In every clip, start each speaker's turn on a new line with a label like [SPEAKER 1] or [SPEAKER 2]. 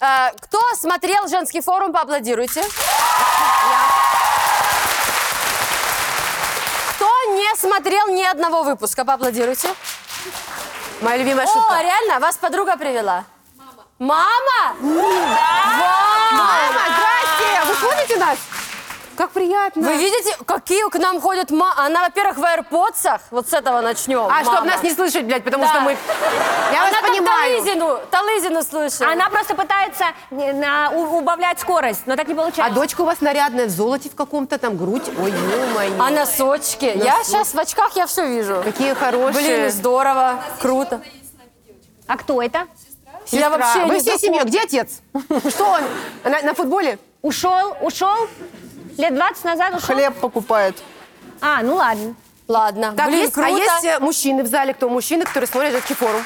[SPEAKER 1] Э, кто смотрел женский форум, поаплодируйте. Кто не смотрел ни одного выпуска, поаплодируйте.
[SPEAKER 2] Моя любимая
[SPEAKER 1] О,
[SPEAKER 2] шутка.
[SPEAKER 1] реально? Вас подруга привела? Мама. Мама? Вау!
[SPEAKER 2] Мама, здрасте! А Вы помните нас? Как приятно.
[SPEAKER 1] Вы видите, какие к нам ходят ма... Она, во-первых, в аирподсах. Вот с этого начнем.
[SPEAKER 2] А, чтоб нас не слышать, блядь, потому
[SPEAKER 1] Да.
[SPEAKER 2] что мы...
[SPEAKER 1] Она
[SPEAKER 2] Я вас
[SPEAKER 1] там
[SPEAKER 2] понимаю.
[SPEAKER 1] Талызину, Талызину слышит.
[SPEAKER 3] Она просто пытается э, на- у- убавлять скорость, но так не
[SPEAKER 2] А
[SPEAKER 3] получается.
[SPEAKER 2] дочка у вас нарядная, в золоте в каком-то там, грудь. Ой, ё-моё.
[SPEAKER 1] А носочки? Я сейчас в очках, я все вижу.
[SPEAKER 2] Какие хорошие.
[SPEAKER 1] Блин, здорово, круто.
[SPEAKER 3] А кто это?
[SPEAKER 2] Сестра.
[SPEAKER 1] Я вообще
[SPEAKER 2] Вы
[SPEAKER 1] не
[SPEAKER 2] всей семьей. Где отец? Что он? На, на футболе?
[SPEAKER 3] Ушел, ушел? Лет 20 назад ушел?
[SPEAKER 4] Хлеб покупает.
[SPEAKER 3] А, ну ладно.
[SPEAKER 1] Ладно,
[SPEAKER 2] Так,
[SPEAKER 1] блин,
[SPEAKER 2] есть-
[SPEAKER 1] круто.
[SPEAKER 2] А есть э, мужчины в зале? Кто мужчины, которые смотрят женский форум?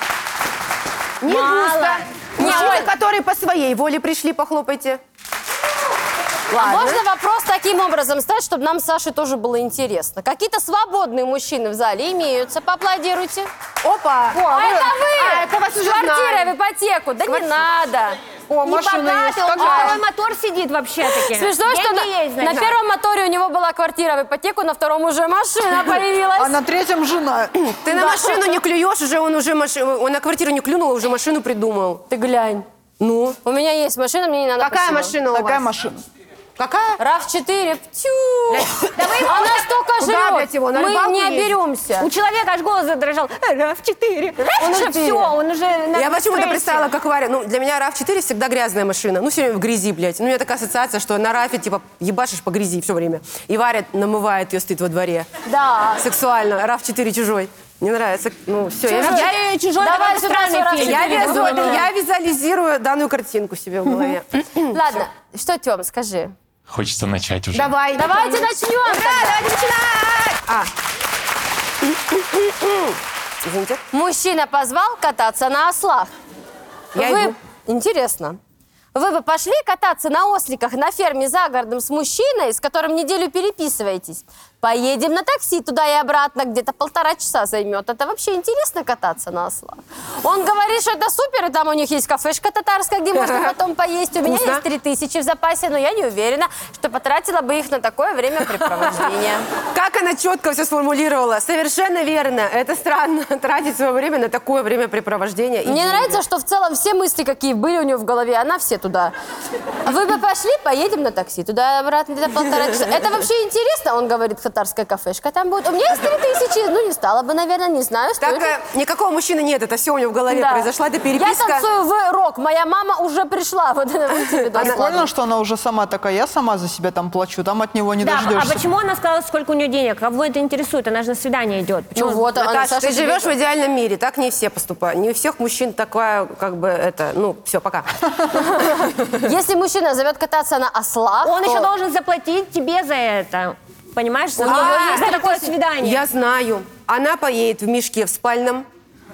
[SPEAKER 2] Не
[SPEAKER 3] Мало.
[SPEAKER 2] густо.
[SPEAKER 1] Не,
[SPEAKER 2] Мужчины,
[SPEAKER 1] Оль.
[SPEAKER 2] которые по своей воле пришли, похлопайте.
[SPEAKER 1] А можно вопрос таким образом ставить, чтобы нам с Сашей тоже было интересно? Какие-то свободные мужчины в зале имеются, поаплодируйте.
[SPEAKER 2] Опа!
[SPEAKER 1] а это вы!
[SPEAKER 2] А это вас уже
[SPEAKER 1] Квартира
[SPEAKER 2] знаю.
[SPEAKER 1] в ипотеку, да не надо.
[SPEAKER 4] О,
[SPEAKER 3] Не
[SPEAKER 4] машина есть.
[SPEAKER 3] богатый, он на
[SPEAKER 4] Как же так?
[SPEAKER 3] А второй мотор сидит вообще-таки.
[SPEAKER 1] А, Смешно, что на,
[SPEAKER 3] Деньги есть, значит.
[SPEAKER 1] на первом моторе у него была квартира в ипотеку, на втором уже машина появилась.
[SPEAKER 4] А на третьем жена.
[SPEAKER 2] Ты на машину не клюешь, уже он уже маши- он на квартиру не клюнул, а уже машину придумал.
[SPEAKER 1] Ты глянь.
[SPEAKER 2] Ну?
[SPEAKER 1] У меня есть машина, мне не надо.
[SPEAKER 2] Какая
[SPEAKER 1] спасибо.
[SPEAKER 2] машина у
[SPEAKER 4] Какая
[SPEAKER 2] вас?
[SPEAKER 4] машина?
[SPEAKER 2] Какая?
[SPEAKER 1] РАВ-4, птю! Она столько
[SPEAKER 2] Куда,
[SPEAKER 1] жрет,
[SPEAKER 2] блядь, его, на
[SPEAKER 1] мы
[SPEAKER 2] рыбалку
[SPEAKER 1] не
[SPEAKER 2] ездить?
[SPEAKER 1] оберемся.
[SPEAKER 3] У человека аж голос задрожал. RAV4. Он уже
[SPEAKER 1] RAV4.
[SPEAKER 3] все, он уже на
[SPEAKER 2] Я почему-то
[SPEAKER 3] стрессе.
[SPEAKER 2] представила, как Варя. Ну, для меня RAV4 всегда грязная машина. Ну, все время в грязи, блядь. Ну, у меня такая ассоциация, что на RAV, типа, ебашишь по грязи все время. И Варя намывает ее, стоит во дворе.
[SPEAKER 1] Да.
[SPEAKER 2] Сексуально. RAV4 чужой. Не нравится. Ну, все.
[SPEAKER 1] Чужой.
[SPEAKER 2] Я,
[SPEAKER 3] Я ее чужой,
[SPEAKER 1] Давай
[SPEAKER 3] это
[SPEAKER 1] сюда,
[SPEAKER 3] странный
[SPEAKER 1] Сарафан.
[SPEAKER 3] фильм.
[SPEAKER 2] я
[SPEAKER 1] Я
[SPEAKER 2] визу-
[SPEAKER 1] думаю.
[SPEAKER 2] я визуализирую данную картинку себе в голове.
[SPEAKER 1] Ладно, что, Тём, скажи.
[SPEAKER 5] Хочется начать уже.
[SPEAKER 2] Давай.
[SPEAKER 1] Давайте начнем
[SPEAKER 2] Давайте начинать. А. Извините.
[SPEAKER 1] Мужчина позвал кататься на ослах.
[SPEAKER 2] Я
[SPEAKER 1] Вы...
[SPEAKER 2] иду.
[SPEAKER 1] Интересно. Вы бы пошли кататься на осликах на ферме за городом с мужчиной, с которым неделю переписываетесь? Поедем на такси туда и обратно, где-то полтора часа займет. Это вообще интересно кататься на ослах. Он говорит, что это супер, и там у них есть кафешка татарская, где можно потом поесть. У меня
[SPEAKER 2] Вкусно.
[SPEAKER 1] есть 3000 в запасе, но я не уверена, что потратила бы их на такое времяпрепровождение.
[SPEAKER 2] Как она четко все сформулировала. Совершенно верно. Это странно тратить свое время на такое времяпрепровождение. и
[SPEAKER 1] Мне
[SPEAKER 2] деньги.
[SPEAKER 1] нравится, что в целом все мысли, какие были у нее в голове, она все туда. Вы бы пошли, поедем на такси туда и обратно где-то полтора часа. Это вообще интересно, он говорит, татарская кафешка там будет. У меня есть три тысячи, ну не стало бы, наверное, не знаю, что
[SPEAKER 2] Так
[SPEAKER 1] это.
[SPEAKER 2] э, никакого мужчины нет, это все у него в голове
[SPEAKER 1] Да.
[SPEAKER 2] произошло, это переписка.
[SPEAKER 1] Я танцую в рок, моя мама уже пришла. Вот это вот тебе дом.
[SPEAKER 4] Прикольно, что она уже сама такая, я сама за себя там плачу, там от него не
[SPEAKER 3] Да, а
[SPEAKER 4] дождешься.
[SPEAKER 3] почему она сказала, сколько у нее денег? Кого это интересует? Она же на свидание идет.
[SPEAKER 1] Ну
[SPEAKER 3] Почему?
[SPEAKER 1] вот, она,
[SPEAKER 2] Наташ,
[SPEAKER 1] Саша,
[SPEAKER 2] ты
[SPEAKER 1] тебе-
[SPEAKER 2] живешь в идеальном мире, так не все поступают. Не у всех мужчин такая, как бы, это, ну, все, пока.
[SPEAKER 1] Если мужчина зовет кататься на осла,
[SPEAKER 3] Он еще
[SPEAKER 1] то-
[SPEAKER 3] должен заплатить тебе за это. Понимаешь? За,
[SPEAKER 2] А,
[SPEAKER 3] за такое свидание.
[SPEAKER 2] Я знаю, она поедет в мешке в спальном,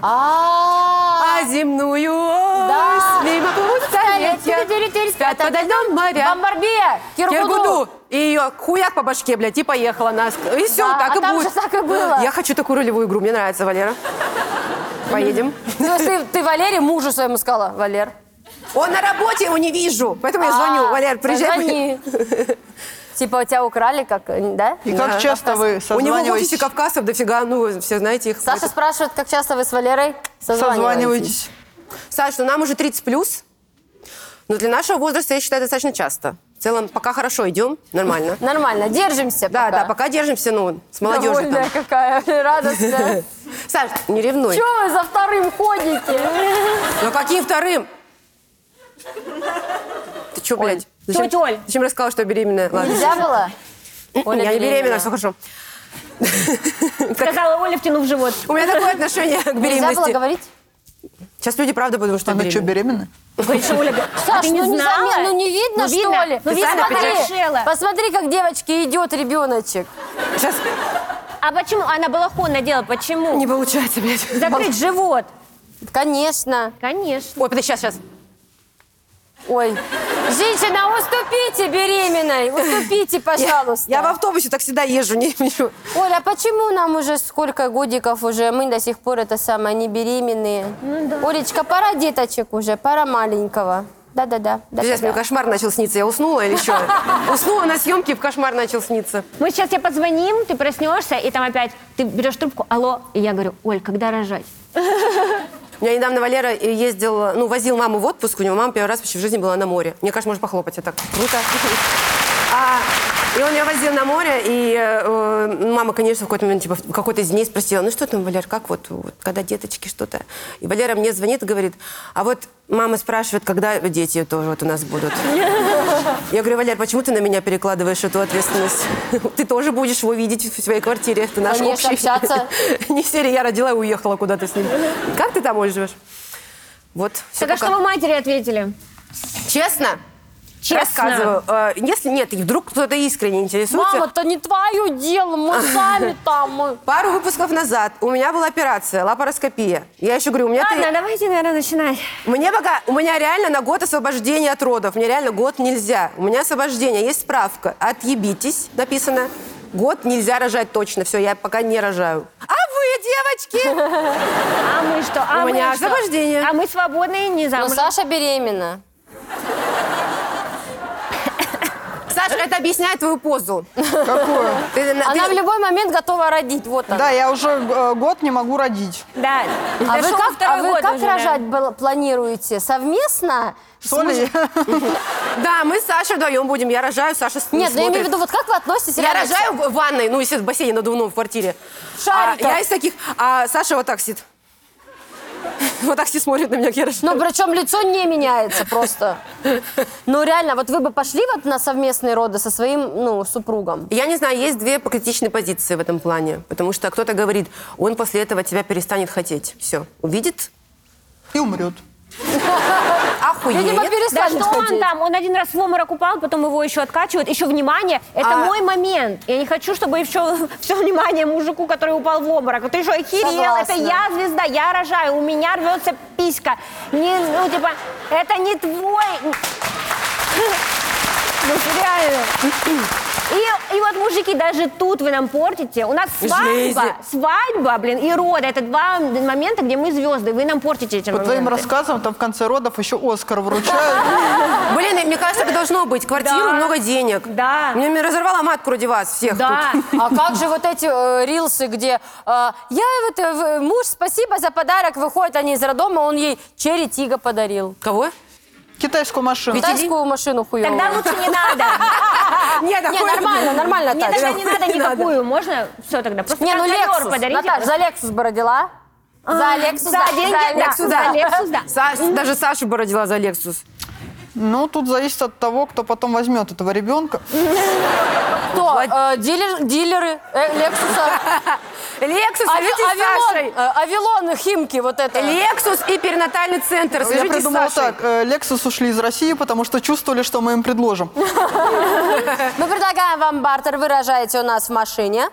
[SPEAKER 1] А,
[SPEAKER 2] а земную ось
[SPEAKER 1] Да.
[SPEAKER 2] мимо пустолетья А, спят подо льдом моря.
[SPEAKER 1] Бомбарбия, Киргуду.
[SPEAKER 2] Киргуду! И ее хуяк по башке, блядь, и поехала нас. И все,
[SPEAKER 1] Да,
[SPEAKER 2] так
[SPEAKER 1] а
[SPEAKER 2] и
[SPEAKER 1] там
[SPEAKER 2] будет.
[SPEAKER 1] же так и было.
[SPEAKER 2] Я хочу такую ролевую игру, мне нравится, Валера. Поедем.
[SPEAKER 1] Ну, То есть ты, ты Валере мужу своему сказала, Валер,
[SPEAKER 2] Он на работе, его не вижу, поэтому я звоню.
[SPEAKER 1] А,
[SPEAKER 2] Валер, приезжай.
[SPEAKER 1] позвони. Типа, у тебя украли, как, да?
[SPEAKER 4] И как
[SPEAKER 2] Да.
[SPEAKER 4] часто вы
[SPEAKER 2] У него в
[SPEAKER 4] созваниваетесь?
[SPEAKER 2] офисе Кавказов дофига, ну, все знаете их.
[SPEAKER 1] Саша спрашивает, как часто вы с Валерой созваниваетесь?
[SPEAKER 4] Созваниваетесь.
[SPEAKER 2] Саш, ну нам уже 30 плюс, но для нашего возраста, я считаю, достаточно часто. В целом, пока хорошо идем, нормально.
[SPEAKER 1] Нормально, держимся
[SPEAKER 2] Да,
[SPEAKER 1] пока.
[SPEAKER 2] да, пока держимся, ну, с молодежью
[SPEAKER 1] Довольная
[SPEAKER 2] там.
[SPEAKER 1] какая, радостная.
[SPEAKER 2] Саш, не ревнуй.
[SPEAKER 1] Чего вы за вторым ходите?
[SPEAKER 2] Ну каким вторым? Ты чё, блядь?
[SPEAKER 3] Тётя Оль.
[SPEAKER 2] Зачем рассказала, что я беременная? Ладно.
[SPEAKER 1] Нельзя было? Оля
[SPEAKER 2] я не беременна,
[SPEAKER 1] беременна.
[SPEAKER 2] все хорошо.
[SPEAKER 3] Сказала Оля, втянув живот.
[SPEAKER 2] У меня такое отношение к
[SPEAKER 1] Нельзя было
[SPEAKER 2] беременности.
[SPEAKER 1] говорить?
[SPEAKER 2] Сейчас люди правда подумают, что я
[SPEAKER 4] Она что,
[SPEAKER 2] беременна.
[SPEAKER 4] беременна?
[SPEAKER 3] Говорит, что Оля, говорит, а
[SPEAKER 1] Саш,
[SPEAKER 3] ты не
[SPEAKER 1] ну,
[SPEAKER 3] знала?
[SPEAKER 1] заметно, ну не видно,
[SPEAKER 3] Ну,
[SPEAKER 1] что
[SPEAKER 3] видно.
[SPEAKER 1] ли?
[SPEAKER 3] Ну, видно,
[SPEAKER 1] посмотри,
[SPEAKER 3] подрешила.
[SPEAKER 1] посмотри, как девочке идет ребеночек.
[SPEAKER 2] Сейчас
[SPEAKER 3] А почему она балахон надела? Почему?
[SPEAKER 2] не получается, блядь.
[SPEAKER 3] Закрыть живот.
[SPEAKER 1] Конечно.
[SPEAKER 3] Конечно.
[SPEAKER 2] Ой, подожди, сейчас, сейчас.
[SPEAKER 1] Ой. Женщина, а уступите беременной. Уступите, пожалуйста.
[SPEAKER 2] Я в автобусе так всегда езжу, не, не-
[SPEAKER 1] Оля, а почему нам уже сколько годиков уже, мы до
[SPEAKER 2] Ну
[SPEAKER 1] сих пор это самое, не беременные? Олечка, пора деточек уже, пора маленького. да-да-да.
[SPEAKER 2] Сейчас мне
[SPEAKER 1] да-да-да.
[SPEAKER 2] кошмар начал сниться. Я уснула или что? Уснула на съемке, и в кошмар начал сниться.
[SPEAKER 3] Мы сейчас тебе позвоним, ты проснешься, и там опять ты берешь трубку, алло, и я говорю, Оль, когда рожать?
[SPEAKER 2] У меня недавно Валера э, ездил, ну, возил маму в отпуск. У него мама первый раз вообще в жизни была на море. Мне кажется, можно похлопать. Это так круто. А, и он ее возил на море, и э, э, мама, конечно, в какой-то момент, типа, в какой-то из дней спросила, ну что там, Валер, как вот, вот, когда деточки, что-то. И Валера мне звонит и говорит, а вот мама спрашивает, когда дети тоже вот у нас будут. Я говорю, Валер, почему ты на меня перекладываешь эту ответственность? Ты тоже будешь его видеть в своей квартире, это наш
[SPEAKER 1] Конечно,
[SPEAKER 2] общий.
[SPEAKER 1] общаться.
[SPEAKER 2] Не в серии я родила и уехала куда-то с ним. Как ты там, Оль, живешь? Вот, все
[SPEAKER 3] Так а что вы матери ответили?
[SPEAKER 2] Честно?
[SPEAKER 3] Честно.
[SPEAKER 2] Рассказываю. Э, Если нет, и вдруг кто-то искренне интересуется.
[SPEAKER 1] Мама, это не твое дело, мы сами там. мы.
[SPEAKER 2] Пару выпусков назад у меня была операция, лапароскопия. Я еще говорю, у меня...
[SPEAKER 3] Ладно,
[SPEAKER 2] три-
[SPEAKER 3] давайте, наверное, начинать.
[SPEAKER 2] Мне пока... У меня реально на год освобождение от родов. Мне реально год нельзя. У меня освобождение. Есть справка. Отъебитесь, написано. Год нельзя рожать точно. Все, я пока не рожаю. А вы, девочки?
[SPEAKER 3] А мы что? А
[SPEAKER 2] У
[SPEAKER 3] мы
[SPEAKER 2] меня
[SPEAKER 3] что?
[SPEAKER 2] освобождение.
[SPEAKER 3] А мы свободные, не
[SPEAKER 1] Но
[SPEAKER 3] замужем.
[SPEAKER 1] Саша беременна.
[SPEAKER 2] Саша, это объясняет твою позу.
[SPEAKER 4] Какую?
[SPEAKER 2] Ты на-
[SPEAKER 1] Она
[SPEAKER 2] А ты-
[SPEAKER 1] в любой момент готова родить, вот она.
[SPEAKER 4] Да, я уже э, год не могу родить.
[SPEAKER 3] Да.
[SPEAKER 1] А вы
[SPEAKER 3] Дошел
[SPEAKER 1] как,
[SPEAKER 3] второй
[SPEAKER 1] а вы
[SPEAKER 3] год
[SPEAKER 1] как
[SPEAKER 3] уже,
[SPEAKER 1] рожать бл- планируете? Совместно?
[SPEAKER 4] Что ли?
[SPEAKER 2] Да, мы с Сашей вдвоем будем. Я рожаю, Саша с- не
[SPEAKER 1] Нет, ну я имею в
[SPEAKER 2] смотрит.
[SPEAKER 1] виду, вот как вы относитесь?
[SPEAKER 2] Я
[SPEAKER 1] реально к-
[SPEAKER 2] рожаю в ванной, ну, если в бассейне надувном в квартире.
[SPEAKER 1] Шариков.
[SPEAKER 2] А я из таких... А Саша вот так сидит. Вот так сидит, смотрит на меня, как я рожаю.
[SPEAKER 1] Ну, причем лицо не меняется просто. Ну, реально, вот вы бы пошли вот на совместные роды со своим, ну, супругом?
[SPEAKER 2] Я не знаю, есть две критичные позиции в этом плане. Потому что кто-то говорит, он после этого тебя перестанет хотеть. Все. Увидит,
[SPEAKER 4] И умрет.
[SPEAKER 2] охуеет.
[SPEAKER 1] Видимо,
[SPEAKER 3] Да
[SPEAKER 1] перестанет
[SPEAKER 3] что он
[SPEAKER 1] хотеть.
[SPEAKER 3] там? Он один раз в обморок упал, потом его еще откачивают. Еще внимание, это
[SPEAKER 2] А-
[SPEAKER 3] мой момент. Я не хочу, чтобы все, все внимание мужику, который упал в обморок. Вот Ты что, охерел?
[SPEAKER 1] Согласна.
[SPEAKER 3] Это я звезда, я рожаю, у меня рвется писька. Не, ну, типа, это не твой... Ну, реально. И, и вот, мужики, даже тут вы нам портите. У нас свадьба,
[SPEAKER 2] Жесть.
[SPEAKER 3] свадьба, блин, и роды. Это два момента, где мы звезды. Вы нам портите эти
[SPEAKER 4] По твоим
[SPEAKER 3] моменты.
[SPEAKER 4] рассказам, там в конце родов еще Оскар вручают.
[SPEAKER 2] Блин, мне кажется, это должно быть. Квартиру,
[SPEAKER 3] Да.
[SPEAKER 2] много денег.
[SPEAKER 3] Да.
[SPEAKER 2] Мне, мне разорвала матку ради вас всех
[SPEAKER 3] Да.
[SPEAKER 2] тут.
[SPEAKER 1] А как же вот эти э, рилсы, где э, я вот э, в- муж, спасибо за подарок, выходят они из роддома, он ей черри тига подарил.
[SPEAKER 2] Кого?
[SPEAKER 4] Китайскую машину.
[SPEAKER 2] Видите?
[SPEAKER 1] Тайскую машину хуёвую.
[SPEAKER 3] Тогда лучше не надо.
[SPEAKER 2] Нет,
[SPEAKER 1] Не, А, нормально, нормально,
[SPEAKER 3] Мне
[SPEAKER 1] Наташ.
[SPEAKER 3] даже не надо
[SPEAKER 2] Не надо.
[SPEAKER 3] никакую, можно все тогда? Просто
[SPEAKER 1] Не, ну
[SPEAKER 3] контролёр
[SPEAKER 1] Лексус.
[SPEAKER 3] подарите. А,
[SPEAKER 1] Наташ, за Лексус бы родила. а? За Лексус, да,
[SPEAKER 3] За деньги, да.
[SPEAKER 1] Lexus,
[SPEAKER 3] За Lexus, да.
[SPEAKER 2] Са- даже Сашу бы родила за Лексус.
[SPEAKER 4] Ну, тут зависит от того, кто потом возьмет этого ребенка.
[SPEAKER 1] Кто? Э, дилер- дилеры э, Лексуса.
[SPEAKER 2] Лексус,
[SPEAKER 1] Ави-
[SPEAKER 2] свяжитесь с
[SPEAKER 1] Авилон,
[SPEAKER 2] Сашей.
[SPEAKER 1] э, Авилон, Химки, вот это.
[SPEAKER 2] Лексус и перинатальный центр.
[SPEAKER 4] Я
[SPEAKER 2] Свяжитесь с
[SPEAKER 4] придумала
[SPEAKER 2] Сашей.
[SPEAKER 4] так. э, Lexus ушли из России, потому что чувствовали, что мы им предложим.
[SPEAKER 1] Мы предлагаем вам бартер, вы рожаете у нас в машине.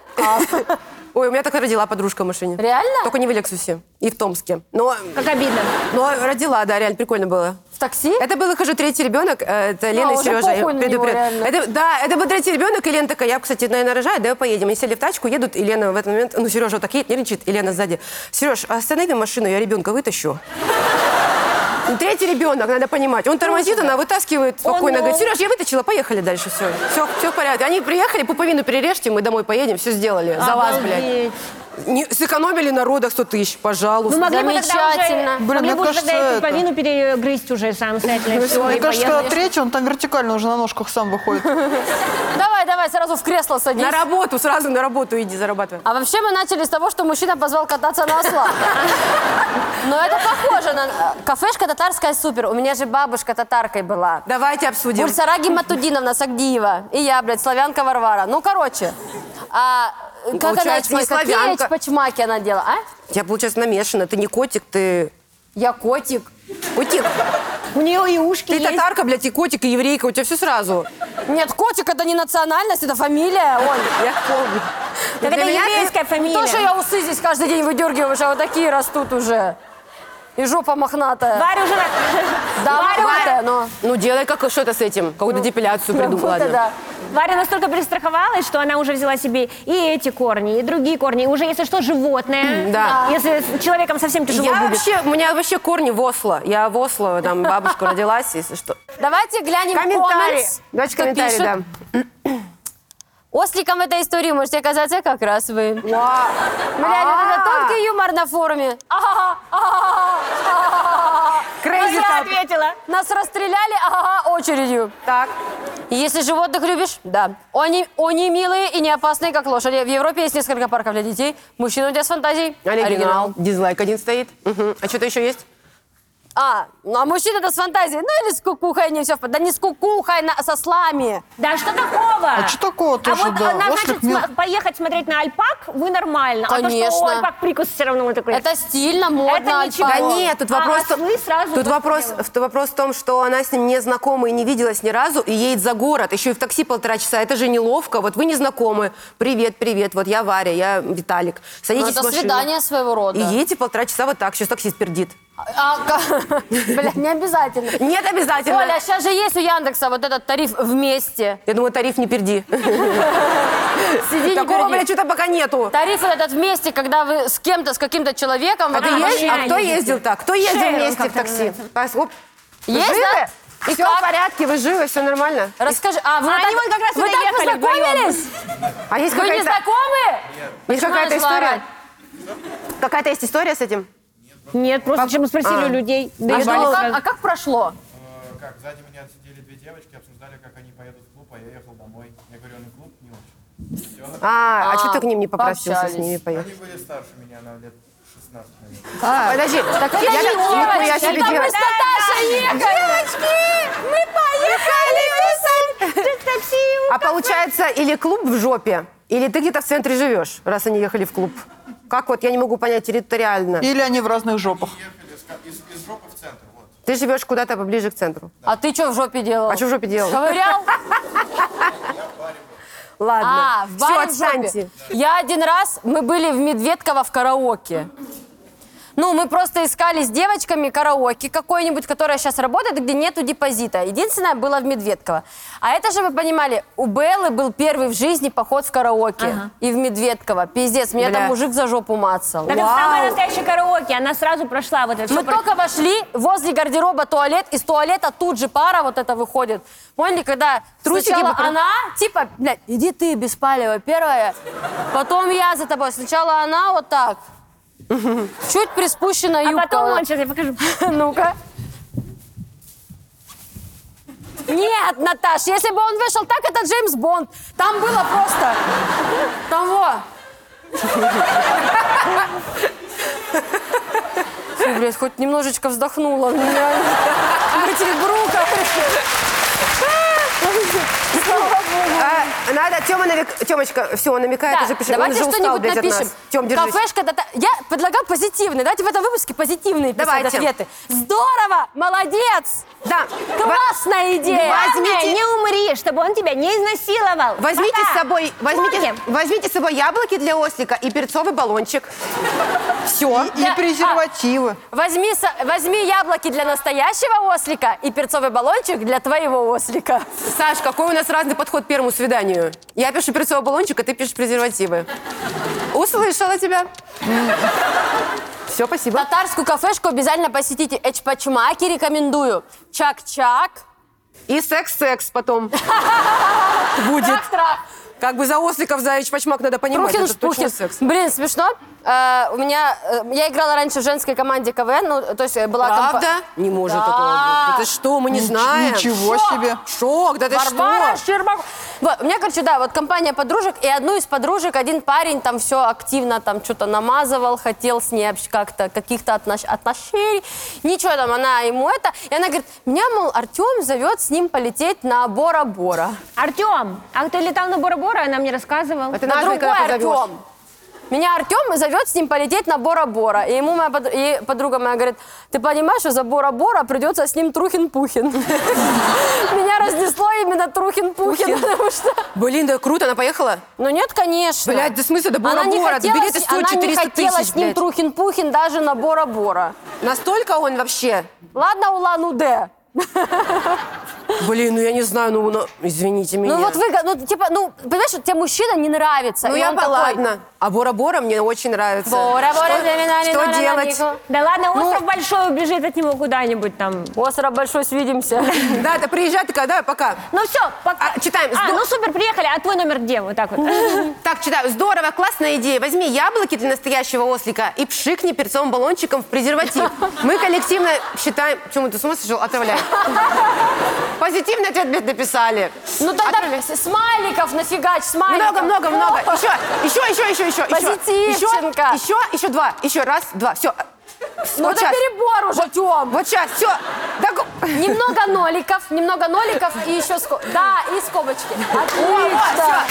[SPEAKER 2] Ой, у меня так и родила подружка в машине.
[SPEAKER 1] Реально?
[SPEAKER 2] Только не в Лексусе и в Томске. Но,
[SPEAKER 3] Как обидно.
[SPEAKER 2] но родила, да, реально прикольно было.
[SPEAKER 1] В такси?
[SPEAKER 2] Это был их уже третий ребенок. э, Это Лена и
[SPEAKER 1] А, уже
[SPEAKER 2] Сережа. я
[SPEAKER 1] похуй на него,
[SPEAKER 2] предупрежу.
[SPEAKER 1] реально.
[SPEAKER 2] Это- да, это был третий ребенок, и Лена такая, я, кстати, наверное, рожаю, давай поедем. Они сели в тачку, едут, и Лена в этот момент, ну, Сережа вот так едет, нервничает, и Лена сзади. Сереж, останови машину, я ребенка вытащу. Ну, Третий ребенок, надо понимать. Он тормозит, она вытаскивает спокойно.
[SPEAKER 3] Он-
[SPEAKER 2] Говорит, Сереж, я вытащила, поехали дальше, все. Все, все в порядке. Они приехали, пуповину перережьте, мы домой поедем, все сделали. За вас, блядь.
[SPEAKER 3] Обалдеть.
[SPEAKER 2] Не- сэкономили на родах 100 тысяч, пожалуйста.
[SPEAKER 3] Вы Ну, могли бы
[SPEAKER 1] Замечательно.
[SPEAKER 3] тогда уже,
[SPEAKER 4] Блин,
[SPEAKER 3] могли
[SPEAKER 4] мне
[SPEAKER 3] бы уже
[SPEAKER 4] кажется,
[SPEAKER 3] тогда эту
[SPEAKER 4] это-
[SPEAKER 3] повину перегрызть уже самостоятельно. и всё, и
[SPEAKER 4] Мне кажется,
[SPEAKER 3] поехали.
[SPEAKER 4] третий, он там вертикально уже на ножках сам выходит.
[SPEAKER 1] Э, Давай, давай, сразу в кресло садись.
[SPEAKER 2] На работу, сразу на работу иди зарабатывай.
[SPEAKER 1] А вообще мы начали с того, что мужчина позвал кататься на ослах. Но это похоже на... э, Кафешка татарская супер. У меня же бабушка татаркой была.
[SPEAKER 2] Давайте обсудим.
[SPEAKER 1] Гульсараги Матудиновна Сагдиева. И я, блядь, славянка Варвара. Ну, короче. А как она...
[SPEAKER 2] Получается, не
[SPEAKER 1] эти- Какие
[SPEAKER 2] славянка.
[SPEAKER 1] эти почмаки она делала, а?
[SPEAKER 2] Я, получается, намешана. Ты не котик, ты...
[SPEAKER 1] Я котик.
[SPEAKER 2] Котик.
[SPEAKER 3] У нее и ушки
[SPEAKER 2] Ты
[SPEAKER 3] есть.
[SPEAKER 2] татарка, блядь, и котик, и еврейка. У тебя все сразу.
[SPEAKER 1] Нет, котик это не национальность, это фамилия. Оль.
[SPEAKER 2] Я помню.
[SPEAKER 3] Так
[SPEAKER 2] Ну, Для
[SPEAKER 3] это
[SPEAKER 2] меня
[SPEAKER 3] еврейская фамилия.
[SPEAKER 1] ну, То, что я усы здесь каждый день выдергиваю, уже вот такие растут уже. И жопа мохнатая.
[SPEAKER 3] Варя уже... на-
[SPEAKER 1] Да,
[SPEAKER 3] Варя-
[SPEAKER 1] мохнатая, но...
[SPEAKER 2] Ну, делай как что-то с этим. Какую-то депиляцию придумай.
[SPEAKER 1] Как будто
[SPEAKER 2] ладно.
[SPEAKER 1] да.
[SPEAKER 3] Варя настолько перестраховалась, что она уже взяла себе и эти корни, и другие корни. И уже, если что, животное.
[SPEAKER 2] Да.
[SPEAKER 3] Если с человеком совсем тяжело
[SPEAKER 2] Я
[SPEAKER 3] будет.
[SPEAKER 2] вообще, у меня вообще корни в Осло. Я в Осло, там бабушка родилась, если что.
[SPEAKER 1] Давайте глянем
[SPEAKER 2] Комментарии.
[SPEAKER 1] comments,
[SPEAKER 2] Давайте
[SPEAKER 1] кто
[SPEAKER 2] комментарии,
[SPEAKER 1] пишет.
[SPEAKER 2] да.
[SPEAKER 1] Осликом этой истории можете оказаться как раз вы.
[SPEAKER 2] Вау.
[SPEAKER 1] Бля, это
[SPEAKER 2] А.
[SPEAKER 1] тонкий юмор на форуме.
[SPEAKER 2] Crazy
[SPEAKER 1] Я
[SPEAKER 2] так.
[SPEAKER 3] ответила.
[SPEAKER 1] Нас расстреляли, ага, очередью.
[SPEAKER 2] Так.
[SPEAKER 1] Если животных любишь, да. Они, они милые и не опасные, как лошади. В Европе есть несколько парков для детей. Мужчина у тебя с фантазией.
[SPEAKER 2] Оригинал. Дизлайк один стоит. Мгм. А что-то еще есть?
[SPEAKER 1] А, ну а мужчина-то с фантазией. Ну или с кукухой не все. в пор- Да не с кукухой, на, со слами.
[SPEAKER 3] Да что такого?
[SPEAKER 4] А что такого
[SPEAKER 3] А
[SPEAKER 4] тоже,
[SPEAKER 3] вот
[SPEAKER 4] да?
[SPEAKER 3] э, на-
[SPEAKER 4] Ослик
[SPEAKER 3] значит,
[SPEAKER 4] мил.
[SPEAKER 3] см- поехать смотреть на альпак, вы нормально. А то,
[SPEAKER 1] Конечно.
[SPEAKER 3] что «Ой, альпак прикус все равно вы такой.
[SPEAKER 1] Это стильно, модно.
[SPEAKER 3] ничего.
[SPEAKER 1] альпак.
[SPEAKER 2] Да нет, тут
[SPEAKER 3] А,
[SPEAKER 2] вопрос...
[SPEAKER 3] ослы сразу
[SPEAKER 2] тут
[SPEAKER 3] просто
[SPEAKER 2] вопрос,
[SPEAKER 3] делают.
[SPEAKER 2] в- вопрос в том, что она с ним не знакома и не виделась ни разу, и едет за город, еще и в такси полтора часа. Это же неловко. Вот вы не знакомы. Привет, привет. Вот я Варя, я Виталик.
[SPEAKER 1] Ну,
[SPEAKER 2] Садитесь
[SPEAKER 1] это
[SPEAKER 2] в машину.
[SPEAKER 1] свидание своего рода.
[SPEAKER 2] И едете полтора часа вот так, сейчас таксист пердит.
[SPEAKER 1] А, ка- бля, не обязательно.
[SPEAKER 2] Нет, обязательно.
[SPEAKER 1] Оля, сейчас же есть у Яндекса вот этот тариф вместе.
[SPEAKER 2] Я думаю, тариф не перди.
[SPEAKER 1] Сиди, не
[SPEAKER 2] Такого,
[SPEAKER 1] перди.
[SPEAKER 2] бля, что-то пока нету.
[SPEAKER 1] Тариф вот этот вместе, когда вы с кем-то, с каким-то человеком...
[SPEAKER 2] А, ты
[SPEAKER 1] вот
[SPEAKER 2] ездишь?
[SPEAKER 3] есть?
[SPEAKER 1] машине.
[SPEAKER 2] а
[SPEAKER 3] машина
[SPEAKER 2] кто
[SPEAKER 3] ездит.
[SPEAKER 2] ездил так? Кто ездил
[SPEAKER 3] Шеринг
[SPEAKER 2] вместе в
[SPEAKER 3] как-то
[SPEAKER 2] такси? Пас- оп. Вы
[SPEAKER 1] типа, Есть,
[SPEAKER 2] живы?
[SPEAKER 1] да? И
[SPEAKER 2] все
[SPEAKER 1] как?
[SPEAKER 2] в порядке, вы живы, все нормально?
[SPEAKER 1] Расскажи. А, вы
[SPEAKER 3] А
[SPEAKER 1] так,
[SPEAKER 3] они вон как раз
[SPEAKER 1] вы
[SPEAKER 3] сюда
[SPEAKER 1] так
[SPEAKER 3] ехали
[SPEAKER 1] познакомились?
[SPEAKER 2] А есть
[SPEAKER 1] Вы не
[SPEAKER 2] какая-то
[SPEAKER 1] знакомы?
[SPEAKER 2] есть
[SPEAKER 1] Почему она
[SPEAKER 2] какая-то
[SPEAKER 1] начала
[SPEAKER 2] история?
[SPEAKER 1] орать?
[SPEAKER 2] Какая-то есть история с этим?
[SPEAKER 3] Нет, просто чем мы спросили
[SPEAKER 2] а.
[SPEAKER 3] у людей. Да
[SPEAKER 1] А,
[SPEAKER 3] и
[SPEAKER 1] что,
[SPEAKER 3] что?
[SPEAKER 1] как, а как прошло?
[SPEAKER 5] Э, как, сзади меня сидели две девочки, обсуждали, как они поедут в клуб, а я ехал домой. Я говорю, ну клуб не очень. Все.
[SPEAKER 2] А, а,
[SPEAKER 1] А,
[SPEAKER 2] что ты к ним не попросился с
[SPEAKER 1] пообщались.
[SPEAKER 2] ними поехать?
[SPEAKER 5] Они были старше меня на лет 16, наверное.
[SPEAKER 2] Подожди, так
[SPEAKER 1] Это А, не девочки,
[SPEAKER 2] я себе
[SPEAKER 1] это мы
[SPEAKER 2] делаю.
[SPEAKER 1] с Наташей ехали. Девочки, мы поехали
[SPEAKER 2] А получается, или клуб в жопе, или ты где-то в центре живешь, раз они ехали в клуб. Как вот, я не могу понять территориально.
[SPEAKER 4] Или они в разных жопах.
[SPEAKER 5] Ехали с ка- из, из жопы в центр, вот.
[SPEAKER 2] Ты живешь куда-то поближе к центру.
[SPEAKER 1] А ты что в жопе делал?
[SPEAKER 2] А что в жопе делал?
[SPEAKER 1] Ковырял?
[SPEAKER 2] Ладно.
[SPEAKER 1] А, в баре в
[SPEAKER 2] Все,
[SPEAKER 1] жопе.
[SPEAKER 2] отстаньте.
[SPEAKER 1] Я один раз, мы были в Медведково в караоке. Ну, мы просто искали с девочками караоке какое-нибудь, которое сейчас работает, где нету депозита. Единственное, было в Медведково. А это же, вы понимали, у Беллы был первый в жизни поход в караоке. И в Медведково. Пиздец, меня
[SPEAKER 2] Бля.
[SPEAKER 1] там мужик за жопу мацал.
[SPEAKER 3] Так это
[SPEAKER 2] Вау.
[SPEAKER 3] самое настоящее караоке. Она сразу прошла вот это.
[SPEAKER 1] Мы
[SPEAKER 3] всё про-
[SPEAKER 1] только вошли, возле гардероба туалет, из туалета тут же пара вот это выходит. Поняли, когда
[SPEAKER 2] Трусики
[SPEAKER 1] сначала
[SPEAKER 2] вокруг.
[SPEAKER 1] она, типа, блядь, иди ты, Беспалева, первая, потом я за тобой. Сначала она вот так, чуть приспущена
[SPEAKER 3] А
[SPEAKER 1] юбка.
[SPEAKER 3] потом
[SPEAKER 1] вот
[SPEAKER 3] он, сейчас я покажу.
[SPEAKER 1] так.
[SPEAKER 2] Ну.
[SPEAKER 1] Ну-ка. Нет, Наташ, если бы он вышел так, это Джеймс Бонд. Там было просто... Там во. Фу, блядь, хоть немножечко вздохнула. ну, У меня бутерброка. Слава богу.
[SPEAKER 2] А, надо, Тёма навек... Тёмочка, все, он намекает
[SPEAKER 1] Да,
[SPEAKER 2] уже, пишет.
[SPEAKER 1] давайте
[SPEAKER 2] он же устал,
[SPEAKER 1] что-нибудь
[SPEAKER 2] блядь, от
[SPEAKER 1] напишем.
[SPEAKER 2] нас. Тём, держись.
[SPEAKER 1] Кафешка, да-да. я предлагаю позитивные. Давайте в этом выпуске позитивные писать
[SPEAKER 2] Давайте.
[SPEAKER 1] ответы. Здорово, молодец,
[SPEAKER 2] Да.
[SPEAKER 1] классная идея.
[SPEAKER 3] Возьмите. Не умри, чтобы он тебя не изнасиловал.
[SPEAKER 2] Возьмите
[SPEAKER 3] Пока.
[SPEAKER 2] с собой, возьмите,
[SPEAKER 3] Смотрим.
[SPEAKER 2] возьмите с собой яблоки для ослика и перцовый баллончик. Все.
[SPEAKER 4] Или
[SPEAKER 1] Я-
[SPEAKER 4] презервативы.
[SPEAKER 1] Возьми, со- возьми яблоки для настоящего ослика и перцовый баллончик для твоего ослика.
[SPEAKER 2] Саш, какой у нас разный подход к первому свиданию? Я пишу перцовый баллончик, а ты пишешь презервативы. Услышала тебя. Все, спасибо.
[SPEAKER 1] Татарскую кафешку обязательно посетите. Эчпачмаки рекомендую. Чак-чак.
[SPEAKER 2] И секс-секс потом. Будет.
[SPEAKER 1] Трах-трах.
[SPEAKER 2] Как бы за осликов, за эчпачмак надо понимать.
[SPEAKER 1] Трухин
[SPEAKER 2] это точно
[SPEAKER 1] Штухин.
[SPEAKER 2] секс.
[SPEAKER 1] Блин, смешно. Э, у меня, э, я играла раньше в женской команде КВН, ну, то есть э, была компа-
[SPEAKER 2] Правда? Не может
[SPEAKER 1] Да.
[SPEAKER 2] такого быть. Да Ты что, мы не
[SPEAKER 4] Нич-
[SPEAKER 2] знаем.
[SPEAKER 4] Ничего себе.
[SPEAKER 2] Шок, да ты
[SPEAKER 1] Варвара
[SPEAKER 2] что?
[SPEAKER 1] Щербакова. Вот, у меня, короче, да, вот компания подружек, и одну из подружек один парень там все активно там что-то намазывал, хотел с ней общ- как-то каких-то отнош- отношений. Ничего там, она ему это. И она говорит, меня, мол, Артем зовет с ним полететь на Бора-Бора.
[SPEAKER 3] Артем, а ты летал на Бора-Бора, она мне рассказывала.
[SPEAKER 2] А ты
[SPEAKER 1] на
[SPEAKER 2] нажми,
[SPEAKER 1] другой
[SPEAKER 2] когда позовешь.
[SPEAKER 1] Артем. Меня Артем зовет с ним полететь на Бора-Бора. И ему моя подр- и подруга моя говорит, ты понимаешь, что за Бора-Бора придется с ним Трухин-Пухин. Меня разнесло именно Трухин-Пухин, потому что...
[SPEAKER 2] Блин, да круто, она поехала?
[SPEAKER 1] Ну нет, конечно.
[SPEAKER 2] Блядь, да смысл до
[SPEAKER 1] Она не
[SPEAKER 2] Бора-Бора? Да
[SPEAKER 1] хотела
[SPEAKER 2] билеты
[SPEAKER 1] с-
[SPEAKER 2] стоят
[SPEAKER 1] Она не
[SPEAKER 2] 400
[SPEAKER 1] хотела
[SPEAKER 2] тысяч,
[SPEAKER 1] с ним
[SPEAKER 2] блядь.
[SPEAKER 1] Трухин-Пухин даже на Бора-Бора.
[SPEAKER 2] Настолько он вообще?
[SPEAKER 1] Ладно, Улан-Удэ.
[SPEAKER 2] Блин, ну я не знаю, ну, ну, извините меня.
[SPEAKER 1] Ну вот вы, ну типа, ну понимаешь, вот тебе мужчина не нравится.
[SPEAKER 2] Ну
[SPEAKER 1] и
[SPEAKER 2] я
[SPEAKER 1] он
[SPEAKER 2] бы,
[SPEAKER 1] такой,
[SPEAKER 2] ладно. А Бора-Бора мне очень нравится.
[SPEAKER 1] Бора, бора,
[SPEAKER 2] что, что делать?
[SPEAKER 3] Да ладно,
[SPEAKER 2] Ну.
[SPEAKER 3] остров большой убежит от него куда-нибудь там.
[SPEAKER 1] Остров большой, свидимся.
[SPEAKER 2] Да, ты приезжай, ты когда, пока.
[SPEAKER 3] Ну все, пока.
[SPEAKER 2] А, читаем.
[SPEAKER 3] А,
[SPEAKER 2] Сду-
[SPEAKER 3] ну супер, приехали. А твой номер где? Вот так вот.
[SPEAKER 2] Так, читаю. Здорово, классная идея. Возьми яблоки для настоящего ослика и пшикни перцовым баллончиком в презерватив. Мы коллективно считаем... Чему ты с ума сошел? Отправляй. Позитивный ответ мне написали.
[SPEAKER 1] Ну тогда смайликов нафигач, смайликов. Ну,
[SPEAKER 2] Много, много, много. Еще, еще, еще, еще, еще.
[SPEAKER 1] Позитивченко.
[SPEAKER 2] Еще, еще, еще два. Еще раз, два. Все.
[SPEAKER 1] Ну это
[SPEAKER 2] щас.
[SPEAKER 1] перебор уже, Тём.
[SPEAKER 2] Вот сейчас, все.
[SPEAKER 1] Немного ноликов, немного ноликов и еще ско... Да, и скобочки. Отлично.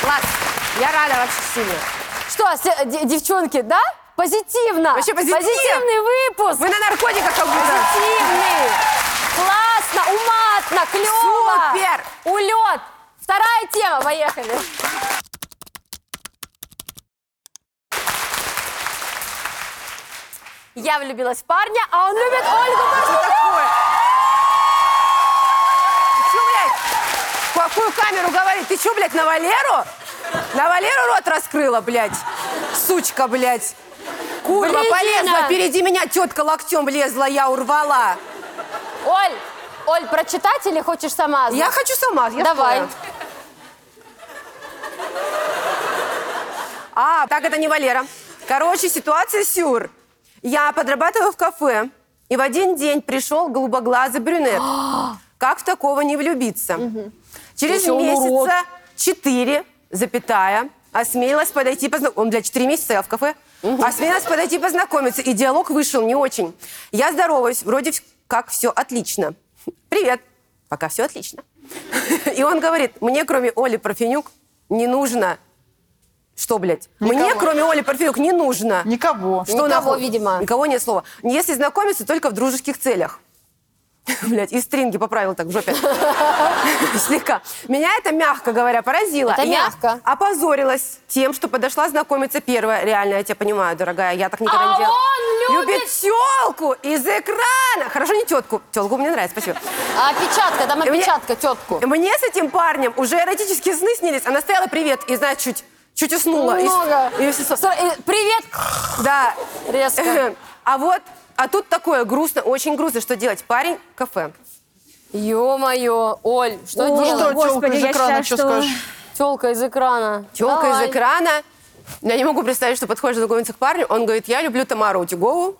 [SPEAKER 2] Класс. Я рада вообще сильно.
[SPEAKER 1] Что, се- де- девчонки, да? Позитивно.
[SPEAKER 2] Вообще позитив.
[SPEAKER 1] Позитивный выпуск.
[SPEAKER 2] Мы на наркотиках как будто.
[SPEAKER 1] Позитивный. Классно, уматно, клево.
[SPEAKER 2] Супер.
[SPEAKER 1] Улет. Вторая тема, поехали. Я влюбилась в парня, а он любит Ольгу
[SPEAKER 2] Что
[SPEAKER 1] Башкину.
[SPEAKER 2] такое? Ты чё, блядь? В Какую камеру говорит? Ты что, блядь, на Валеру? На Валеру рот раскрыла, блядь. Сучка, блядь. Курва
[SPEAKER 1] Вредина.
[SPEAKER 2] полезла, впереди меня тетка локтем лезла, я урвала.
[SPEAKER 1] Оль, Оль, прочитать или хочешь сама?
[SPEAKER 2] Я хочу сама. я
[SPEAKER 1] Давай.
[SPEAKER 2] вторая. А, так это не Валера. Короче, ситуация сюр. Я подрабатываю в кафе, и в один день пришел голубоглазый брюнет. Как в такого не влюбиться? Через
[SPEAKER 1] Если он урод.
[SPEAKER 2] месяца четыре, запятая, осмелилась подойти познакомиться. Он, блядь, четыре месяца я в кафе. Осмелилась подойти познакомиться, и диалог вышел не очень. Я здороваюсь, вроде в- как все отлично. Привет. Пока все отлично. И он говорит, мне кроме Оли Парфенюк не нужно... Что, блядь? Мне
[SPEAKER 4] Никого.
[SPEAKER 2] кроме Оли Парфенюк не нужно...
[SPEAKER 4] Никого.
[SPEAKER 2] Что
[SPEAKER 1] Никого,
[SPEAKER 2] нахуй?
[SPEAKER 1] видимо.
[SPEAKER 2] Никого нет слова. Если знакомиться, только в дружеских целях. Блять, и стринги поправил так в жопе. Слегка. Меня это, мягко говоря, поразило.
[SPEAKER 1] Это
[SPEAKER 2] Я
[SPEAKER 1] мягко.
[SPEAKER 2] опозорилась тем, что подошла знакомиться первая. Реально, я тебя понимаю, дорогая, я так никогда
[SPEAKER 1] А
[SPEAKER 2] не делала.
[SPEAKER 1] он любит-
[SPEAKER 2] телку из экрана. Хорошо, не тетку. Телку мне нравится, спасибо.
[SPEAKER 1] А опечатка, там
[SPEAKER 2] Мне-
[SPEAKER 1] опечатка, тетку.
[SPEAKER 2] Мне с этим парнем уже эротические сны снились. Она стояла, привет, и, знаешь, чуть, чуть уснула. И-
[SPEAKER 1] Много.
[SPEAKER 2] и всё-
[SPEAKER 1] Сра- и Привет.
[SPEAKER 2] да.
[SPEAKER 1] Резко.
[SPEAKER 2] А вот, а тут такое грустно, очень грустно, что делать. Парень, кафе.
[SPEAKER 1] Ё-моё, Оль, что
[SPEAKER 3] Ой,
[SPEAKER 4] Ну что,
[SPEAKER 1] делать?
[SPEAKER 4] телка
[SPEAKER 3] Господи,
[SPEAKER 4] из
[SPEAKER 3] я
[SPEAKER 4] экрана,
[SPEAKER 3] считаю,
[SPEAKER 4] что
[SPEAKER 3] что-
[SPEAKER 4] скажешь?
[SPEAKER 1] Телка из экрана.
[SPEAKER 2] Телка
[SPEAKER 1] Давай.
[SPEAKER 2] из экрана. Я не могу представить, что подходишь знакомиться к парню. Он говорит, я люблю Тамару Утюгову,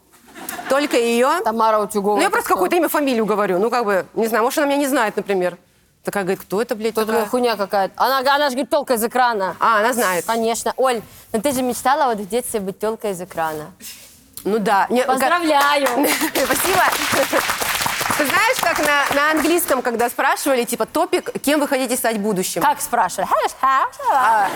[SPEAKER 2] только ее.
[SPEAKER 1] Тамара Утюгова.
[SPEAKER 2] Ну, я просто какое-то имя, фамилию говорю. Ну, как бы, не знаю, может, она меня не знает, например. Такая говорит, кто это, блядь,
[SPEAKER 1] Тут
[SPEAKER 2] такая?»
[SPEAKER 1] хуйня какая-то. Она, она же говорит, телка из экрана.
[SPEAKER 2] А, она знает.
[SPEAKER 1] Конечно. Оль, ну ты же мечтала вот в детстве быть телкой из экрана.
[SPEAKER 2] Ну да. Не, как-
[SPEAKER 1] Поздравляю.
[SPEAKER 2] Спасибо. Ты знаешь, как на, на английском, когда спрашивали, типа, топик, кем вы хотите стать в будущем?
[SPEAKER 1] Как спрашивали?
[SPEAKER 2] А,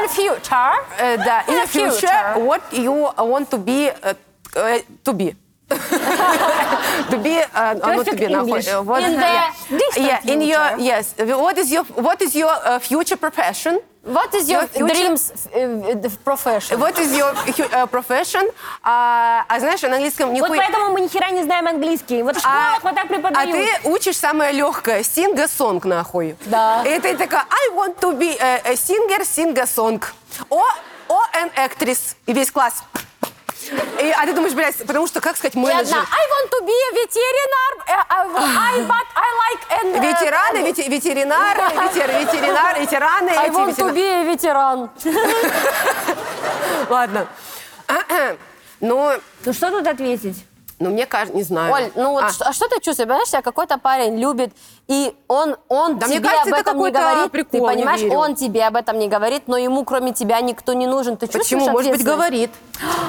[SPEAKER 1] In future.
[SPEAKER 2] Э, да, in the future,
[SPEAKER 1] Future.
[SPEAKER 2] what you want to be, э, э, to be. to be, э, оно to be,
[SPEAKER 3] Perfect
[SPEAKER 2] нахуй.
[SPEAKER 3] English.
[SPEAKER 2] Э, what-
[SPEAKER 1] In the
[SPEAKER 2] yeah.
[SPEAKER 1] distant
[SPEAKER 2] Yeah, in
[SPEAKER 1] future.
[SPEAKER 2] your, yes. What is your, what is your э, future profession?
[SPEAKER 1] What is your
[SPEAKER 2] Your future-
[SPEAKER 1] dreams э, э, profession?
[SPEAKER 2] What is your э, profession? А, а знаешь, на английском
[SPEAKER 3] Вот
[SPEAKER 2] никакой...
[SPEAKER 3] поэтому мы ни хера не знаем английский. Вот в школах вот так
[SPEAKER 2] а
[SPEAKER 3] преподают.
[SPEAKER 2] ты учишь самое легкое. Синга сонг нахуй.
[SPEAKER 1] Да.
[SPEAKER 2] И ты такая, I want to be a, a singer, sing a song. О, о, an actress. И весь класс. И- а ты думаешь, блядь, потому что, как сказать,
[SPEAKER 1] И одна.
[SPEAKER 2] менеджер?
[SPEAKER 1] I want to be a veterinarian. э, I, I- but I like and... э,
[SPEAKER 2] Ветераны, вете- ветеринары, ветер, ветеринары, ветераны.
[SPEAKER 1] I
[SPEAKER 2] А эти
[SPEAKER 1] want to
[SPEAKER 2] ветеринары.
[SPEAKER 1] be a veteran.
[SPEAKER 2] Ладно. Но,
[SPEAKER 3] Ну что тут ответить?
[SPEAKER 2] ну, мне кажется, не знаю.
[SPEAKER 1] Оль, ну вот
[SPEAKER 2] А.
[SPEAKER 1] что, а что ты чувствуешь? Понимаешь, тебя какой-то парень любит, и он, он
[SPEAKER 2] Да мне
[SPEAKER 1] тебе об
[SPEAKER 2] кажется, это
[SPEAKER 1] этом не
[SPEAKER 2] какой-то
[SPEAKER 1] говорит.
[SPEAKER 2] прикол,
[SPEAKER 1] ты
[SPEAKER 2] не
[SPEAKER 1] понимаешь,
[SPEAKER 2] верю.
[SPEAKER 1] он тебе об этом не говорит, но ему кроме тебя никто не нужен. Ты чувствуешь
[SPEAKER 2] Почему? Может быть,
[SPEAKER 1] ответственность?
[SPEAKER 2] говорит.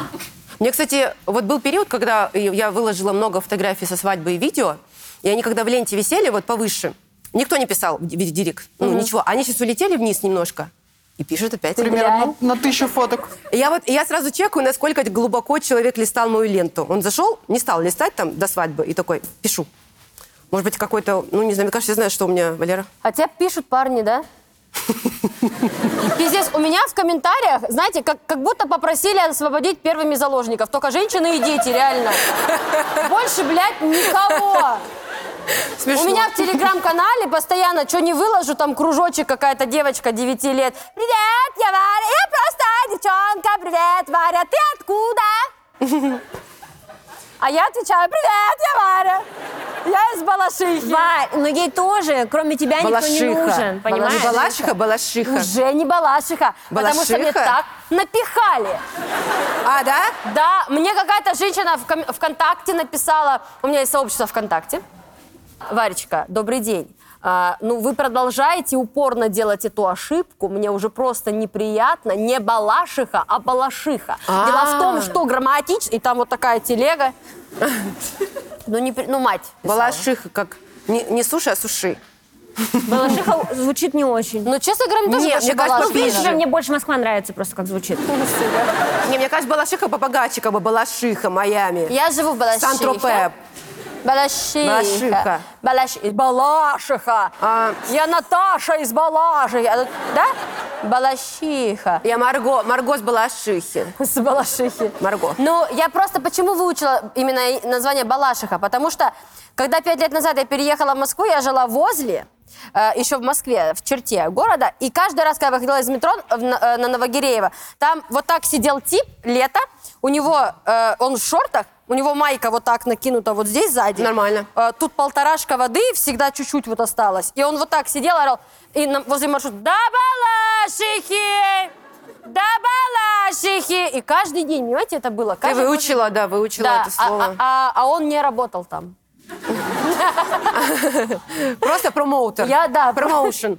[SPEAKER 2] Мне, кстати, вот был период, когда я выложила много фотографий со свадьбы и видео, и они когда в ленте висели, вот повыше, никто не писал в ди- в директ, ну ничего, они сейчас улетели вниз немножко и пишут опять.
[SPEAKER 4] Примерно на тысячу фоток.
[SPEAKER 2] И Я вот я сразу чекаю, насколько глубоко человек листал мою ленту. Он зашел, не стал листать там до свадьбы и такой, пишу. Может быть, какой-то, ну не знаю, мне кажется, я знаю, что у меня, Валера.
[SPEAKER 1] А тебя пишут парни, да? Пиздец, у меня в комментариях, знаете, как, как будто попросили освободить первыми заложников. Только женщины и дети, реально. Больше, блядь, никого.
[SPEAKER 2] Смешно.
[SPEAKER 1] У меня в телеграм-канале постоянно, что не выложу, там кружочек какая-то девочка 9 лет. Привет, я Варя, я просто девчонка, привет, Варя, ты откуда? А я отвечаю, привет, я Варя, я из Балашихи.
[SPEAKER 3] Варь, но ну ей тоже, кроме тебя, никто не
[SPEAKER 2] Балашиха.
[SPEAKER 3] нужен, понимаешь?
[SPEAKER 2] Не Балашиха, Балашиха.
[SPEAKER 1] Уже не Балашиха, потому что мне
[SPEAKER 2] Балашиха?
[SPEAKER 1] так напихали.
[SPEAKER 2] А, да?
[SPEAKER 1] Да, мне какая-то женщина в ком- ВКонтакте написала, у меня есть сообщество ВКонтакте. Варечка, добрый день. А, ну, вы продолжаете упорно делать эту ошибку. Мне уже просто неприятно. Не балашиха, а балашиха. Дело в
[SPEAKER 2] А.
[SPEAKER 1] том, что грамматически... И там вот такая телега. Ну, не, при- ну мать. писала.
[SPEAKER 2] Балашиха, как не, не суши, а суши.
[SPEAKER 3] Балашиха звучит не очень.
[SPEAKER 1] Ну, честно говоря, мне тоже
[SPEAKER 2] Не,
[SPEAKER 1] больше
[SPEAKER 2] мне кажется,
[SPEAKER 1] балашиха.
[SPEAKER 2] ближе.
[SPEAKER 3] Слушай, мне больше Москва нравится просто, как звучит.
[SPEAKER 2] Не, мне кажется, Балашиха побогаче, как бы Балашиха, Майами.
[SPEAKER 1] Я живу в Балашихе.
[SPEAKER 2] Сан-Тропе.
[SPEAKER 1] Балашиха.
[SPEAKER 2] Балашиха.
[SPEAKER 1] Балаш- Балашиха.
[SPEAKER 2] А.
[SPEAKER 1] Я Наташа из Балашихи. А тут- Да? Балашиха.
[SPEAKER 2] Я Марго, Марго с Балашихи.
[SPEAKER 1] С Балашихи.
[SPEAKER 2] Марго.
[SPEAKER 1] Ну, я просто почему выучила именно и- название Балашиха? Потому что, когда пять лет назад я переехала в Москву, я жила возле, э, еще в Москве, в черте города, и каждый раз, когда я выходила из метро в на, э, на Новогиреево, там вот так сидел тип, лето, у него, э, он в шортах, у него майка вот так накинута вот здесь сзади.
[SPEAKER 2] Нормально.
[SPEAKER 1] Э, тут полторашка воды всегда чуть-чуть вот осталось. И он вот так сидел, орал, и на- возле маршрута, да балашихи, да балашихи. И каждый день, понимаете, это было.
[SPEAKER 2] Ты
[SPEAKER 1] Каждый
[SPEAKER 2] выучила, да,
[SPEAKER 1] день.
[SPEAKER 2] выучила
[SPEAKER 1] Да,
[SPEAKER 2] это
[SPEAKER 1] а-
[SPEAKER 2] слово.
[SPEAKER 1] а, а- а он не работал там.
[SPEAKER 2] Просто промоутер.
[SPEAKER 1] Я, да,
[SPEAKER 2] Промоушен.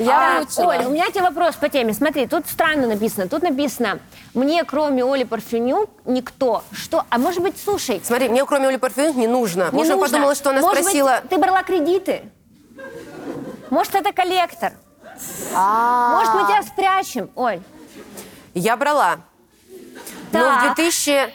[SPEAKER 1] Я
[SPEAKER 3] А,
[SPEAKER 1] выучила.
[SPEAKER 3] Оль, у меня тебе вопрос по теме. Смотри, тут странно написано. Тут написано, мне кроме Оли Парфенюк никто. Что? А может быть, слушай,
[SPEAKER 2] Смотри, мне кроме Оли Парфюм не нужно.
[SPEAKER 3] не
[SPEAKER 2] Может, я
[SPEAKER 3] нужно.
[SPEAKER 2] подумала, что она
[SPEAKER 3] Может быть,
[SPEAKER 2] спросила...
[SPEAKER 3] ты брала кредиты? Может, это коллектор? Может, мы тебя спрячем, Оль?
[SPEAKER 2] Я брала. Но в
[SPEAKER 3] Так.
[SPEAKER 2] 2000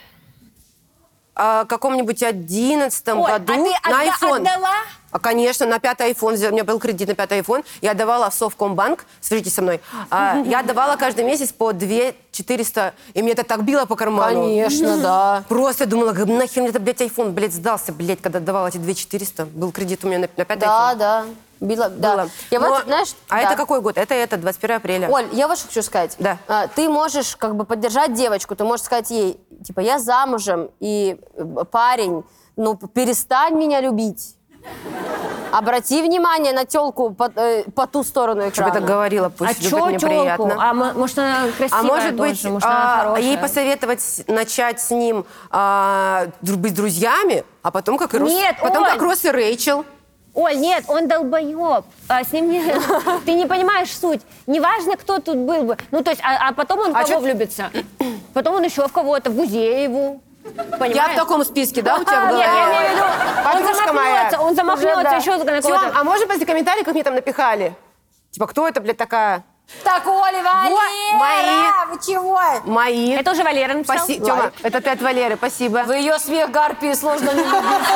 [SPEAKER 2] а, каком-нибудь 11
[SPEAKER 3] Оль, а
[SPEAKER 2] году
[SPEAKER 3] ты
[SPEAKER 2] на
[SPEAKER 3] отда-
[SPEAKER 2] iPhone.
[SPEAKER 3] отдала?
[SPEAKER 2] А, конечно, на пятый iPhone. взяла. У меня был кредит на пятый iPhone. Я отдавала в Совкомбанк. Свяжитесь со мной. А, я отдавала каждый месяц по 2 400. И мне это так било по карману.
[SPEAKER 1] Конечно, да.
[SPEAKER 2] Просто думала, «Г- нахер мне это, блядь, iPhone, блядь, сдался, блядь, когда отдавала эти 2 400. Был кредит у меня на, на пятый
[SPEAKER 1] Да,
[SPEAKER 2] iPhone.
[SPEAKER 1] да. Била, да.
[SPEAKER 2] Было.
[SPEAKER 1] Я вот,
[SPEAKER 2] Но-
[SPEAKER 1] знаешь,
[SPEAKER 2] а
[SPEAKER 1] да.
[SPEAKER 2] это какой год? Это это, 21 апреля.
[SPEAKER 1] Оль, я вот что хочу сказать.
[SPEAKER 2] Да.
[SPEAKER 1] А, Ты можешь как бы поддержать девочку, ты можешь сказать ей, типа, я замужем, и э, парень, ну, перестань меня любить. Обрати внимание на телку по, э, по ту сторону
[SPEAKER 2] Чтобы
[SPEAKER 1] экрана.
[SPEAKER 2] это говорила, пусть
[SPEAKER 3] а
[SPEAKER 2] будет
[SPEAKER 3] чё
[SPEAKER 2] неприятно.
[SPEAKER 3] тёлку? А мо- может, она красивая
[SPEAKER 2] А может
[SPEAKER 3] тоже,
[SPEAKER 2] быть,
[SPEAKER 3] может, она
[SPEAKER 2] а,
[SPEAKER 3] хорошая.
[SPEAKER 2] ей посоветовать начать с ним а, дру- быть друзьями, а потом как и Рос,
[SPEAKER 3] Нет,
[SPEAKER 2] потом
[SPEAKER 3] Оль.
[SPEAKER 2] как Росс и Рэйчел.
[SPEAKER 3] Оль, нет, он долбоеб. А, с ним не... Ты не понимаешь суть. Неважно, кто тут был бы. Ну, то есть, а, а потом он в
[SPEAKER 2] А
[SPEAKER 3] кого
[SPEAKER 2] чё-
[SPEAKER 3] влюбится? Потом он еще в кого-то, в Гузееву. Понимаешь?
[SPEAKER 2] Я в таком списке, да, у тебя в
[SPEAKER 3] А,
[SPEAKER 2] голове?
[SPEAKER 3] Нет, я имею в виду, он
[SPEAKER 2] Подружка моя.
[SPEAKER 3] замахнется, он замахнется
[SPEAKER 1] Уже да.
[SPEAKER 3] еще на
[SPEAKER 2] Тём,
[SPEAKER 3] кого-то.
[SPEAKER 2] а можно после комментариев, как мне там напихали? Типа, кто это, блядь, такая?
[SPEAKER 1] Так, Оля, Валера,
[SPEAKER 2] мои.
[SPEAKER 1] вы чего?
[SPEAKER 2] Мои.
[SPEAKER 3] Это уже Валера написал.
[SPEAKER 2] Спасибо, Тёма, это ты от Валеры, спасибо.
[SPEAKER 1] Вы ее смех гарпии сложно не любить.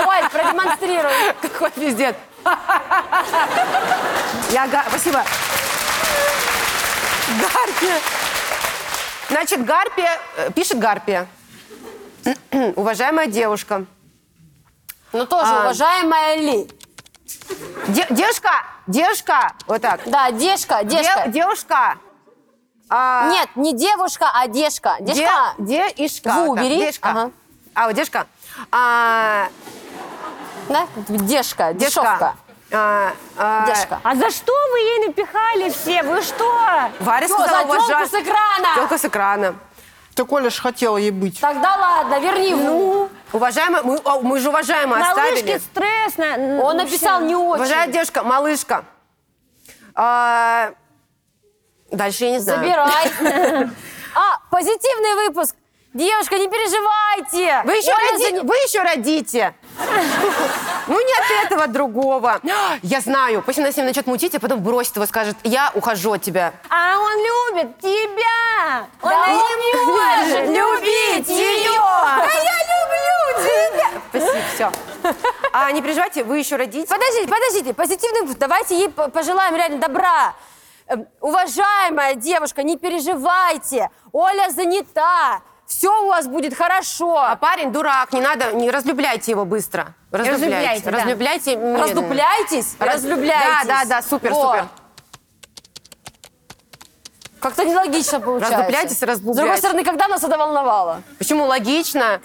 [SPEAKER 1] Оль, продемонстрируй.
[SPEAKER 2] Какой пиздец. Я га- Спасибо. Гарпия. Значит, Гарпия... э, Пишет Гарпия. Уважаемая девушка.
[SPEAKER 1] Ну, тоже,
[SPEAKER 2] А.
[SPEAKER 1] уважаемая Ли.
[SPEAKER 2] Де- девушка! Девушка! Вот так.
[SPEAKER 1] Да, Дешка,
[SPEAKER 2] Де-
[SPEAKER 1] Дешка.
[SPEAKER 2] девушка! А,
[SPEAKER 1] Нет, не девушка, а Дешка.
[SPEAKER 2] де-
[SPEAKER 1] Дешка.
[SPEAKER 2] Де, ишка.
[SPEAKER 1] Ву,
[SPEAKER 2] Вот так.
[SPEAKER 1] бери.
[SPEAKER 2] Дешка.
[SPEAKER 1] Ага.
[SPEAKER 2] А, вот дешка. А,
[SPEAKER 1] Да? Дешка,
[SPEAKER 2] дешка.
[SPEAKER 1] дешевка.
[SPEAKER 2] А, а,
[SPEAKER 1] Дешка.
[SPEAKER 3] А за что вы ей напихали все? Вы что?
[SPEAKER 2] Варя
[SPEAKER 1] Что,
[SPEAKER 2] сказала,
[SPEAKER 1] за тёлку
[SPEAKER 2] уважа-
[SPEAKER 1] с экрана?
[SPEAKER 2] Тёлка с экрана.
[SPEAKER 4] Ты, Коля, ж хотела ей быть.
[SPEAKER 1] Тогда ладно, верни. Ну,
[SPEAKER 2] Уважаемая, мы, о, мы же уважаемые
[SPEAKER 3] Малышке
[SPEAKER 2] оставили.
[SPEAKER 3] стресс. на- ну, на-
[SPEAKER 1] он написал не очень.
[SPEAKER 2] Уважаемая девушка, малышка. А, дальше я не знаю.
[SPEAKER 1] Забирай. А, позитивный выпуск. Девушка, не переживайте.
[SPEAKER 2] Вы еще,
[SPEAKER 1] Оля
[SPEAKER 2] роди-
[SPEAKER 1] зан-
[SPEAKER 2] вы еще родите. Ну, не от этого другого. Я знаю. Пусть она с ним начнет мутить, а потом бросит его, скажет, я ухожу от тебя.
[SPEAKER 3] А он любит тебя. Он
[SPEAKER 1] Да
[SPEAKER 3] на
[SPEAKER 1] он
[SPEAKER 3] ней
[SPEAKER 1] не может любить
[SPEAKER 3] любит её.
[SPEAKER 2] А
[SPEAKER 1] ее.
[SPEAKER 2] я люблю тебя. Спасибо, все. А не переживайте, вы еще родите.
[SPEAKER 1] Подождите, подождите, позитивный, давайте ей по- пожелаем реально добра. Эм, Уважаемая девушка, не переживайте, Оля занята, все у вас будет
[SPEAKER 2] А
[SPEAKER 1] хорошо.
[SPEAKER 2] парень дурак, не надо, не разлюбляйте его быстро.
[SPEAKER 3] Разлюбляйте,
[SPEAKER 2] Разлюбляйте,
[SPEAKER 3] да.
[SPEAKER 2] разлюбляйте. медленно.
[SPEAKER 1] Раздупляйтесь,
[SPEAKER 2] Раз-
[SPEAKER 1] разлюбляйтесь.
[SPEAKER 2] Да, да, да, супер,
[SPEAKER 1] Во.
[SPEAKER 2] супер.
[SPEAKER 1] Как-то нелогично получается.
[SPEAKER 2] Раздупляйтесь,
[SPEAKER 1] С другой
[SPEAKER 2] раздупляйтесь.
[SPEAKER 1] стороны, когда нас это волновало?
[SPEAKER 2] Почему логично?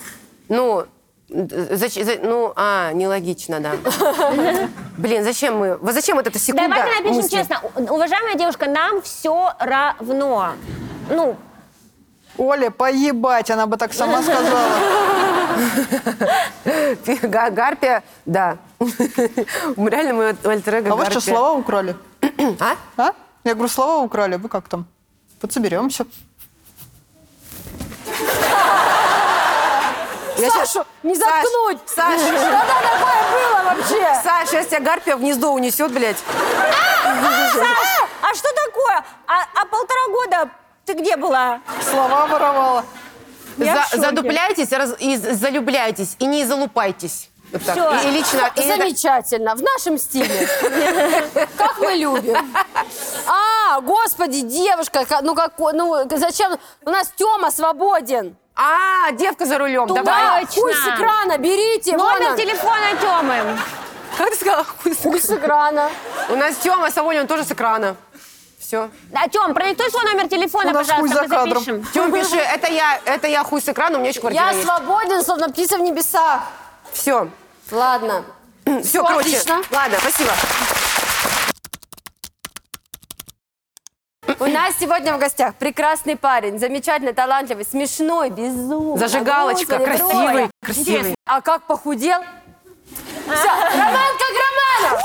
[SPEAKER 2] Ну, э, зачем, за- ну, а, нелогично, да. Блин, зачем мы, вот зачем вот эта секунда
[SPEAKER 3] Давайте напишем
[SPEAKER 2] мысли?
[SPEAKER 3] честно. У- Уважаемая девушка, нам все равно. Ну,
[SPEAKER 4] Оля, поебать, она бы так сама сказала.
[SPEAKER 2] Га- Гарпия, да. Реально мы альтер
[SPEAKER 4] А вы что, слова украли?
[SPEAKER 2] А?
[SPEAKER 4] А? Я говорю, слова украли, вы как там? Подсоберемся.
[SPEAKER 2] Я щас-
[SPEAKER 1] Сашу, не
[SPEAKER 2] Саш,
[SPEAKER 1] заткнуть!
[SPEAKER 2] Саша,
[SPEAKER 1] Когда такое было вообще?
[SPEAKER 2] Саша, сейчас тебя Гарпия в гнездо унесет, блядь.
[SPEAKER 6] Саш, а что такое? А, а полтора года ты где была?
[SPEAKER 4] Слова воровала.
[SPEAKER 6] Я в
[SPEAKER 2] За-
[SPEAKER 6] шоке.
[SPEAKER 2] задупляйтесь раз- и з- залюбляйтесь, и не залупайтесь. Вот так.
[SPEAKER 6] Всё.
[SPEAKER 2] И, и лично... и это-
[SPEAKER 1] Замечательно, в нашем стиле. Как мы любим. А, господи, девушка, ка- ну как, ну зачем? У нас Тёма свободен.
[SPEAKER 2] А, девка за рулем, давай.
[SPEAKER 1] Да, хуй с
[SPEAKER 3] Точно.
[SPEAKER 1] экрана, берите. вон
[SPEAKER 3] номер
[SPEAKER 1] он.
[SPEAKER 3] телефона Тёмы.
[SPEAKER 2] Как ты сказала? Хуй с-
[SPEAKER 1] Хуй с экрана.
[SPEAKER 2] У нас Тёма Савонин, он тоже с экрана. Все.
[SPEAKER 3] Да, А, Тём, продиктуй свой номер телефона,
[SPEAKER 4] У нас хуй
[SPEAKER 3] пожалуйста, мы
[SPEAKER 4] за кадром.
[SPEAKER 3] запишем.
[SPEAKER 2] Тём, пиши, это я, это я хуй с экрана, у меня еще квартира
[SPEAKER 1] Я свободен, словно птица в небесах.
[SPEAKER 2] Все.
[SPEAKER 1] Ладно.
[SPEAKER 2] Все, короче.
[SPEAKER 1] отлично.
[SPEAKER 2] Ладно, спасибо.
[SPEAKER 1] У нас сегодня в гостях прекрасный парень, замечательный, талантливый, смешной, безумный.
[SPEAKER 2] Зажигалочка,
[SPEAKER 1] обалденный,
[SPEAKER 2] красивый,
[SPEAKER 1] тролль.
[SPEAKER 2] красивый.
[SPEAKER 1] А как похудел? Все, Роман как Романов!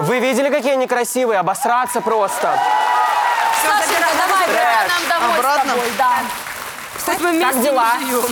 [SPEAKER 7] Вы видели, какие они красивые? Обосраться просто.
[SPEAKER 2] Все,
[SPEAKER 1] Сашенька, давай, давай нам домой
[SPEAKER 4] Обратно?
[SPEAKER 1] с тобой, да.
[SPEAKER 2] Кстати, мы вместе
[SPEAKER 7] дела?
[SPEAKER 2] не живем.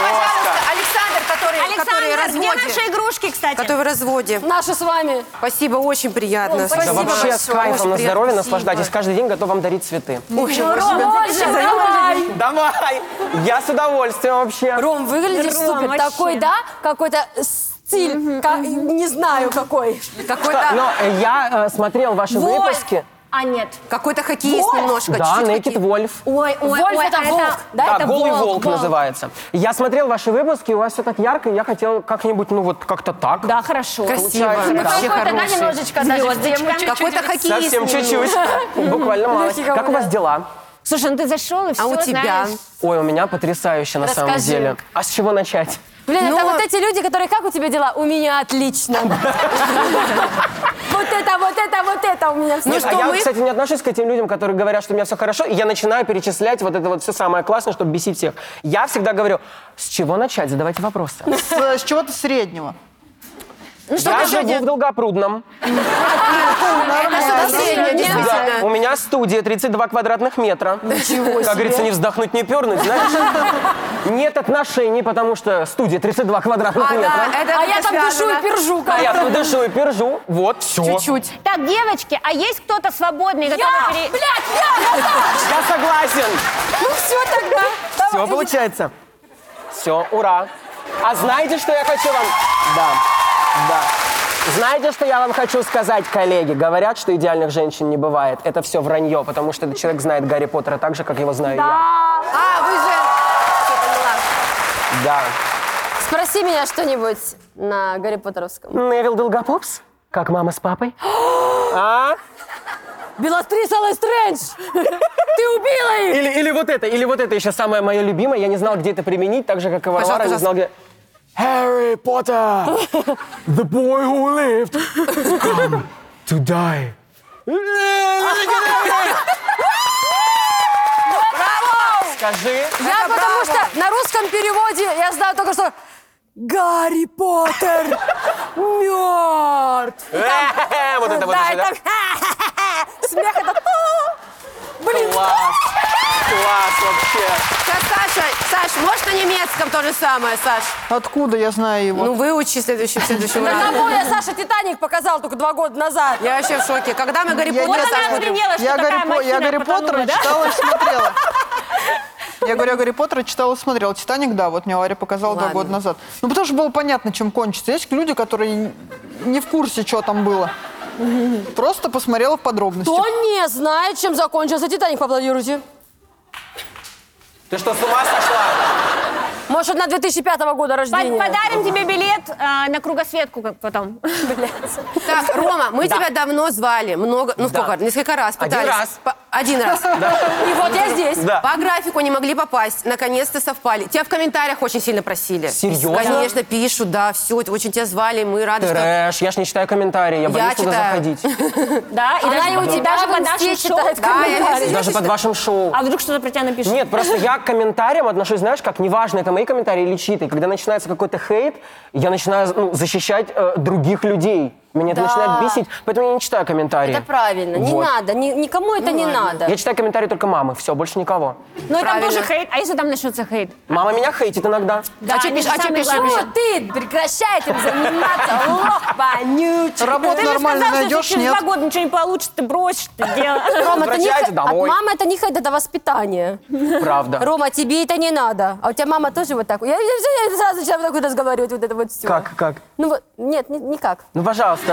[SPEAKER 2] Пожалуйста, Александр, который, который в
[SPEAKER 6] Александр, где
[SPEAKER 2] разводе.
[SPEAKER 6] наши игрушки, кстати?
[SPEAKER 2] Который в разводе.
[SPEAKER 1] Наши с вами.
[SPEAKER 2] Спасибо, очень приятно.
[SPEAKER 1] спасибо
[SPEAKER 7] Да вообще с
[SPEAKER 2] большое, очень
[SPEAKER 7] кайфом на
[SPEAKER 2] приятно.
[SPEAKER 7] здоровье наслаждайтесь. Каждый день готов вам дарить цветы.
[SPEAKER 2] Ой,
[SPEAKER 1] Ром, Оля, давай.
[SPEAKER 7] Давай! Я с удовольствием вообще.
[SPEAKER 1] Ром, выглядишь
[SPEAKER 6] Ром,
[SPEAKER 1] супер.
[SPEAKER 6] вообще.
[SPEAKER 1] Такой, да, какой-то стиль, как- не знаю какой.
[SPEAKER 2] Какой-то
[SPEAKER 7] Но э, я э, смотрел ваши
[SPEAKER 3] Ой.
[SPEAKER 7] выпуски.
[SPEAKER 3] А, нет.
[SPEAKER 2] какой-то хоккеист немножко.
[SPEAKER 7] Да,
[SPEAKER 2] чуть-чуть
[SPEAKER 7] Naked
[SPEAKER 2] хоккеист.
[SPEAKER 7] Wolf.
[SPEAKER 3] Ой, ой,
[SPEAKER 1] Вольф
[SPEAKER 3] ой,
[SPEAKER 1] это
[SPEAKER 3] а
[SPEAKER 1] волк, да,
[SPEAKER 7] Да,
[SPEAKER 1] это
[SPEAKER 7] голый волк,
[SPEAKER 1] волк.
[SPEAKER 7] называется. Я смотрел ваши выпуски, у вас все так ярко, и я хотел как-нибудь, ну вот как-то так.
[SPEAKER 3] Да, хорошо.
[SPEAKER 2] Красиво,
[SPEAKER 7] Получается,
[SPEAKER 2] вообще
[SPEAKER 7] да.
[SPEAKER 1] Ну, Какой-то, да,
[SPEAKER 2] хороший.
[SPEAKER 1] немножечко даже в тему, чуть-чуть.
[SPEAKER 2] Какой-то хоккеист.
[SPEAKER 7] Совсем
[SPEAKER 2] немножко.
[SPEAKER 7] чуть-чуть. Буквально мало. Как у вас дела?
[SPEAKER 3] Слушай, ну ты зашел и все
[SPEAKER 2] А у тебя?
[SPEAKER 7] Ой, у меня потрясающе на самом
[SPEAKER 1] Расскажи.
[SPEAKER 7] деле. А с чего начать?
[SPEAKER 1] Блин, это
[SPEAKER 2] Ну-
[SPEAKER 1] вот эти люди, которые, как у тебя дела? У меня отлично. Вот это, вот это, вот это у меня все.
[SPEAKER 2] Ну
[SPEAKER 7] Нет, а
[SPEAKER 2] что,
[SPEAKER 7] я,
[SPEAKER 2] мы-
[SPEAKER 7] кстати, не отношусь к этим людям, которые говорят, что у меня все хорошо, и я начинаю перечислять вот это вот все самое классное, чтобы бесить всех. Я всегда говорю, с чего начать? Задавайте вопросы.
[SPEAKER 4] С, э, с чего-то среднего.
[SPEAKER 2] Ну,
[SPEAKER 7] Я живу в Долгопрудном.
[SPEAKER 2] Это среднее,
[SPEAKER 7] Да,
[SPEAKER 2] действительно.
[SPEAKER 7] у меня студия 32 квадратных метра. Ничего Как говорится, не вздохнуть, не пернуть, знаешь? Нет отношений, потому что студия 32 квадратных
[SPEAKER 2] А, да,
[SPEAKER 7] метра.
[SPEAKER 2] это
[SPEAKER 1] А я
[SPEAKER 2] как-то
[SPEAKER 1] там дышу
[SPEAKER 2] связано.
[SPEAKER 1] и пержу.
[SPEAKER 7] А я подышу и пержу. Вот, все.
[SPEAKER 2] Чуть-чуть.
[SPEAKER 3] Так, девочки, а есть кто-то свободный, который...
[SPEAKER 1] Я,
[SPEAKER 3] пере-
[SPEAKER 1] блядь, я, я сам.
[SPEAKER 7] Я согласен.
[SPEAKER 1] Ну все тогда.
[SPEAKER 7] Все
[SPEAKER 1] Давай,
[SPEAKER 7] получается. Все, ура. А знаете, что я хочу вам... Да, да. Знаете, что я вам хочу сказать, коллеги? Говорят, что идеальных женщин не бывает. Это все вранье, потому что этот человек знает Гарри Поттера так же, как его знаю
[SPEAKER 2] А, вы же... Всё, поняла.
[SPEAKER 7] я. Да.
[SPEAKER 1] Спроси меня что-нибудь на Гарри Поттеровском.
[SPEAKER 7] Невил Долгопупс? Как мама с папой? а?
[SPEAKER 1] Белатриса Лестрендж! Ты убила их!
[SPEAKER 7] Или, или вот это, или вот это еще самое мое любимое. Я не знал, где это применить, так же, как и Варвара
[SPEAKER 2] Пожалуйста,
[SPEAKER 7] не знал, где... Harry Potter, the boy who lived, come to die. Скажи,
[SPEAKER 1] Я потому что на русском переводе я знаю только что Гарри Поттер мертв.
[SPEAKER 7] «Э-э-э», Э, вот это вот
[SPEAKER 1] Да,
[SPEAKER 7] уже,
[SPEAKER 1] и
[SPEAKER 7] да?
[SPEAKER 1] там смех это. «А-а-а». Блин,
[SPEAKER 7] Класс. Класс вообще.
[SPEAKER 2] Сейчас, Саша, Саш, можешь на немецком то же самое, Саш?
[SPEAKER 4] Откуда я знаю его?
[SPEAKER 2] Ну, выучи следующий, в следующем
[SPEAKER 1] На
[SPEAKER 2] раз.
[SPEAKER 1] кого я Саша Титаник показал только два года назад.
[SPEAKER 2] Я вообще в шоке. Когда мы Гарри Поттера
[SPEAKER 6] Вот она
[SPEAKER 2] смотрим?
[SPEAKER 6] охренела, что
[SPEAKER 4] я
[SPEAKER 6] такая
[SPEAKER 4] Гарри, По- я
[SPEAKER 6] махина
[SPEAKER 4] Гарри
[SPEAKER 6] потонула,
[SPEAKER 4] Поттера
[SPEAKER 6] да?
[SPEAKER 4] читала и смотрела. Я говорю, я Гарри Поттера читала и смотрела. Титаник, да, вот мне Варя показала два
[SPEAKER 2] Ладно.
[SPEAKER 4] года назад. Ну, потому что было понятно, чем кончится. Есть люди, которые не в курсе, что там было. Просто посмотрела в подробности.
[SPEAKER 1] Кто не знает, чем закончился Титаник, поаплодируйте.
[SPEAKER 7] Ты что, с ума сошла?
[SPEAKER 1] Может, на 2005 года
[SPEAKER 3] Под-
[SPEAKER 1] рождения.
[SPEAKER 3] Подарим тебе билет а, на кругосветку как потом.
[SPEAKER 2] Так, Рома, мы тебя давно звали. Много, ну
[SPEAKER 7] Да.
[SPEAKER 2] сколько? Несколько раз
[SPEAKER 7] Один
[SPEAKER 2] пытались.
[SPEAKER 7] раз.
[SPEAKER 2] По- один раз.
[SPEAKER 1] И вот я здесь.
[SPEAKER 7] Да.
[SPEAKER 2] По графику не могли попасть, наконец-то совпали. Тебя в комментариях очень сильно просили.
[SPEAKER 7] Серьезно?
[SPEAKER 2] Конечно, пишут, да, все, очень тебя звали, мы рады, что...
[SPEAKER 7] Трэш, я ж не читаю комментарии, я боюсь туда
[SPEAKER 2] читаю.
[SPEAKER 7] заходить.
[SPEAKER 3] Да, и
[SPEAKER 1] Она и
[SPEAKER 3] даже,
[SPEAKER 1] у тебя
[SPEAKER 3] даже
[SPEAKER 1] в
[SPEAKER 3] под
[SPEAKER 1] инсте
[SPEAKER 3] нашим шоу.
[SPEAKER 1] читает
[SPEAKER 2] Да, я-
[SPEAKER 1] комментарии.
[SPEAKER 7] Даже под вашим шоу.
[SPEAKER 3] А вдруг что-то про тебя напишут?
[SPEAKER 7] Нет, просто я к комментариям отношусь, знаешь, как неважно, это мои комментарии или чьи-то. И Когда начинается какой-то хейт, я начинаю ну, защищать э, других людей. Меня это
[SPEAKER 1] Да.
[SPEAKER 7] начинает бесить, поэтому я не читаю комментарии.
[SPEAKER 1] Это правильно, не
[SPEAKER 7] Вот.
[SPEAKER 1] надо, ни- никому это не надо.
[SPEAKER 7] Я читаю комментарии только мамы, все, больше никого.
[SPEAKER 3] Ну и там
[SPEAKER 2] Правильно.
[SPEAKER 3] тоже хейт. А если там начнется хейт?
[SPEAKER 7] Мама меня хейтит иногда.
[SPEAKER 3] Да,
[SPEAKER 2] чё
[SPEAKER 3] они
[SPEAKER 2] пиш-
[SPEAKER 3] же
[SPEAKER 2] а чё
[SPEAKER 3] самые
[SPEAKER 2] пишут?
[SPEAKER 3] главные.
[SPEAKER 1] Что ты прекращай этим заниматься, лох вонючий.
[SPEAKER 4] Работу
[SPEAKER 1] Ты же
[SPEAKER 4] нормально
[SPEAKER 1] сказал,
[SPEAKER 4] найдёшь,
[SPEAKER 1] что если
[SPEAKER 4] нет?
[SPEAKER 1] через
[SPEAKER 3] Два года ничего не получишь, ты бросишь, ты делаешь.
[SPEAKER 1] Рома, это не
[SPEAKER 7] Возвращайся
[SPEAKER 1] хэ-
[SPEAKER 7] домой.
[SPEAKER 1] От мамы это не хейт, это воспитание.
[SPEAKER 7] Правда.
[SPEAKER 1] Рома, тебе это не надо. А у тебя мама тоже вот так. Я, я- я сразу начинаю вот так вот разговаривать, вот это вот все.
[SPEAKER 7] Как, как?
[SPEAKER 1] Ну вот, нет, ни- никак.
[SPEAKER 7] Ну, пожалуйста.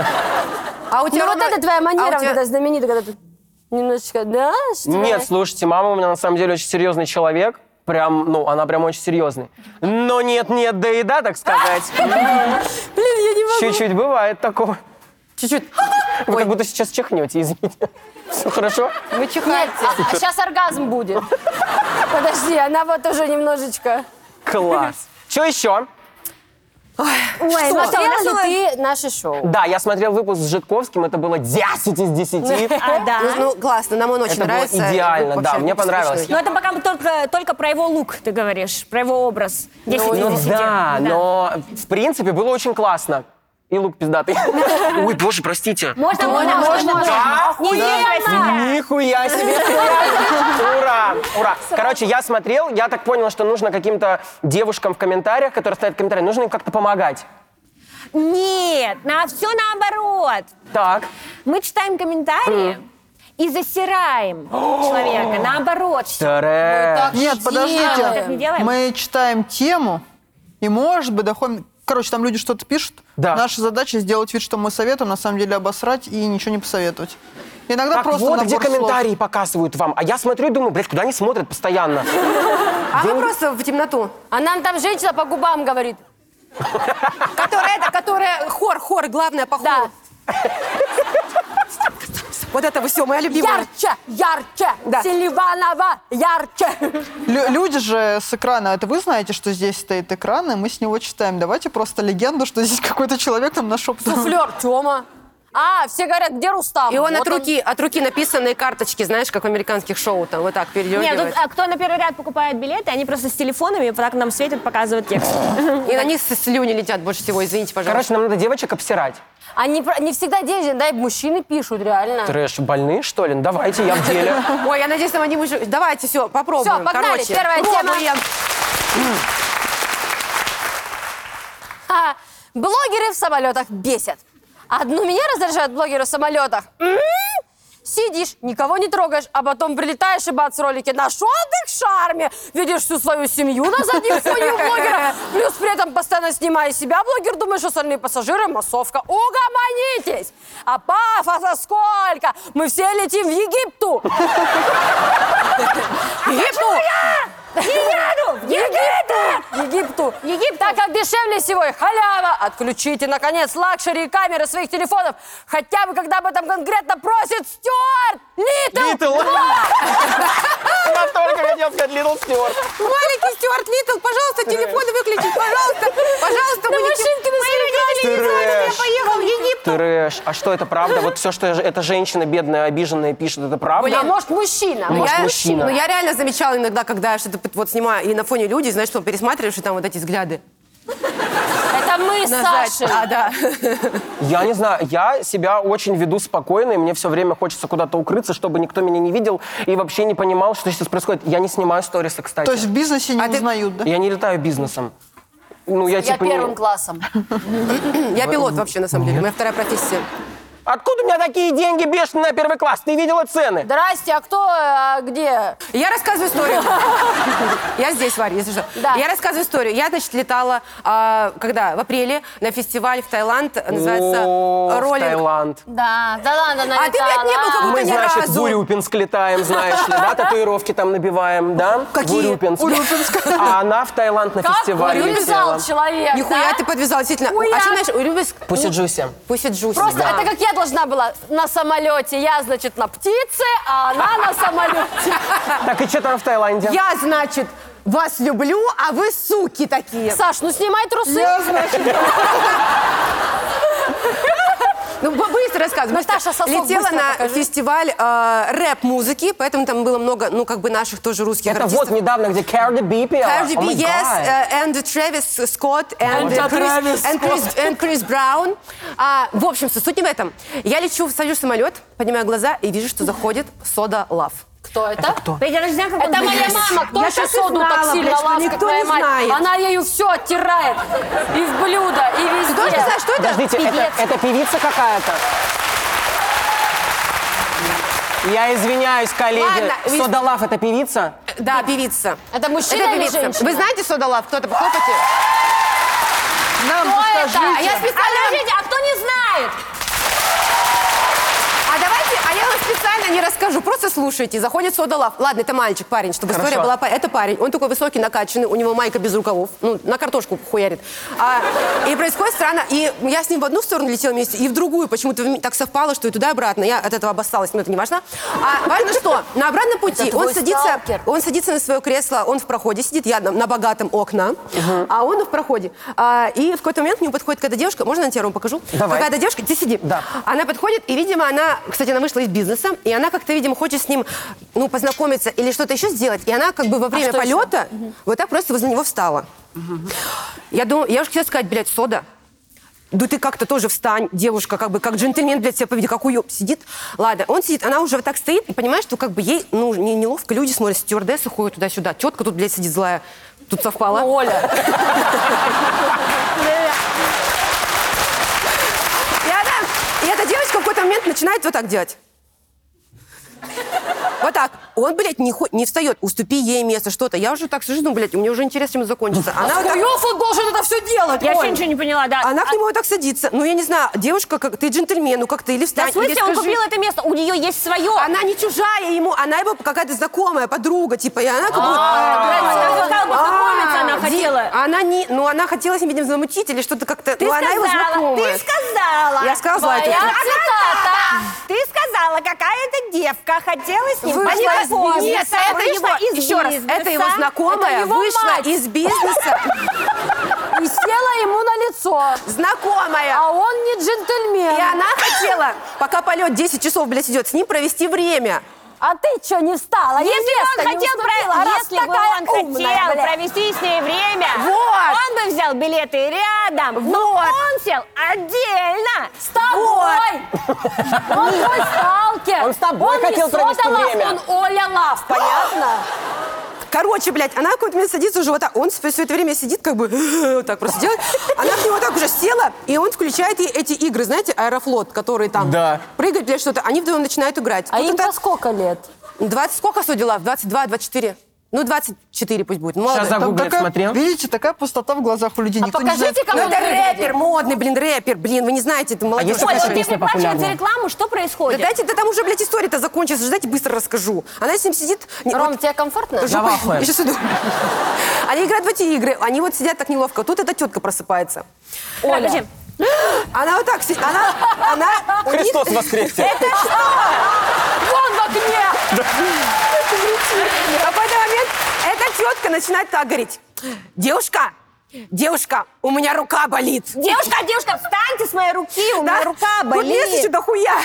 [SPEAKER 2] А у
[SPEAKER 1] Ну вот
[SPEAKER 2] Рома,
[SPEAKER 1] это твоя манера,
[SPEAKER 2] а у тебя-
[SPEAKER 1] вот эта знаменитая, когда ты немножечко, да? что ли?
[SPEAKER 7] Нет, слушайте, мама у меня на самом деле очень серьезный человек. Прям, ну, она прям очень серьезный. Но нет, нет, да и да, так сказать.
[SPEAKER 1] Блин, я не могу.
[SPEAKER 7] Чуть-чуть бывает такого.
[SPEAKER 2] Чуть-чуть.
[SPEAKER 7] Вы как будто сейчас чихнете, извините. Все хорошо?
[SPEAKER 2] Вы
[SPEAKER 1] Нет,
[SPEAKER 2] чихаете.
[SPEAKER 1] а, сейчас оргазм будет. Подожди, она вот уже немножечко...
[SPEAKER 7] Класс. Что еще?
[SPEAKER 1] Ой,
[SPEAKER 3] ну,
[SPEAKER 1] смотрела
[SPEAKER 6] Насилует?
[SPEAKER 1] ли ты наше шоу?
[SPEAKER 7] Да, я смотрел выпуск с Житковским, это было 10 из 10.
[SPEAKER 3] А, да.
[SPEAKER 2] Ну, ну, классно, нам он очень
[SPEAKER 7] Это было
[SPEAKER 2] нравится.
[SPEAKER 7] идеально,
[SPEAKER 2] Вообще
[SPEAKER 7] да, мне понравилось.
[SPEAKER 3] Но Ну, это пока только, только про его лук ты говоришь, про его образ. 10 из
[SPEAKER 7] Ну
[SPEAKER 3] 10.
[SPEAKER 7] да, но в принципе было очень классно. И лук пиздатый. Ой, боже, простите.
[SPEAKER 3] Можно, можно, можно.
[SPEAKER 7] Да? Нихуя себе! Ура! Ура! Короче, я смотрел, я так понял, что нужно каким-то девушкам в комментариях, которые ставят комментарии, нужно им как-то помогать.
[SPEAKER 3] Нет, на все наоборот.
[SPEAKER 7] Так.
[SPEAKER 3] Мы читаем комментарии и засираем человека. Наоборот, что
[SPEAKER 1] Ну,
[SPEAKER 7] Трэш.
[SPEAKER 4] Нет, подождите.
[SPEAKER 3] так не делаем?
[SPEAKER 4] Мы читаем тему, и, может быть, доходим... Короче, там люди что-то пишут.
[SPEAKER 7] Да.
[SPEAKER 4] Наша задача сделать вид, что мы советуем, на самом деле обосрать и ничего не посоветовать. Иногда
[SPEAKER 7] Так
[SPEAKER 4] просто
[SPEAKER 7] вот, где
[SPEAKER 4] набор слов.
[SPEAKER 7] комментарии показывают вам. А я смотрю и думаю, блядь, куда они смотрят постоянно?
[SPEAKER 2] А мы просто в темноту.
[SPEAKER 1] А нам там женщина по губам говорит.
[SPEAKER 2] Которая, это, которая хор, хор, главное, по
[SPEAKER 1] Да.
[SPEAKER 2] хору. Вот это все, моя любимая.
[SPEAKER 1] Ярче, ярче,
[SPEAKER 2] Да.
[SPEAKER 1] Селиванова, ярче.
[SPEAKER 4] Лю- люди же с экрана, это вы знаете, что здесь стоит экран, и мы с него читаем. Давайте просто легенду, что здесь какой-то человек там нашептал.
[SPEAKER 1] Суфлер, Тёма. А, все говорят, где Рустам?
[SPEAKER 2] И он
[SPEAKER 1] Вот
[SPEAKER 2] от руки, от руки написанные карточки, знаешь, как в американских шоу там, вот так
[SPEAKER 3] Нет,
[SPEAKER 1] ну,
[SPEAKER 2] передергивает.
[SPEAKER 3] тут, а, кто на первый ряд покупает билеты, они просто с телефонами вот так нам светят, показывают текст.
[SPEAKER 2] И на них слюни летят больше всего, извините, пожалуйста.
[SPEAKER 7] Короче, нам надо девочек обсирать.
[SPEAKER 1] Они про- не всегда деньги, да, и мужчины пишут, реально.
[SPEAKER 7] Трэш, больные, что ли? Ну, Давайте, я в деле.
[SPEAKER 2] Ой, я надеюсь, там они мужи- Давайте, все, попробуем.
[SPEAKER 1] Всё, погнали,
[SPEAKER 2] Короче,
[SPEAKER 1] первая тема.
[SPEAKER 2] пробуем.
[SPEAKER 1] Ха. Блогеры в самолетах бесят. Одну меня раздражают блогеры в самолетах. М? Сидишь, никого не трогаешь, а потом прилетаешь и бац, ролики. Нашел ты в шарме, видишь всю свою семью на заднем фоне у блогера. Плюс при этом постоянно снимая себя, блогер думает, что остальные пассажиры массовка. Угомонитесь! А пафоса сколько? Мы все летим в Египту. А Египту! В Египту! Египту! Египт! Так как дешевле всего и халява! Отключите, наконец, лакшери и камеры своих телефонов, хотя бы когда об этом конкретно просит Стюарт! Литл!
[SPEAKER 7] Литл! Я только хотел сказать Литл Стюарт.
[SPEAKER 2] Маленький Стюарт Литтл, пожалуйста, телефоны выключить, пожалуйста. Пожалуйста,
[SPEAKER 1] Ну,
[SPEAKER 2] мы не
[SPEAKER 7] Трэш. Трэш. А что, это правда? Вот все, что эта женщина бедная, обиженная пишет, это
[SPEAKER 1] А
[SPEAKER 7] правда?
[SPEAKER 1] может, мужчина?
[SPEAKER 7] Может,
[SPEAKER 2] я,
[SPEAKER 7] мужчина.
[SPEAKER 2] Ну, я реально замечала иногда, когда я что-то вот снимаю, и на фоне люди, знаешь, что пересматриваешь, и там вот эти взгляды.
[SPEAKER 1] Это мы и
[SPEAKER 2] назад.
[SPEAKER 1] Сашей.
[SPEAKER 2] А, да.
[SPEAKER 7] Я не знаю, я себя очень веду спокойно, и мне все время хочется куда-то укрыться, чтобы никто меня не видел и вообще не понимал, что сейчас происходит. Я не снимаю сторисы, кстати.
[SPEAKER 4] То есть в бизнесе не
[SPEAKER 2] А ты-
[SPEAKER 4] узнают, да?
[SPEAKER 7] Я не летаю бизнесом. Ну, я,
[SPEAKER 1] Я
[SPEAKER 7] типа не-
[SPEAKER 1] первым классом.
[SPEAKER 2] Я пилот вообще, на самом деле. Моя вторая профессия.
[SPEAKER 7] Откуда у меня такие деньги бешеные на первый класс? Ты видела цены?
[SPEAKER 1] Здрасте, а кто, а где?
[SPEAKER 2] Я рассказываю историю. Я здесь, Варя, если что.
[SPEAKER 1] Да.
[SPEAKER 2] Я рассказываю историю. Я, значит, летала, а, когда? В апреле на фестиваль в Таиланд. э, Называется
[SPEAKER 7] О, в
[SPEAKER 2] «Роллинг».
[SPEAKER 7] Таиланд.
[SPEAKER 1] Да, да ладно,
[SPEAKER 2] А ты, блядь, не был как будто
[SPEAKER 7] Мы,
[SPEAKER 2] ни
[SPEAKER 7] значит,
[SPEAKER 2] разу.
[SPEAKER 7] Урюпинск летаем, знаешь ли, да? Татуировки там набиваем, да?
[SPEAKER 2] Какие?
[SPEAKER 7] В Урюпинск.
[SPEAKER 2] Урюпинск.
[SPEAKER 7] А она в Таиланд на
[SPEAKER 1] Как
[SPEAKER 7] фестиваль
[SPEAKER 1] привязал
[SPEAKER 7] летела.
[SPEAKER 1] человек,
[SPEAKER 2] Нихуя
[SPEAKER 1] да?
[SPEAKER 2] ты подвязала, действительно.
[SPEAKER 1] Хуя.
[SPEAKER 2] А что знаешь, Урюпинск?
[SPEAKER 7] Пусть Джуси.
[SPEAKER 2] Пусть джуси.
[SPEAKER 1] Просто
[SPEAKER 7] Да.
[SPEAKER 1] это как я должна была на самолете. Я, значит, на птице, а она на самолете.
[SPEAKER 7] Так и что там в Таиланде?
[SPEAKER 2] Я, значит, вас люблю, а вы суки такие.
[SPEAKER 1] Саш, ну снимай трусы.
[SPEAKER 2] Ну, б- быстро рассказывай. быстро.
[SPEAKER 1] Наташа, сосок
[SPEAKER 2] Летела
[SPEAKER 1] быстро
[SPEAKER 2] на
[SPEAKER 1] покажи.
[SPEAKER 2] фестиваль э, рэп-музыки, поэтому там было много, ну, как бы наших тоже русских
[SPEAKER 7] Это
[SPEAKER 2] артистов.
[SPEAKER 7] вот недавно, где Cardi B пела.
[SPEAKER 2] Cardi
[SPEAKER 7] Oh
[SPEAKER 2] B,
[SPEAKER 7] my
[SPEAKER 2] yes,
[SPEAKER 7] God.
[SPEAKER 2] uh, and Travis Scott, and,
[SPEAKER 7] And
[SPEAKER 2] uh, Chris,
[SPEAKER 7] Travis
[SPEAKER 2] and Chris, and Chris Brown. А, в общем, суть не в этом. Я лечу, сажусь в самолет, поднимаю глаза и вижу, что заходит Сода Лав.
[SPEAKER 1] Кто это?
[SPEAKER 3] Перерожден, как он
[SPEAKER 1] Это моя
[SPEAKER 3] выглядит.
[SPEAKER 1] мама. Кто
[SPEAKER 2] Я
[SPEAKER 1] еще
[SPEAKER 2] так и
[SPEAKER 1] соду так
[SPEAKER 2] знала,
[SPEAKER 1] сильно
[SPEAKER 2] блядь, что
[SPEAKER 1] ласкает,
[SPEAKER 2] никто
[SPEAKER 1] твоя
[SPEAKER 2] не
[SPEAKER 1] мать?
[SPEAKER 2] знает.
[SPEAKER 1] Она ею все оттирает. И в блюдо, и везде.
[SPEAKER 2] Ты тоже не знаешь, что это?
[SPEAKER 7] Подождите, это,
[SPEAKER 1] Певец.
[SPEAKER 7] это певица какая-то? Я извиняюсь, коллеги.
[SPEAKER 2] Ладно, вы-
[SPEAKER 7] Сода Лав это певица?
[SPEAKER 2] Да, певица.
[SPEAKER 1] Это мужчина
[SPEAKER 2] Это
[SPEAKER 1] или
[SPEAKER 2] певица.
[SPEAKER 1] женщина?
[SPEAKER 2] Вы знаете Сода Лав? Кто-то похлопайте.
[SPEAKER 4] Нам
[SPEAKER 1] Кто
[SPEAKER 4] бы
[SPEAKER 1] это?
[SPEAKER 4] скажите.
[SPEAKER 1] А я специально... подождите, а кто не знает?
[SPEAKER 2] А давайте, а я вам специально не расскажу, просто слушайте. Заходит Сода Лав. Ладно, это мальчик, парень, чтобы история
[SPEAKER 7] Хорошо.
[SPEAKER 2] была... па- Это парень, он такой высокий, накачанный, у него майка без рукавов, ну, на картошку хуярит. А, и происходит странно, и я с ним в одну сторону летела вместе, и в другую. Почему-то в- так совпало, что и туда, и обратно. Я от этого обоссалась, но это не важно. А важно, что на обратном пути
[SPEAKER 1] Это
[SPEAKER 2] он
[SPEAKER 1] твой
[SPEAKER 2] садится,
[SPEAKER 1] сталкер.
[SPEAKER 2] он садится на свое кресло, он в проходе сидит, я на, на богатом окна, а он в проходе. А, и в какой-то момент к нему подходит какая-то девушка, можно я тебе, Ром, покажу?
[SPEAKER 7] Давай.
[SPEAKER 2] Какая-то девушка, ты сиди.
[SPEAKER 7] Да.
[SPEAKER 2] Она подходит, и, видимо, она, кстати, она вышла из бизнеса, и она как-то, видимо, хочет с ним, ну, познакомиться или что-то еще сделать, и она как бы
[SPEAKER 7] А
[SPEAKER 2] во время
[SPEAKER 1] что еще?
[SPEAKER 2] полета вот так просто возле него встала. Я думаю, я уж хотела сказать, блядь, сода. Да ты как-то тоже встань, девушка, как бы, как джентльмен, блядь, себя поведи, как уеб сидит. Ладно, он сидит, она уже вот так стоит, и понимает, что как бы ей, ну, не, неловко, люди смотрят, стюардессы ходят туда-сюда, тетка тут, блядь, сидит злая. Тут совпало.
[SPEAKER 1] Ну, Оля.
[SPEAKER 2] И она- и эта девочка в какой-то момент начинает вот так делать. Вот так. Он, блядь, не, хо- не встает. Уступи ей место, что-то. Я уже так сижу, ну, блядь, у меня уже интерес чем закончится. Она вот так-
[SPEAKER 1] Хуёв он должен это все делать,
[SPEAKER 3] Я
[SPEAKER 1] Оль.
[SPEAKER 3] вообще ничего не поняла, да.
[SPEAKER 2] Она к нему вот так садится. Ну, я не знаю, девушка, как ты джентльмен, ну как ты, или
[SPEAKER 3] Да
[SPEAKER 2] встань,
[SPEAKER 3] в смысле,
[SPEAKER 2] или
[SPEAKER 3] он
[SPEAKER 2] скажи.
[SPEAKER 3] купил это место, у нее есть свое.
[SPEAKER 2] Она не чужая ему, она его какая-то знакомая, подруга, типа, и она как будто...
[SPEAKER 3] Она сказала, познакомиться она
[SPEAKER 2] А,
[SPEAKER 3] хотела.
[SPEAKER 2] ви- Она не... Ну, она хотела с ним, видимо, замутить или что-то как-то... ну, она его знакомая.
[SPEAKER 6] ты сказала.
[SPEAKER 2] Я сказала это.
[SPEAKER 1] Твоя
[SPEAKER 2] Она
[SPEAKER 1] цитата.
[SPEAKER 6] Ты сказала, какая-то девка хотела с ним
[SPEAKER 2] Вышла из
[SPEAKER 6] познакомиться.
[SPEAKER 2] бизнеса. Это
[SPEAKER 6] Вышла
[SPEAKER 2] его-
[SPEAKER 6] из
[SPEAKER 2] еще раз,
[SPEAKER 6] бизнеса.
[SPEAKER 2] это его знакомая
[SPEAKER 1] его
[SPEAKER 2] вышла
[SPEAKER 1] мать.
[SPEAKER 2] из бизнеса.
[SPEAKER 1] И села ему на лицо.
[SPEAKER 2] Знакомая.
[SPEAKER 1] А он не
[SPEAKER 2] И
[SPEAKER 1] джентльмен.
[SPEAKER 2] она хотела, пока полет 10 часов, блядь, идет, с ним провести время.
[SPEAKER 1] А ты что не встала?
[SPEAKER 3] Если
[SPEAKER 1] Невеста
[SPEAKER 3] бы он
[SPEAKER 1] не
[SPEAKER 3] хотел,
[SPEAKER 1] уступила,
[SPEAKER 3] про-
[SPEAKER 1] раз
[SPEAKER 3] если бы
[SPEAKER 1] такая
[SPEAKER 3] он хотел
[SPEAKER 1] умная, блядь.
[SPEAKER 3] провести с ней время,
[SPEAKER 2] Вот.
[SPEAKER 3] он бы взял билеты рядом, но
[SPEAKER 2] Вот.
[SPEAKER 3] он сел отдельно.
[SPEAKER 1] С тобой! Он твой сталкер!
[SPEAKER 7] Он с тобой
[SPEAKER 1] не
[SPEAKER 7] хотел
[SPEAKER 1] Сода
[SPEAKER 7] провести
[SPEAKER 1] Лав,
[SPEAKER 7] время.
[SPEAKER 1] Он Оля Лав, понятно?
[SPEAKER 2] Короче, блядь, она в какой-то момент садится уже вот так. Он все это время сидит, как бы вот так просто делает. Она к нему вот так уже села, и он включает ей эти игры, знаете, аэрофлот, которые там
[SPEAKER 7] Да.
[SPEAKER 2] прыгают или что-то. Они вдвоем начинают играть.
[SPEAKER 1] А
[SPEAKER 2] Тут
[SPEAKER 1] им
[SPEAKER 2] это
[SPEAKER 1] по сколько лет?
[SPEAKER 2] 20 сколько судила? 22, 24? Ну, 24 пусть будет. Ну, ладно.
[SPEAKER 7] Сейчас загуглю.
[SPEAKER 4] Там
[SPEAKER 7] Гуглит
[SPEAKER 4] такая,
[SPEAKER 7] смотрел?
[SPEAKER 4] видите, такая пустота в глазах у людей.
[SPEAKER 1] А
[SPEAKER 4] Никто не знает,
[SPEAKER 1] покажите,
[SPEAKER 2] Ну,
[SPEAKER 1] кому
[SPEAKER 2] это рэпер, модный, блин, рэпер. Блин, вы не знаете, это молодежь.
[SPEAKER 7] если
[SPEAKER 3] Ой,
[SPEAKER 7] Какая
[SPEAKER 3] вот тебе
[SPEAKER 7] песня
[SPEAKER 3] приплачивают за
[SPEAKER 7] популярная?
[SPEAKER 3] рекламу, что
[SPEAKER 2] Да
[SPEAKER 3] происходит?
[SPEAKER 2] дайте, да там уже, блядь, история-то закончится. же, Дайте быстро расскажу. Она с ним сидит... не,
[SPEAKER 1] Ром,
[SPEAKER 2] вот
[SPEAKER 1] тебе комфортно?
[SPEAKER 2] жопой-
[SPEAKER 7] Давай, Флэр.
[SPEAKER 2] Я щас иду. Они играют в эти игры, они вот сидят так неловко. Тут эта тетка просыпается.
[SPEAKER 3] Оля.
[SPEAKER 2] Она вот так сидит, она... она у них-
[SPEAKER 7] Христос воскресе.
[SPEAKER 1] Вон в окне!
[SPEAKER 2] В какой-то момент эта тетка начинает так говорить. Девушка, девушка, у меня рука болит.
[SPEAKER 3] Девушка, девушка, встаньте с моей руки,
[SPEAKER 2] Да?
[SPEAKER 3] у меня рука
[SPEAKER 2] Тут лезете
[SPEAKER 3] болит.
[SPEAKER 2] сюда хуя.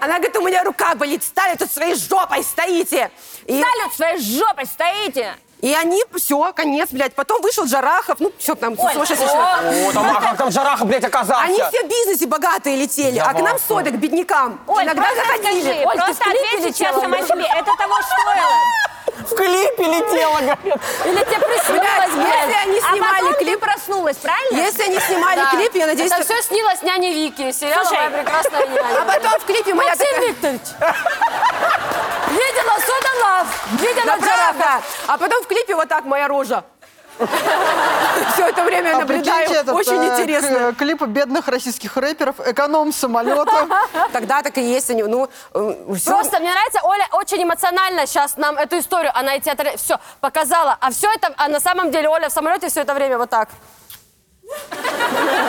[SPEAKER 2] Она говорит, у меня рука болит, стали тут своей жопой стоите. И
[SPEAKER 3] Салют своей жопой стоите.
[SPEAKER 2] И они, все, конец, блядь. Потом вышел Джарахов, ну, все, там, сумасшедший человек.
[SPEAKER 7] О, там, а как там Джараха, блядь, оказался?
[SPEAKER 2] Они все в бизнесе богатые летели,
[SPEAKER 7] Я
[SPEAKER 2] а к нам
[SPEAKER 7] в ахуе.
[SPEAKER 2] содок, беднякам.
[SPEAKER 6] Оль,
[SPEAKER 2] Иногда
[SPEAKER 6] просто
[SPEAKER 2] заходили.
[SPEAKER 6] скажи,
[SPEAKER 1] Оль, ты
[SPEAKER 6] просто
[SPEAKER 1] склипе
[SPEAKER 6] ответь сейчас
[SPEAKER 1] летела?
[SPEAKER 6] сама себе. Это того стоило.
[SPEAKER 7] В клипе летела, говорят.
[SPEAKER 1] Или тебе
[SPEAKER 2] Блядь,
[SPEAKER 1] приснилось,
[SPEAKER 2] если
[SPEAKER 1] блядь?
[SPEAKER 2] они
[SPEAKER 3] А
[SPEAKER 2] снимали
[SPEAKER 3] потом ты
[SPEAKER 2] клип,
[SPEAKER 3] проснулась, правильно?
[SPEAKER 2] если они снимали
[SPEAKER 1] Да.
[SPEAKER 2] клип, я надеюсь,
[SPEAKER 1] Это
[SPEAKER 2] что-
[SPEAKER 1] все снилось няне Вики, сериал
[SPEAKER 6] Слушай,
[SPEAKER 1] «Моя прекрасная няня».
[SPEAKER 2] А потом в клипе моя
[SPEAKER 1] Максим
[SPEAKER 2] такая...
[SPEAKER 1] Викторович, видела Сода Лав, видела
[SPEAKER 2] Да
[SPEAKER 1] Джараха.
[SPEAKER 2] правда. А потом в клипе вот так моя рожа. Все это время я
[SPEAKER 4] А
[SPEAKER 2] наблюдаю.
[SPEAKER 4] прикиньте, этот,
[SPEAKER 2] Очень
[SPEAKER 4] э,
[SPEAKER 2] интересно.
[SPEAKER 4] к- клипы бедных российских рэперов «Эконом самолета».
[SPEAKER 2] Тогда так и есть. они, Ну, все.
[SPEAKER 1] Просто мне нравится, Оля очень эмоционально сейчас нам эту историю, она и театр, все, показала. А все это, а на самом деле Оля в самолете все это время вот так.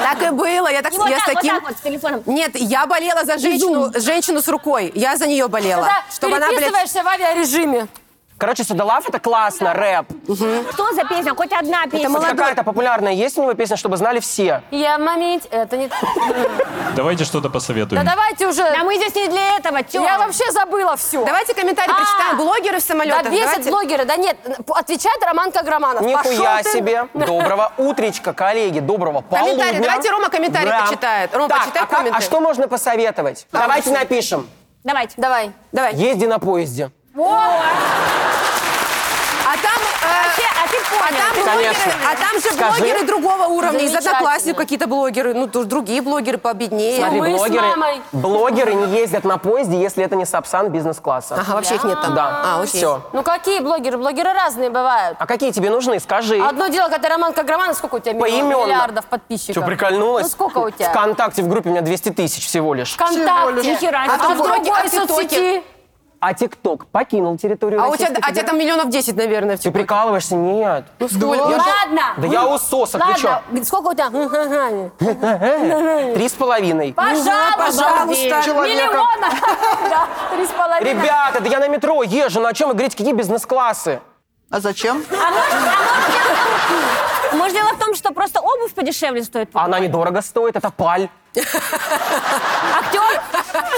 [SPEAKER 2] Так и было. Я так
[SPEAKER 3] И вот
[SPEAKER 2] я
[SPEAKER 3] так,
[SPEAKER 2] с таким...
[SPEAKER 3] вот так вот, с телефоном.
[SPEAKER 2] Нет, я болела за женщину, женщину с рукой. Я за нее болела.
[SPEAKER 1] Когда
[SPEAKER 2] Чтобы она, блядь,
[SPEAKER 1] переписываешься в авиарежиме.
[SPEAKER 7] Короче, Судалав это классно, рэп.
[SPEAKER 3] Что за песня? Хоть одна песня.
[SPEAKER 7] Хоть какая-то популярная есть у него песня, чтобы знали все.
[SPEAKER 1] Я момент, это не...
[SPEAKER 8] Давайте что-то посоветуем.
[SPEAKER 1] Да давайте
[SPEAKER 3] Да
[SPEAKER 1] уже,
[SPEAKER 3] мы здесь не для этого, Тёма.
[SPEAKER 1] я вообще забыла все.
[SPEAKER 2] Давайте комментарии почитаем. Блогеры в
[SPEAKER 1] Да
[SPEAKER 2] самолетах.
[SPEAKER 1] бесят
[SPEAKER 2] давайте.
[SPEAKER 1] блогеры, да нет, отвечает Роман Каграманов.
[SPEAKER 7] Нихуя
[SPEAKER 1] Пошёл ты.
[SPEAKER 7] себе. Доброго утречка, коллеги. Доброго
[SPEAKER 2] Комментарии.
[SPEAKER 7] полудня.
[SPEAKER 2] Давайте Рома комментарии
[SPEAKER 7] Да.
[SPEAKER 2] почитает. Ром,
[SPEAKER 7] Так,
[SPEAKER 2] почитай
[SPEAKER 7] а как-
[SPEAKER 2] комменты.
[SPEAKER 7] А что можно посоветовать? Давайте напишем.
[SPEAKER 3] Давайте.
[SPEAKER 1] Давай.
[SPEAKER 2] Давай.
[SPEAKER 7] Езди на поезде.
[SPEAKER 2] А там... э,
[SPEAKER 3] Вообще, а ты
[SPEAKER 2] А
[SPEAKER 3] понял.
[SPEAKER 2] там,
[SPEAKER 3] ты
[SPEAKER 2] блогеры,
[SPEAKER 7] Конечно.
[SPEAKER 2] а там же
[SPEAKER 7] Скажи.
[SPEAKER 2] блогеры другого уровня, из
[SPEAKER 1] Замечательно.
[SPEAKER 2] одноклассников какие-то блогеры, ну тоже другие блогеры победнее.
[SPEAKER 7] Смотри,
[SPEAKER 1] мы с
[SPEAKER 7] блогеры,
[SPEAKER 1] мамой.
[SPEAKER 7] блогеры не ездят на поезде, если это не Сапсан бизнес-класса.
[SPEAKER 2] Ага, вообще их нет там.
[SPEAKER 7] Да.
[SPEAKER 2] А, окей.
[SPEAKER 7] Все.
[SPEAKER 1] Ну какие блогеры? Блогеры разные бывают.
[SPEAKER 7] А какие тебе нужны? Скажи.
[SPEAKER 2] А
[SPEAKER 1] Одно дело, когда Роман Каграманов, сколько у тебя миллион-
[SPEAKER 7] Поименно.
[SPEAKER 1] миллиардов подписчиков?
[SPEAKER 7] Что, прикольнулась?
[SPEAKER 1] Ну сколько у тебя?
[SPEAKER 7] Вконтакте в группе у меня 200 тысяч всего лишь.
[SPEAKER 4] Всего
[SPEAKER 1] ВКонтакте.
[SPEAKER 4] лишь.
[SPEAKER 1] Нихера
[SPEAKER 2] А
[SPEAKER 1] себе. А
[SPEAKER 2] там
[SPEAKER 1] в
[SPEAKER 2] блоги, а
[SPEAKER 1] другой
[SPEAKER 2] в
[SPEAKER 1] соцсети.
[SPEAKER 2] ТикТоке?
[SPEAKER 7] А ТикТок покинул территорию
[SPEAKER 2] А у тебя,
[SPEAKER 7] Российской
[SPEAKER 2] а тебя
[SPEAKER 7] Федерации.
[SPEAKER 2] там миллионов 10, наверное, в
[SPEAKER 7] Ты прикалываешься? Нет.
[SPEAKER 2] Ну, сколько?
[SPEAKER 4] Да.
[SPEAKER 1] Ладно.
[SPEAKER 7] Да я усос, отвечаю.
[SPEAKER 1] Ладно, сколько у тебя? Ага.
[SPEAKER 7] Три с половиной.
[SPEAKER 1] Пожалуйста.
[SPEAKER 2] А, Пожалуйста.
[SPEAKER 4] Человека.
[SPEAKER 1] Миллиона. Да, Три с половиной.
[SPEAKER 7] Ребята, да я на метро езжу, ну о чем вы говорите, какие бизнес-классы?
[SPEAKER 4] А зачем?
[SPEAKER 3] Может, дело в том, что просто обувь подешевле стоит.
[SPEAKER 7] А Она недорого стоит, это паль.
[SPEAKER 3] Актер.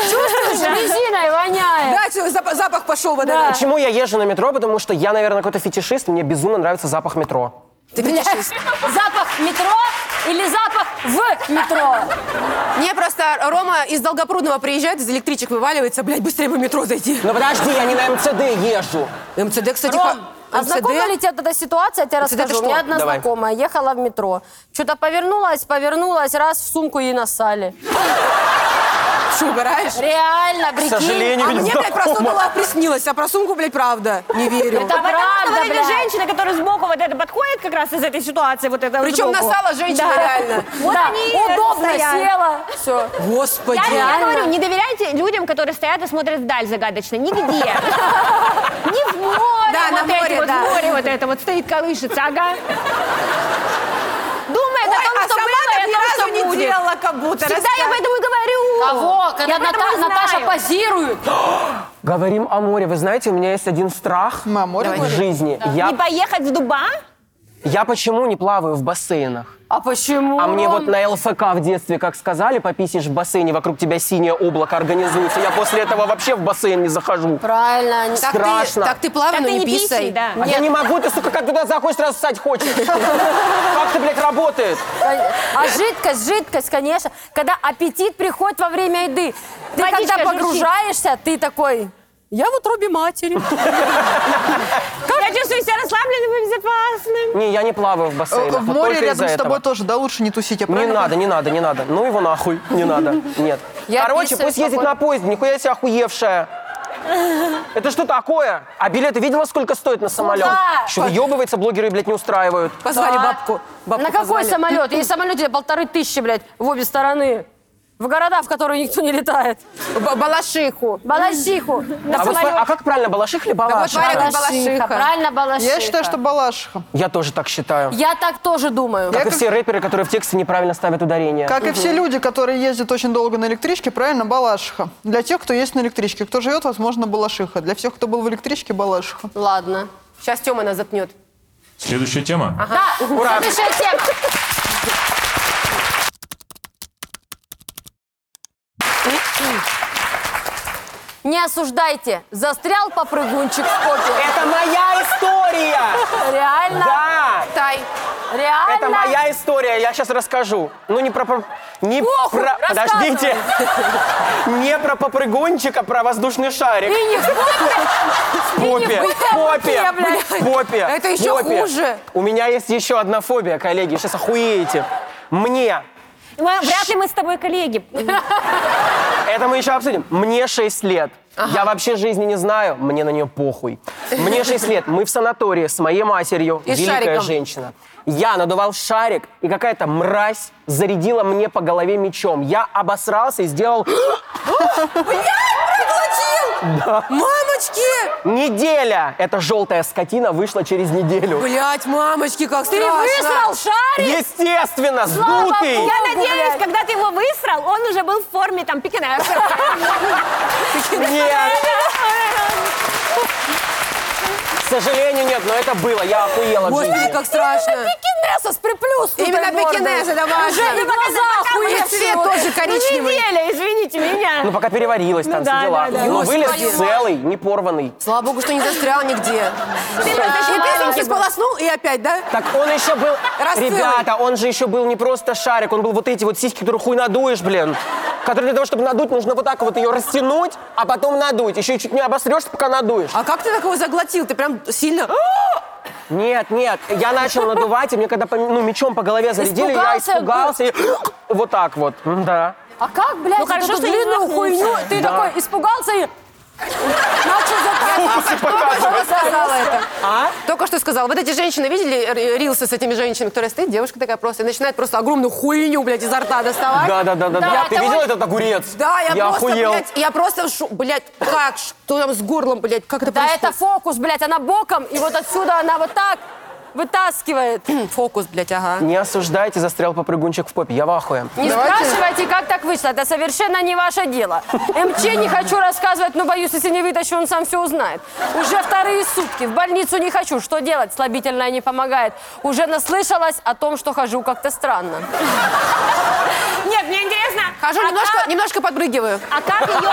[SPEAKER 1] Слушай, Резиной воняет.
[SPEAKER 2] Да, чё, запах, запах пошел вот
[SPEAKER 1] Да.
[SPEAKER 2] этот.
[SPEAKER 7] Почему я езжу на метро? Потому что я, наверное, какой-то фетишист, мне безумно нравится запах метро.
[SPEAKER 2] Ты фетишист.
[SPEAKER 1] Запах метро или запах в метро?
[SPEAKER 2] Не, просто Рома из Долгопрудного приезжает, из электричек вываливается, блядь, быстрее бы в метро зайти.
[SPEAKER 7] Ну подожди, я не на МЦД езжу.
[SPEAKER 2] МЦД, кстати,
[SPEAKER 3] Типа,
[SPEAKER 1] Ром,
[SPEAKER 2] по-
[SPEAKER 1] а знакома ли
[SPEAKER 2] МЦД.
[SPEAKER 1] тебе тогда ситуация? Я тебе
[SPEAKER 2] Это
[SPEAKER 1] расскажу. У
[SPEAKER 2] что?
[SPEAKER 1] меня одна
[SPEAKER 7] Давай.
[SPEAKER 1] знакомая ехала в метро. Что-то повернулась, повернулась, раз в сумку ей насали.
[SPEAKER 2] Что, угораешь?
[SPEAKER 1] Реально,
[SPEAKER 7] К
[SPEAKER 1] прикинь.
[SPEAKER 7] сожалению,
[SPEAKER 2] А мне, блядь,
[SPEAKER 7] знакомо.
[SPEAKER 2] про Содолова приснилось, а про сумку, блядь, правда. Не верю.
[SPEAKER 1] Это
[SPEAKER 3] А потом что вот
[SPEAKER 1] правда,
[SPEAKER 3] эта
[SPEAKER 1] блядь.
[SPEAKER 3] женщина, которая сбоку вот это подходит как раз из этой ситуации, вот это вот
[SPEAKER 2] Причем
[SPEAKER 3] сбоку.
[SPEAKER 2] насала женщина реально.
[SPEAKER 3] Вот
[SPEAKER 1] Да,
[SPEAKER 3] они
[SPEAKER 1] удобно
[SPEAKER 3] стоят.
[SPEAKER 1] села. Все.
[SPEAKER 2] Господи.
[SPEAKER 3] Я, же- я
[SPEAKER 1] Реально.
[SPEAKER 3] говорю, не доверяйте людям, которые стоят и смотрят вдаль загадочно. Нигде. Ни в море.
[SPEAKER 2] Да, на
[SPEAKER 3] вот эти
[SPEAKER 2] море,
[SPEAKER 3] вот,
[SPEAKER 2] да.
[SPEAKER 3] В море вот это вот стоит, колышется, ага. Думает
[SPEAKER 2] Ой,
[SPEAKER 3] о том,
[SPEAKER 2] а
[SPEAKER 3] что
[SPEAKER 2] сама
[SPEAKER 3] было,
[SPEAKER 2] так
[SPEAKER 3] и
[SPEAKER 2] ни
[SPEAKER 3] о том, что
[SPEAKER 2] разу не
[SPEAKER 3] будет.
[SPEAKER 2] делала, как будто.
[SPEAKER 3] Всегда я об этом и говорю.
[SPEAKER 1] Кого? Когда
[SPEAKER 3] Я поэтому
[SPEAKER 1] Ната-
[SPEAKER 3] и знаю.
[SPEAKER 1] Наташа позирует.
[SPEAKER 7] Говорим о море. Вы знаете, у меня есть один страх
[SPEAKER 4] Мы о море
[SPEAKER 7] в
[SPEAKER 4] говорим?
[SPEAKER 7] жизни. Я,
[SPEAKER 3] Не поехать в Дуба?
[SPEAKER 7] я почему не плаваю в бассейнах?
[SPEAKER 1] А почему?
[SPEAKER 7] А мне вот на ЛФК в детстве, как сказали, пописишь в бассейне, вокруг тебя синее облако организуется. Я после этого вообще в бассейн не захожу.
[SPEAKER 1] Правильно, они-
[SPEAKER 2] Так ты,
[SPEAKER 7] Страшно.
[SPEAKER 2] так ты плавай,
[SPEAKER 3] Так
[SPEAKER 2] но
[SPEAKER 3] ты
[SPEAKER 2] Ну, не
[SPEAKER 3] не
[SPEAKER 2] писай.
[SPEAKER 3] писай, да.
[SPEAKER 7] А я не могу, ты, сука, как туда заходишь, сразу ссать хочешь. Как ты, блядь, работает?
[SPEAKER 1] А жидкость, жидкость, конечно. Когда аппетит приходит во время еды. Ты
[SPEAKER 3] Водичка
[SPEAKER 1] когда
[SPEAKER 3] журчит.
[SPEAKER 1] погружаешься, ты такой... Я в утробе матери.
[SPEAKER 3] Я чувствую себя расслабленным и безопасным.
[SPEAKER 7] Не, я не плаваю в
[SPEAKER 4] Э,
[SPEAKER 7] бассейнах.
[SPEAKER 4] В
[SPEAKER 7] вот
[SPEAKER 4] море
[SPEAKER 7] только
[SPEAKER 4] рядом
[SPEAKER 7] из-за
[SPEAKER 4] с тобой
[SPEAKER 7] этого.
[SPEAKER 4] тоже, да, лучше не тусить, я
[SPEAKER 7] Не
[SPEAKER 4] правильно
[SPEAKER 7] надо, не надо, не надо. Ну его нахуй, не надо. Нет.
[SPEAKER 1] Я
[SPEAKER 7] Короче,
[SPEAKER 1] писаю
[SPEAKER 7] пусть ездит
[SPEAKER 1] спокойно.
[SPEAKER 7] на поезде, нихуя себе охуевшая. Это что такое? А билеты видела, сколько стоит на самолет?
[SPEAKER 1] да.
[SPEAKER 7] Что выебывается, блогеры, блядь, не устраивают.
[SPEAKER 2] Позвали
[SPEAKER 3] А?
[SPEAKER 1] Да.
[SPEAKER 2] бабку. Бабку
[SPEAKER 1] На какой
[SPEAKER 2] позвали.
[SPEAKER 1] самолет? Если самолет тебе полторы тысячи, блядь, в обе стороны. В города, в которые никто не летает.
[SPEAKER 2] Б- Балашиху.
[SPEAKER 1] Балашиху. На
[SPEAKER 7] А, вы
[SPEAKER 1] самолет.
[SPEAKER 7] спра- а как правильно, балаших или балашиха?
[SPEAKER 2] Варя говорит,
[SPEAKER 1] Балашиха.
[SPEAKER 2] Балашиха.
[SPEAKER 1] Правильно, балашиха.
[SPEAKER 4] Я считаю, что Балашиха.
[SPEAKER 7] Я тоже так считаю.
[SPEAKER 1] Я так тоже думаю.
[SPEAKER 4] Я
[SPEAKER 7] Как и
[SPEAKER 4] как-
[SPEAKER 7] все рэперы, которые в тексте неправильно ставят ударение.
[SPEAKER 4] Как и все люди, которые ездят очень долго на электричке, правильно, Балашиха. Для тех, кто ездит на электричке. Кто живет, возможно, Балашиха. Для всех, кто был в электричке, Балашиха.
[SPEAKER 1] Ладно.
[SPEAKER 2] Сейчас Тёма нас заткнет.
[SPEAKER 8] Следующая тема.
[SPEAKER 1] Да, следующая тема. Не осуждайте. Застрял попрыгунчик в попе.
[SPEAKER 7] Это моя история!
[SPEAKER 1] Реально.
[SPEAKER 7] Да!
[SPEAKER 2] Тай.
[SPEAKER 1] Реально.
[SPEAKER 7] Это моя история, я сейчас расскажу. Ну не про... про- Не
[SPEAKER 1] Похуй,
[SPEAKER 7] про...
[SPEAKER 1] рассказывай.
[SPEAKER 7] Подождите. Не про попрыгунчика, про воздушный шарик.
[SPEAKER 1] И не в попе, и не
[SPEAKER 7] Попе,
[SPEAKER 1] в
[SPEAKER 7] попе, попе,
[SPEAKER 2] Это еще
[SPEAKER 7] попе.
[SPEAKER 2] хуже.
[SPEAKER 7] У меня есть еще одна фобия, коллеги, сейчас охуеете. Мне,
[SPEAKER 3] Мы- Вряд ли мы с тобой коллеги.
[SPEAKER 7] это мы еще обсудим, мне 6 лет. Я вообще жизни не знаю, мне на нее похуй. Мне 6 лет, мы в санатории с моей матерью,
[SPEAKER 2] И с
[SPEAKER 7] великая
[SPEAKER 2] шариком.
[SPEAKER 7] женщина. Я надувал шарик, и какая-то мразь зарядила мне по голове мечом. Я обосрался и сделал
[SPEAKER 2] Мамочки!
[SPEAKER 7] неделя. Эта желтая скотина вышла через неделю.
[SPEAKER 2] Блять, мамочки, как
[SPEAKER 1] Ты
[SPEAKER 2] страшно!
[SPEAKER 1] высрал шарик?
[SPEAKER 7] Естественно, сдутый.
[SPEAKER 2] Ну,
[SPEAKER 3] Я надеюсь, когда ты его высрал, он уже был в форме там пикинеса.
[SPEAKER 7] Нет. К сожалению, нет, но это было. Я охуела в
[SPEAKER 2] Господи,
[SPEAKER 7] жизни.
[SPEAKER 2] как страшно!
[SPEAKER 1] Пекинеса с приплюснутой
[SPEAKER 2] Именно
[SPEAKER 1] мордой.
[SPEAKER 2] пекинеса, да, важно.
[SPEAKER 1] Уже и глаза
[SPEAKER 2] И
[SPEAKER 1] охуевшие.
[SPEAKER 2] цвет тоже коричневый.
[SPEAKER 3] Ну, Неделя, извините меня.
[SPEAKER 7] Ну, пока переварилась, там
[SPEAKER 3] да,
[SPEAKER 7] все дела.
[SPEAKER 3] да, да.
[SPEAKER 7] Но
[SPEAKER 2] Господи.
[SPEAKER 7] вылез целый, не порванный.
[SPEAKER 2] Слава богу, что не застрял нигде.
[SPEAKER 3] Ты
[SPEAKER 2] И
[SPEAKER 3] потащила
[SPEAKER 2] песенки
[SPEAKER 3] руки.
[SPEAKER 2] сполоснул, и опять, да?
[SPEAKER 7] Так он еще был...
[SPEAKER 2] Расцелый.
[SPEAKER 7] Ребята, он же еще был не просто шарик, он был вот эти вот сиськи, которые хуй надуешь, блин. Которые для того, чтобы надуть, нужно вот так вот ее растянуть, а потом надуть. Еще и чуть не обосрешься, пока надуешь.
[SPEAKER 2] А как ты такого заглотил? Ты прям сильно...
[SPEAKER 7] Нет, нет, я начал надувать, и мне когда по- ну, мечом по голове зарядили, я
[SPEAKER 1] Испугался?
[SPEAKER 7] испугался. И... Вот так вот, да.
[SPEAKER 1] А как, блядь,
[SPEAKER 3] Ну, хорошо,
[SPEAKER 1] эту
[SPEAKER 3] что не
[SPEAKER 1] длинную
[SPEAKER 3] замахнулся.
[SPEAKER 1] хуйню? Ты
[SPEAKER 7] Да.
[SPEAKER 1] такой испугался и начал
[SPEAKER 7] Пусть показывает.
[SPEAKER 2] Сказала это.
[SPEAKER 7] типа, А?
[SPEAKER 2] Только что сказала. Вот эти женщины, видели э, рилсы с этими женщинами, которые стоит, девушка такая просто, и начинает просто огромную хуйню, блядь, изо рта доставать.
[SPEAKER 7] Да, да, да, да, да.
[SPEAKER 1] Да,
[SPEAKER 7] Ты
[SPEAKER 1] это
[SPEAKER 7] видел
[SPEAKER 1] он-
[SPEAKER 7] этот огурец?
[SPEAKER 2] Да, я, просто,
[SPEAKER 7] охуел.
[SPEAKER 2] блядь, я просто, шу, блядь, как, что там с горлом, блядь, как это
[SPEAKER 1] Да это
[SPEAKER 2] происходит?
[SPEAKER 1] фокус, блядь, она боком, и вот отсюда она вот так вытаскивает.
[SPEAKER 2] Хм, Фокус, блядь, ага.
[SPEAKER 7] Не осуждайте, застрял попрыгунчик в попе. Я в ахуе.
[SPEAKER 1] Не
[SPEAKER 2] Давайте.
[SPEAKER 1] спрашивайте, как так вышло, это совершенно не ваше дело. МЧ не хочу рассказывать, но боюсь, если не вытащу, он сам все узнает. Уже вторые сутки, в больницу не хочу, что делать, слабительное не помогает. Уже наслышалась о том, что хожу как-то странно.
[SPEAKER 3] Нет, мне интересно.
[SPEAKER 2] Хожу
[SPEAKER 3] а
[SPEAKER 2] немножко,
[SPEAKER 3] как-
[SPEAKER 2] немножко подпрыгиваю.
[SPEAKER 3] А как ее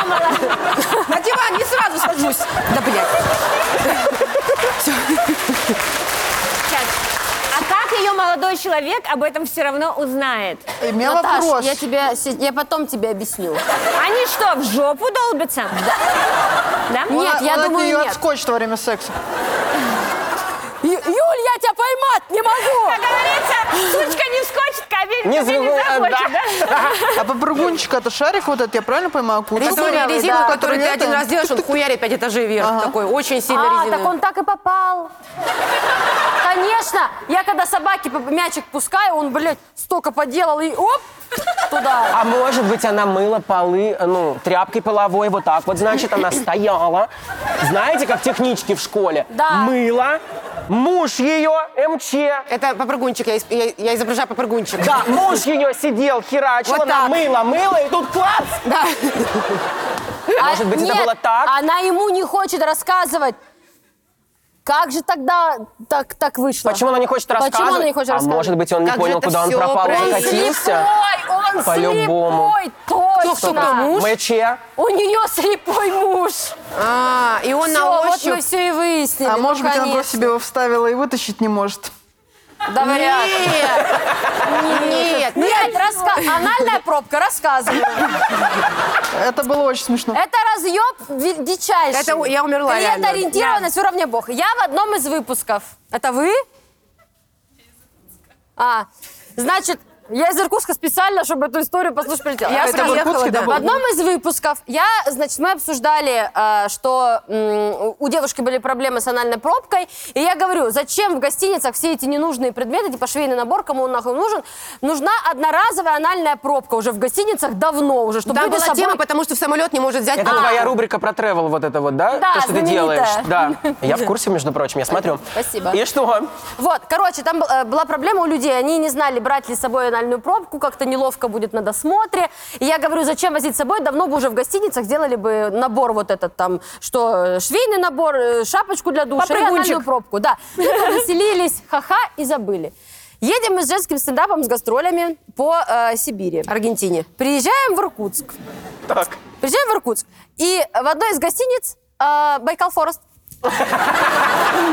[SPEAKER 2] На диван не сразу сажусь. Да, блядь.
[SPEAKER 3] А как ее молодой человек об этом все равно узнает?
[SPEAKER 4] Имела
[SPEAKER 1] Наташ,
[SPEAKER 4] вопрос.
[SPEAKER 1] я, тебе, се- я потом тебе объясню.
[SPEAKER 3] Они что, в жопу долбятся? Да?
[SPEAKER 1] Нет,
[SPEAKER 4] Она-
[SPEAKER 1] я
[SPEAKER 4] она
[SPEAKER 1] думаю,
[SPEAKER 4] от нее
[SPEAKER 1] нет.
[SPEAKER 4] отскочит во время секса.
[SPEAKER 1] И- Юль, я тебя поймать не
[SPEAKER 3] Как
[SPEAKER 1] могу!
[SPEAKER 3] говорится, сучка не вскочит, кабель не, тебе не
[SPEAKER 7] звезду- а,
[SPEAKER 3] захочет, да?
[SPEAKER 4] А попрыгунчик это шарик вот этот, я правильно понимаю, кучу?
[SPEAKER 2] Который
[SPEAKER 1] Резиновый,
[SPEAKER 2] резину,
[SPEAKER 1] да.
[SPEAKER 2] которую ты
[SPEAKER 4] Который
[SPEAKER 2] один
[SPEAKER 4] летом-
[SPEAKER 2] раз делаешь, он хуярит пять этажей вверх. Такой, очень сильно
[SPEAKER 1] А,
[SPEAKER 2] резиновый.
[SPEAKER 1] так он так и попал. Конечно, я когда собаке п- мячик пускаю, он, блядь, столько поделал и оп, туда.
[SPEAKER 7] А может быть, она мыла полы, ну, тряпкой половой, вот так вот, значит, она стояла. Знаете, как технички в школе?
[SPEAKER 1] Да.
[SPEAKER 7] Мыла, муж ее, МЧ.
[SPEAKER 2] Это попрыгунчик, я, исп- я- я изображаю попрыгунчик.
[SPEAKER 7] Да, муж ее сидел, херачил,
[SPEAKER 2] Вот
[SPEAKER 7] она
[SPEAKER 2] так.
[SPEAKER 7] мыла, мыла, и тут клац!
[SPEAKER 2] Да.
[SPEAKER 7] Может быть, это
[SPEAKER 1] А нет, а
[SPEAKER 7] было так?
[SPEAKER 1] Она ему не хочет рассказывать. Как же тогда так, так вышло?
[SPEAKER 7] Почему она не хочет
[SPEAKER 1] Почему
[SPEAKER 7] рассказывать?
[SPEAKER 1] она не хочет
[SPEAKER 7] а
[SPEAKER 1] рассказывать?
[SPEAKER 7] может быть, он не
[SPEAKER 2] Как же
[SPEAKER 7] понял,
[SPEAKER 2] это
[SPEAKER 7] куда он
[SPEAKER 2] всё
[SPEAKER 7] пропал,
[SPEAKER 1] Он
[SPEAKER 7] закатился?
[SPEAKER 1] слепой, он
[SPEAKER 7] По-любому.
[SPEAKER 1] слепой, точно.
[SPEAKER 2] Кто, кто, кто, муж?
[SPEAKER 7] МЧ.
[SPEAKER 1] У нее слепой муж.
[SPEAKER 2] А, и он
[SPEAKER 1] Всё,
[SPEAKER 2] на
[SPEAKER 1] вот мы
[SPEAKER 2] ощупь.
[SPEAKER 1] все и выяснили.
[SPEAKER 4] А
[SPEAKER 1] Ну,
[SPEAKER 4] может быть, она
[SPEAKER 1] конечно.
[SPEAKER 4] просто себе его вставила и вытащить не может.
[SPEAKER 1] Да вряд ли.
[SPEAKER 2] Нет,
[SPEAKER 1] Нет,
[SPEAKER 2] Ну,
[SPEAKER 1] Ну, нет, раска- анальная пробка, рассказываю.
[SPEAKER 4] Это было очень смешно.
[SPEAKER 1] Это разъеб дичайший.
[SPEAKER 2] Это у- я умерла, реально.
[SPEAKER 1] Клиентоориентированность уровня бог. Я в одном из выпусков. Это вы? А, значит, я из Иркутска специально, чтобы эту историю послушать прилетела.
[SPEAKER 2] Я
[SPEAKER 4] Это в
[SPEAKER 2] приехала,
[SPEAKER 4] Иркутске, да,
[SPEAKER 2] да.
[SPEAKER 1] В
[SPEAKER 4] было?
[SPEAKER 1] одном из выпусков я, значит, мы обсуждали, э, что м, у- у девушки были проблемы с анальной пробкой, и я говорю, зачем в гостиницах все эти ненужные предметы, типа швейный набор, кому он нахуй нужен? Нужна одноразовая анальная пробка уже в гостиницах давно уже, чтобы
[SPEAKER 2] Там
[SPEAKER 1] люди
[SPEAKER 2] была
[SPEAKER 1] с собой-
[SPEAKER 2] тема, потому что в самолет не может взять.
[SPEAKER 7] Это твоя рубрика про тревел вот это вот, да?
[SPEAKER 1] А. Да,
[SPEAKER 7] То, что ты делаешь.
[SPEAKER 1] знаменитая.
[SPEAKER 7] Да. Я в курсе, между прочим, я смотрю.
[SPEAKER 1] Спасибо.
[SPEAKER 7] И что?
[SPEAKER 1] Вот, короче, там был- э, была проблема у людей, они не знали, брать ли с собой анальную пробку, как-то неловко будет на досмотре. И я говорю, зачем возить с собой, давно бы уже в гостиницах делали бы набор вот этот там, что э, швейный набор, э, шапочку для душа и
[SPEAKER 2] Попрыгунчик.
[SPEAKER 1] анальную пробку. Да, веселились, ха-ха и забыли. Едем мы с женским стендапом с гастролями по э, Сибири.
[SPEAKER 2] Аргентине.
[SPEAKER 1] Приезжаем в Иркутск.
[SPEAKER 7] Так.
[SPEAKER 1] Приезжаем в Иркутск. И в одной из гостиниц э, Байкал Форест.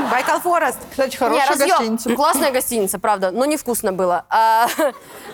[SPEAKER 2] Байкал Форест.
[SPEAKER 4] Кстати,
[SPEAKER 1] Не,
[SPEAKER 4] хорошая
[SPEAKER 1] разъём.
[SPEAKER 4] гостиница.
[SPEAKER 1] Классная гостиница, правда, но невкусно было. А,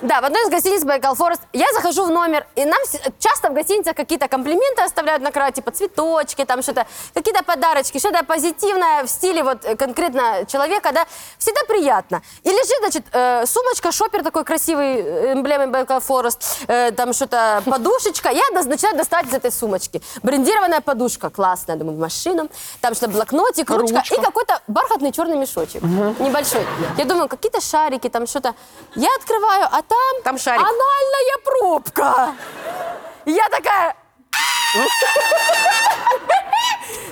[SPEAKER 1] да, в одной из гостиниц Байкал Форест я захожу в номер, и нам с- часто в гостиницах какие-то комплименты оставляют на краю, типа цветочки, там что-то, какие-то подарочки, что-то позитивное в стиле вот э, конкретно человека, да, всегда приятно. И лежит, значит, э, сумочка, шопер такой красивый, э, эмблемой Байкал Форест, э, там что-то, подушечка. Я до- начинаю доставать из этой сумочки. Брендированная подушка, классная, думаю, в машину. Там что-то блокнотик, ручка, и какой-то бархатный черный мешочек. Небольшой. Я думаю, какие-то шарики, там что-то. Я открываю, а там...
[SPEAKER 2] Там шарик.
[SPEAKER 1] Анальная пробка. И Я такая...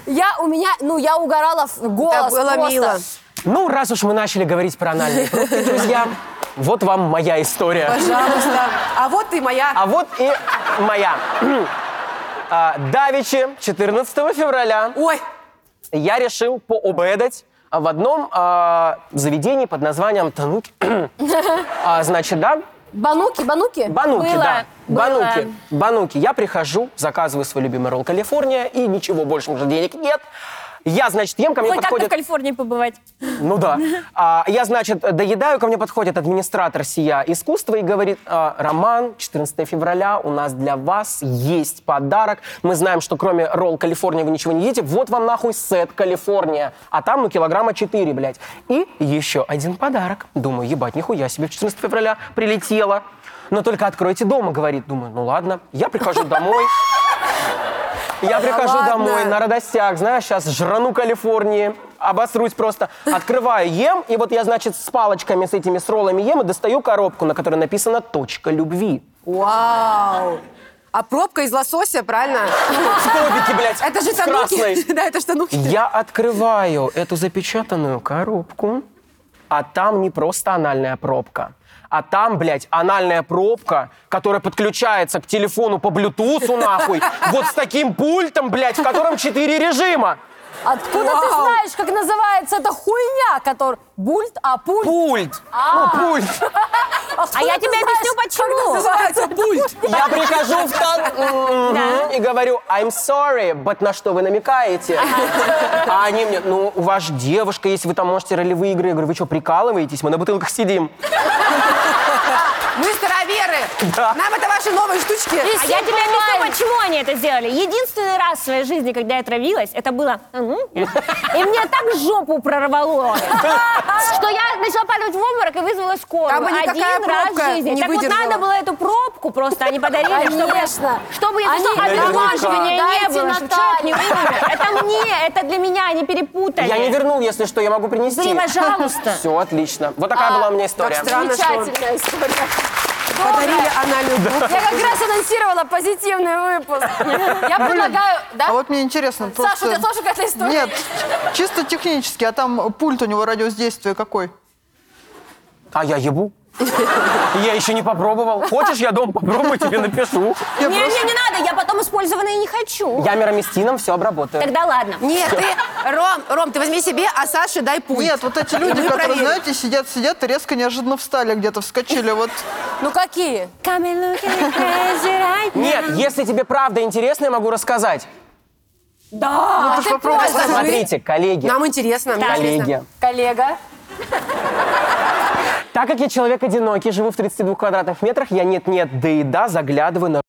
[SPEAKER 1] Я у меня, ну, я угорала в голос
[SPEAKER 2] было
[SPEAKER 1] просто.
[SPEAKER 2] мило.
[SPEAKER 7] Ну, раз уж мы начали говорить про анальные пробки, друзья, вот вам моя история.
[SPEAKER 2] Пожалуйста. А вот и моя.
[SPEAKER 7] А вот и моя. А, Давичи 14 февраля
[SPEAKER 2] Ой,
[SPEAKER 7] я решил пообедать в одном а, заведении под названием Тануки. А, значит, да,
[SPEAKER 1] Бануки, бануки?
[SPEAKER 7] Бануки,
[SPEAKER 3] Было,
[SPEAKER 7] да.
[SPEAKER 3] было.
[SPEAKER 7] Бануки. Бануки. Я прихожу, заказываю свой любимый ролл Калифорния, и ничего больше уже денег нет. Я, значит, ем, ко мне
[SPEAKER 6] Хоть как-то в
[SPEAKER 7] подходит...
[SPEAKER 6] Калифорнии побывать.
[SPEAKER 7] Ну да. А, я, значит, доедаю, ко мне подходит администратор сия искусства и говорит, «А, Роман, 14 февраля, у нас для вас есть подарок. Мы знаем, что кроме ролл Калифорния вы ничего не едите. Вот вам нахуй сет Калифорния. А там, ну, килограмма 4, блядь. И еще один подарок. Думаю, ебать, нихуя себе, 14 февраля прилетело. Но только откройте дома, говорит. Думаю, ну ладно. Я прихожу домой. Я прихожу
[SPEAKER 2] ладно.
[SPEAKER 7] домой на радостях, знаешь, сейчас жрану Калифорнии, обосрусь просто. Открываю, ем, и вот я, значит, с палочками, с этими, с роллами ем, и достаю коробку, на которой написано «Точка любви».
[SPEAKER 2] вау. А пробка из лосося, правильно?
[SPEAKER 7] В кубике, блядь,
[SPEAKER 2] Это же
[SPEAKER 7] с красной.
[SPEAKER 2] тануки. Да, это же тануки.
[SPEAKER 7] Я открываю эту запечатанную коробку, а там не просто анальная пробка, а там, блядь, анальная пробка, которая подключается к телефону по блютусу, нахуй, вот с таким пультом, блядь, в котором четыре режима.
[SPEAKER 1] Откуда ты
[SPEAKER 2] Вау.
[SPEAKER 1] знаешь, как называется эта хуйня, который... Бульт, а пульт?
[SPEAKER 7] Пульт!
[SPEAKER 2] А.
[SPEAKER 7] Ну, пульт!
[SPEAKER 1] Откуда
[SPEAKER 6] А я
[SPEAKER 1] ты
[SPEAKER 6] тебе
[SPEAKER 1] знаешь,
[SPEAKER 6] объясню, почему.
[SPEAKER 2] Называется пульт.
[SPEAKER 7] Я прихожу в тан Мгм. и говорю, I'm sorry, but на что вы намекаете? А они мне, ну, у вас же девушка, если вы там можете ролевые игры. Я говорю, вы что, прикалываетесь? Мы на бутылках сидим.
[SPEAKER 2] Мы староверы. Нам это ваши новые штучки.
[SPEAKER 1] И
[SPEAKER 6] А я
[SPEAKER 1] всё
[SPEAKER 6] тебе объясню,
[SPEAKER 1] бывает.
[SPEAKER 6] почему они это сделали. Единственный раз в своей жизни, когда я травилась, это было... «Мгм». И мне так жопу прорвало, что я начала падать в обморок и вызвала
[SPEAKER 2] Там
[SPEAKER 6] скорую.
[SPEAKER 2] бы никакая
[SPEAKER 6] Один раз
[SPEAKER 2] пробка
[SPEAKER 6] в жизни.
[SPEAKER 2] не
[SPEAKER 6] Так вот
[SPEAKER 2] выдержала.
[SPEAKER 6] надо было эту пробку просто они подарили, чтобы...
[SPEAKER 1] Конечно.
[SPEAKER 6] Чтобы, если
[SPEAKER 1] Они-
[SPEAKER 6] что,
[SPEAKER 1] Наверняка.
[SPEAKER 6] отмораживания не
[SPEAKER 1] Дайте
[SPEAKER 6] было, чтобы человек не умер. Это мне, это для меня, они перепутали.
[SPEAKER 7] Я не вернул, если что, я могу принести.
[SPEAKER 6] Бери, пожалуйста.
[SPEAKER 7] Все, отлично. Вот такая была у меня история.
[SPEAKER 2] А, так странно, что
[SPEAKER 1] А, Замечательная история.
[SPEAKER 2] подарили анальную пробку.
[SPEAKER 1] Я как раз анонсировала позитивный выпуск. Я предлагаю,
[SPEAKER 4] А
[SPEAKER 1] да?
[SPEAKER 4] вот мне интересно,
[SPEAKER 1] Саша,
[SPEAKER 4] просто-
[SPEAKER 1] у тебя тоже какая-то история?
[SPEAKER 4] Нет, чисто технически, а там пульт у него радиус действия какой?
[SPEAKER 7] А я ебу. Я еще не попробовал. Хочешь, я дома попробую, тебе напишу.
[SPEAKER 4] Я
[SPEAKER 6] Не,
[SPEAKER 4] просто-
[SPEAKER 6] не, не надо, я потом использованные не хочу.
[SPEAKER 7] Я мироместином все обработаю.
[SPEAKER 6] Тогда ладно.
[SPEAKER 2] Нет, ты, Ром, Ром, ты возьми себе, а Саше дай пульт.
[SPEAKER 4] Нет, вот эти
[SPEAKER 2] И
[SPEAKER 4] люди,
[SPEAKER 2] мы
[SPEAKER 4] которые,
[SPEAKER 2] проверим.
[SPEAKER 4] знаете, сидят, сидят и резко неожиданно встали где-то, вскочили. Вот
[SPEAKER 1] Ну какие?
[SPEAKER 6] Come and look at me crazy right now.
[SPEAKER 7] Нет, если тебе правда интересно, я могу рассказать.
[SPEAKER 6] Ну,
[SPEAKER 1] А, ты просто
[SPEAKER 7] Смотрите, коллеги,
[SPEAKER 2] Нам интересно, мне интересно.
[SPEAKER 7] коллеги.
[SPEAKER 1] коллега.
[SPEAKER 7] Так как я человек одинокий, живу в 32 квадратных метрах, я нет-нет, да и да, заглядываю на...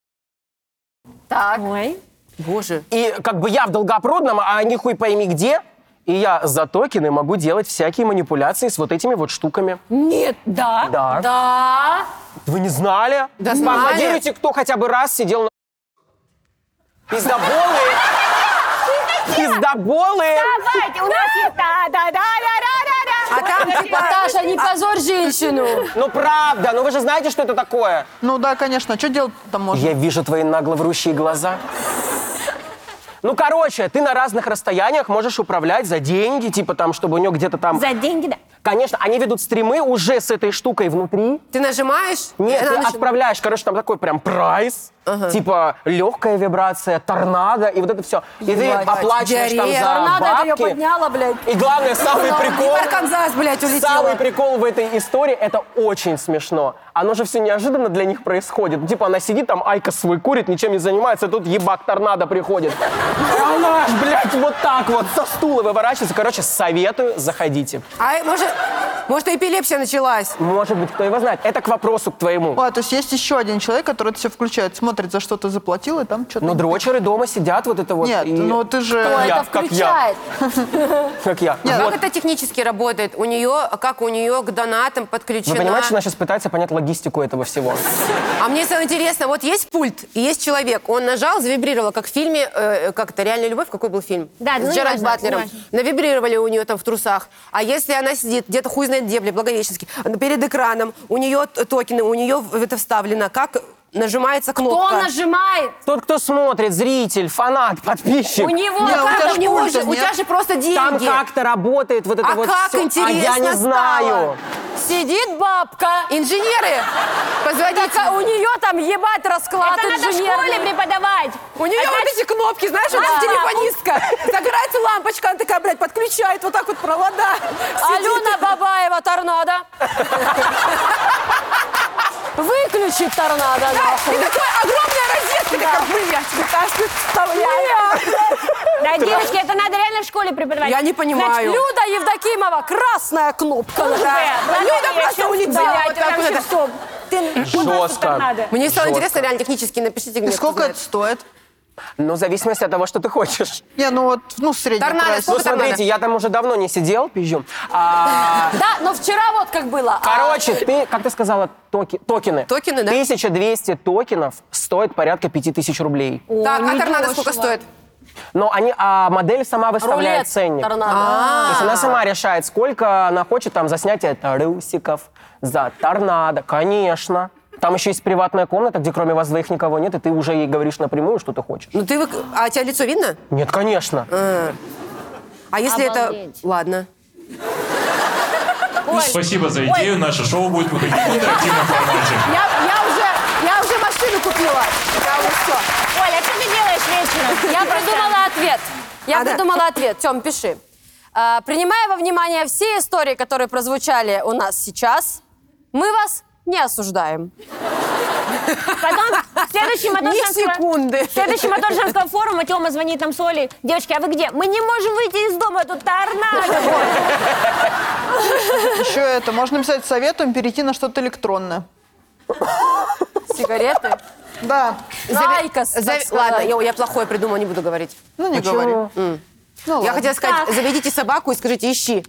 [SPEAKER 1] Так.
[SPEAKER 6] Ой.
[SPEAKER 2] Боже.
[SPEAKER 7] И как бы я в Долгопрудном, а они хуй пойми где, и я за токены могу делать всякие манипуляции с вот этими вот штуками.
[SPEAKER 6] Нет, да.
[SPEAKER 7] Да.
[SPEAKER 1] Да.
[SPEAKER 7] Вы не знали?
[SPEAKER 2] Да знали.
[SPEAKER 7] Поаплодируйте, кто хотя бы раз сидел на... Пиздоболы! Пиздоболы!
[SPEAKER 6] Давайте, у нас есть да, да, да, да, да, да,
[SPEAKER 2] А
[SPEAKER 6] да.
[SPEAKER 2] там типа...
[SPEAKER 1] Наташа, не позорь женщину.
[SPEAKER 7] Ну правда, ну вы же знаете, что это такое.
[SPEAKER 4] Ну да, конечно, а что делать там можно?
[SPEAKER 7] Я вижу твои нагло врущие глаза. Ну, короче, ты на разных расстояниях можешь управлять за деньги, типа там, чтобы у него где-то там...
[SPEAKER 6] За деньги, да.
[SPEAKER 7] Конечно, они ведут стримы уже с этой штукой внутри.
[SPEAKER 2] Ты нажимаешь?
[SPEAKER 7] Нет, а
[SPEAKER 2] и она
[SPEAKER 7] ты
[SPEAKER 2] начинает.
[SPEAKER 7] отправляешь, короче, там такой прям прайс. Типа легкая вибрация, торнадо и вот это все. И ты
[SPEAKER 2] Ебать,
[SPEAKER 7] оплачиваешь там
[SPEAKER 2] диарея.
[SPEAKER 7] за
[SPEAKER 2] Торнадо,
[SPEAKER 1] Надо, это ее
[SPEAKER 7] А бабки.
[SPEAKER 1] подняла, блядь.
[SPEAKER 7] И главное, самый прикол...
[SPEAKER 2] И в Арканзас, блядь,
[SPEAKER 7] Самый
[SPEAKER 2] улетела.
[SPEAKER 7] прикол в этой истории, это очень смешно. Оно же все неожиданно для них происходит. Ну, Типа она сидит там, Айка свой курит, ничем не занимается, тут ебак торнадо приходит. А Она, ж, блядь, вот так вот со стула выворачивается. Короче, советую, заходите.
[SPEAKER 2] А может, может, эпилепсия началась?
[SPEAKER 7] Может быть, кто его знает. Это к вопросу к твоему.
[SPEAKER 4] А, то есть есть еще один человек, который это все включает, смотрит, за что ты заплатил, и там что-то...
[SPEAKER 7] Но дрочеры дома сидят вот это Ну вот.
[SPEAKER 4] Нет,
[SPEAKER 7] и-
[SPEAKER 4] ну ты же...
[SPEAKER 1] Кто
[SPEAKER 7] я,
[SPEAKER 1] это
[SPEAKER 7] как я.
[SPEAKER 1] включает?
[SPEAKER 7] Как я.
[SPEAKER 4] Нет,
[SPEAKER 7] Вот.
[SPEAKER 2] Как это технически работает? У нее, как у нее к донатам подключена...
[SPEAKER 7] Вы понимаете, что она сейчас пытается понять логистику этого всего?
[SPEAKER 2] А мне самое интересно, вот есть пульт и есть человек. Он нажал, завибрировало, как в фильме, э, как это, «Реальная любовь», какой был фильм?
[SPEAKER 6] Да,
[SPEAKER 2] С
[SPEAKER 6] ну,
[SPEAKER 2] Джерард
[SPEAKER 6] неважно,
[SPEAKER 2] Батлером.
[SPEAKER 6] неважно.
[SPEAKER 2] Навибрировали у нее там в трусах. А если она сидит где-то хуй знает где, блин, Благовещенский, перед экраном, у нее т- токены, у нее в- это вставлено, как нажимается
[SPEAKER 1] Кто
[SPEAKER 2] кнопка?
[SPEAKER 1] нажимает?
[SPEAKER 7] Тот, кто смотрит, зритель, фанат, подписчик.
[SPEAKER 1] У него,
[SPEAKER 4] Не, у
[SPEAKER 1] как
[SPEAKER 4] тебя ж
[SPEAKER 1] у него
[SPEAKER 4] пульта
[SPEAKER 1] же, у
[SPEAKER 4] нет.
[SPEAKER 1] тебя же просто деньги.
[SPEAKER 7] Там как-то работает вот это
[SPEAKER 2] А
[SPEAKER 7] вот
[SPEAKER 2] как
[SPEAKER 7] всё.
[SPEAKER 2] интересно
[SPEAKER 7] А я не
[SPEAKER 2] стало.
[SPEAKER 7] знаю.
[SPEAKER 1] Сидит бабка,
[SPEAKER 2] Инженеры, позвоните.
[SPEAKER 1] так а у нее там ебать расклад
[SPEAKER 6] Это надо в
[SPEAKER 1] инженерный.
[SPEAKER 6] школе преподавать.
[SPEAKER 2] У нее вот эти кнопки, знаешь, вот
[SPEAKER 1] Да.
[SPEAKER 2] эта телефонистка. Загорается лампочка, она такая, блядь, подключает вот так вот провода. Сидит.
[SPEAKER 1] Алена Бабаева, торнадо. Выключи торнадо, нахуй.
[SPEAKER 2] И такая огромная розетка, такая, блядь, вытаскивает, вставляет.
[SPEAKER 6] Да, девочки, это надо реально в школе преподавать.
[SPEAKER 2] Я не понимаю.
[SPEAKER 1] Люда Евдокимова, красная кнопка.
[SPEAKER 2] Да, Люда просто улетела вот так вот. это.
[SPEAKER 7] Жестко.
[SPEAKER 6] надо.
[SPEAKER 2] Мне стало
[SPEAKER 7] Жестко.
[SPEAKER 2] интересно, реально технически напишите мне.
[SPEAKER 4] И
[SPEAKER 2] кто
[SPEAKER 4] сколько
[SPEAKER 2] знает.
[SPEAKER 4] это стоит?
[SPEAKER 7] Ну, в зависимости от того, что ты хочешь.
[SPEAKER 4] Не, ну вот, ну, средний
[SPEAKER 2] Торнадо
[SPEAKER 4] прайс.
[SPEAKER 7] Ну,
[SPEAKER 2] Сколько там надо?
[SPEAKER 7] смотрите, я там уже давно не сидел, пизжу. А,
[SPEAKER 1] Да, но вчера вот как было.
[SPEAKER 7] короче, ты, как ты сказала, токи- токены.
[SPEAKER 2] Токены, да?
[SPEAKER 7] 1200 токенов стоит порядка 5000 рублей.
[SPEAKER 2] Так, а торнадо сколько стоит?
[SPEAKER 7] Но они, а модель сама выставляет
[SPEAKER 1] Рулет А.
[SPEAKER 7] ценник.
[SPEAKER 1] торнадо.
[SPEAKER 7] То есть она сама решает, сколько она хочет там за снятие тарусиков, за торнадо, конечно. Там еще есть приватная комната, где кроме вас двоих никого нет, и ты уже ей говоришь напрямую, что ты хочешь.
[SPEAKER 2] Ну ты, вык- а у тебя лицо видно?
[SPEAKER 7] Нет, конечно.
[SPEAKER 2] А если это...
[SPEAKER 6] Обалдеть.
[SPEAKER 2] Ладно.
[SPEAKER 8] Спасибо за идею. Наше шоу будет выходить в интерактивном формате.
[SPEAKER 1] Я, я уже, я уже машину купила. Я уже всё.
[SPEAKER 6] Оля, а что ты делаешь вечером?
[SPEAKER 1] Я придумала ответ. Я
[SPEAKER 2] А, да.
[SPEAKER 1] придумала ответ. Тем, пиши. А, Принимая во внимание все истории, которые прозвучали у нас сейчас, мы вас не осуждаем.
[SPEAKER 6] Потом, в следующий мотор
[SPEAKER 2] Ни
[SPEAKER 6] женского-
[SPEAKER 2] секунды.
[SPEAKER 6] в следующий мотор женского форума Тёма звонит нам с Олей. Девочки, а вы где? Мы не можем выйти из дома, тут торнадо.
[SPEAKER 4] Еще это, можно написать советуем перейти на что-то электронное.
[SPEAKER 1] Сигареты.
[SPEAKER 4] Да.
[SPEAKER 1] Зайкос, так
[SPEAKER 2] Зави-
[SPEAKER 1] сказать.
[SPEAKER 2] Ладно, я, я плохое придумала, не буду говорить.
[SPEAKER 4] Ну, не говори. Ну
[SPEAKER 2] я хотела сказать, заведите собаку и скажите, ищи.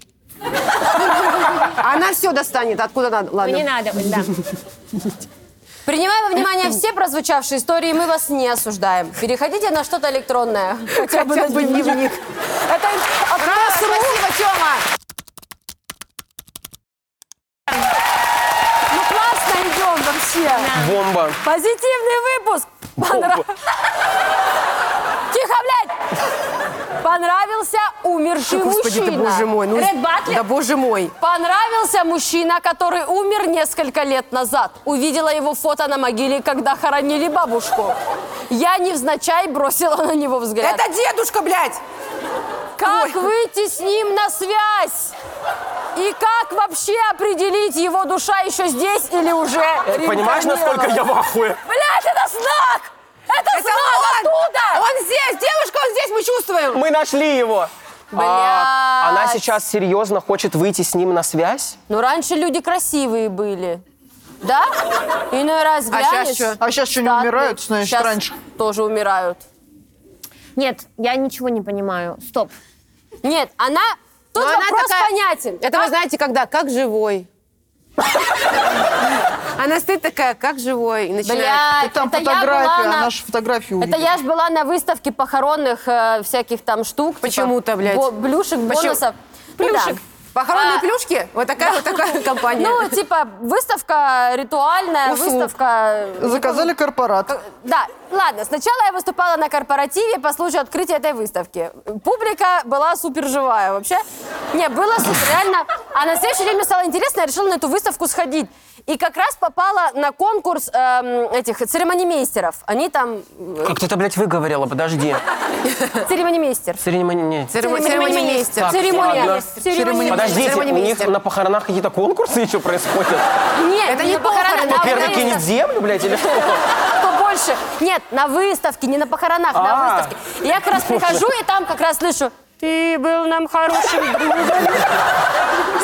[SPEAKER 2] Она все достанет, откуда надо. Ладно.
[SPEAKER 6] Не надо быть, да.
[SPEAKER 1] Принимая во внимание все прозвучавшие истории, мы вас не осуждаем. Переходите на что-то электронное. Хотя бы на дневник. Это
[SPEAKER 2] Спасибо, Тёма!
[SPEAKER 1] Ну классно идем вообще.
[SPEAKER 7] Бомба.
[SPEAKER 1] Позитивный выпуск. Понрав- Тихо, блядь! Понравился умерший
[SPEAKER 2] Господи, ты,
[SPEAKER 1] мужчина.
[SPEAKER 2] боже мой. Ну,
[SPEAKER 1] Ред Батлер?
[SPEAKER 2] Да боже мой.
[SPEAKER 1] Понравился мужчина, который умер несколько лет назад. Увидела его фото на могиле, когда хоронили бабушку. Я невзначай бросила на него взгляд.
[SPEAKER 2] Это дедушка, блядь!
[SPEAKER 1] Как выйти с ним на связь? И как вообще определить, его душа еще здесь или уже
[SPEAKER 7] Э, Понимаешь, насколько я в ахуе?
[SPEAKER 1] Блять, это знак! Это,
[SPEAKER 2] Это
[SPEAKER 1] знак
[SPEAKER 2] он!
[SPEAKER 1] оттуда!
[SPEAKER 2] Он здесь! Девушка, он здесь, мы чувствуем!
[SPEAKER 7] Мы нашли его. А,
[SPEAKER 1] Блядь.
[SPEAKER 7] она сейчас серьезно хочет выйти с ним на связь?
[SPEAKER 1] Ну, раньше люди красивые были. Да? Иной раз глянешь...
[SPEAKER 2] щас чё?
[SPEAKER 4] А щас чё, не
[SPEAKER 1] статные.
[SPEAKER 4] умирают, значит,
[SPEAKER 1] Щас
[SPEAKER 4] раньше?
[SPEAKER 1] тоже умирают.
[SPEAKER 6] Нет, я ничего не понимаю. Стоп.
[SPEAKER 1] Нет, она... Тут
[SPEAKER 2] Но она
[SPEAKER 1] вопрос
[SPEAKER 2] такая-
[SPEAKER 1] понятен.
[SPEAKER 2] Это вы знаете, когда? Как живой. Она стоит такая, как живой. И начинает...
[SPEAKER 1] Блядь,
[SPEAKER 4] И там
[SPEAKER 1] это я
[SPEAKER 4] фотография,
[SPEAKER 1] была на...
[SPEAKER 4] она же фотографию
[SPEAKER 1] Это я ж была на выставке похоронных э, всяких там штук. типа
[SPEAKER 2] Почему-то, блядь.
[SPEAKER 1] бо- Блюшек,
[SPEAKER 2] Почему?
[SPEAKER 1] бонусов. Ну да.
[SPEAKER 6] Плюшек.
[SPEAKER 2] Похоронные плюшки? Вот такая вот такая компания.
[SPEAKER 1] Ну, типа, выставка ритуальная,
[SPEAKER 4] Услуг.
[SPEAKER 1] выставка... э,
[SPEAKER 4] Заказали корпорат.
[SPEAKER 1] Да, ладно, сначала я выступала на корпоративе по случаю открытия этой выставки. Публика была супер живая вообще. Не, было супер, реально. А на следующий день мне стало интересно, я решила на эту выставку сходить. И как раз попала на конкурс эм, этих церемонимейстеров. Они там... э,
[SPEAKER 7] Как ты это, блядь, выговорила? Подожди.
[SPEAKER 1] Церемонимейстер.
[SPEAKER 7] Церемония. не.
[SPEAKER 2] Церемо- Церемонимейстер.
[SPEAKER 1] Церемония.
[SPEAKER 7] ладно. Подождите, у них
[SPEAKER 2] Церемонимейстер.
[SPEAKER 7] на похоронах какие-то конкурсы еще происходят?
[SPEAKER 1] Нет,
[SPEAKER 2] Это
[SPEAKER 1] не
[SPEAKER 2] не
[SPEAKER 1] похороны.
[SPEAKER 2] похороны.
[SPEAKER 1] а
[SPEAKER 7] Теперь
[SPEAKER 1] вот
[SPEAKER 7] кинет
[SPEAKER 1] это-
[SPEAKER 7] землю, блядь, или что?
[SPEAKER 1] кто больше. Нет, на выставке, не на похоронах, на
[SPEAKER 7] А.
[SPEAKER 1] выставке. И Я как раз прихожу и там как раз слышу, ты был нам хорошим другом.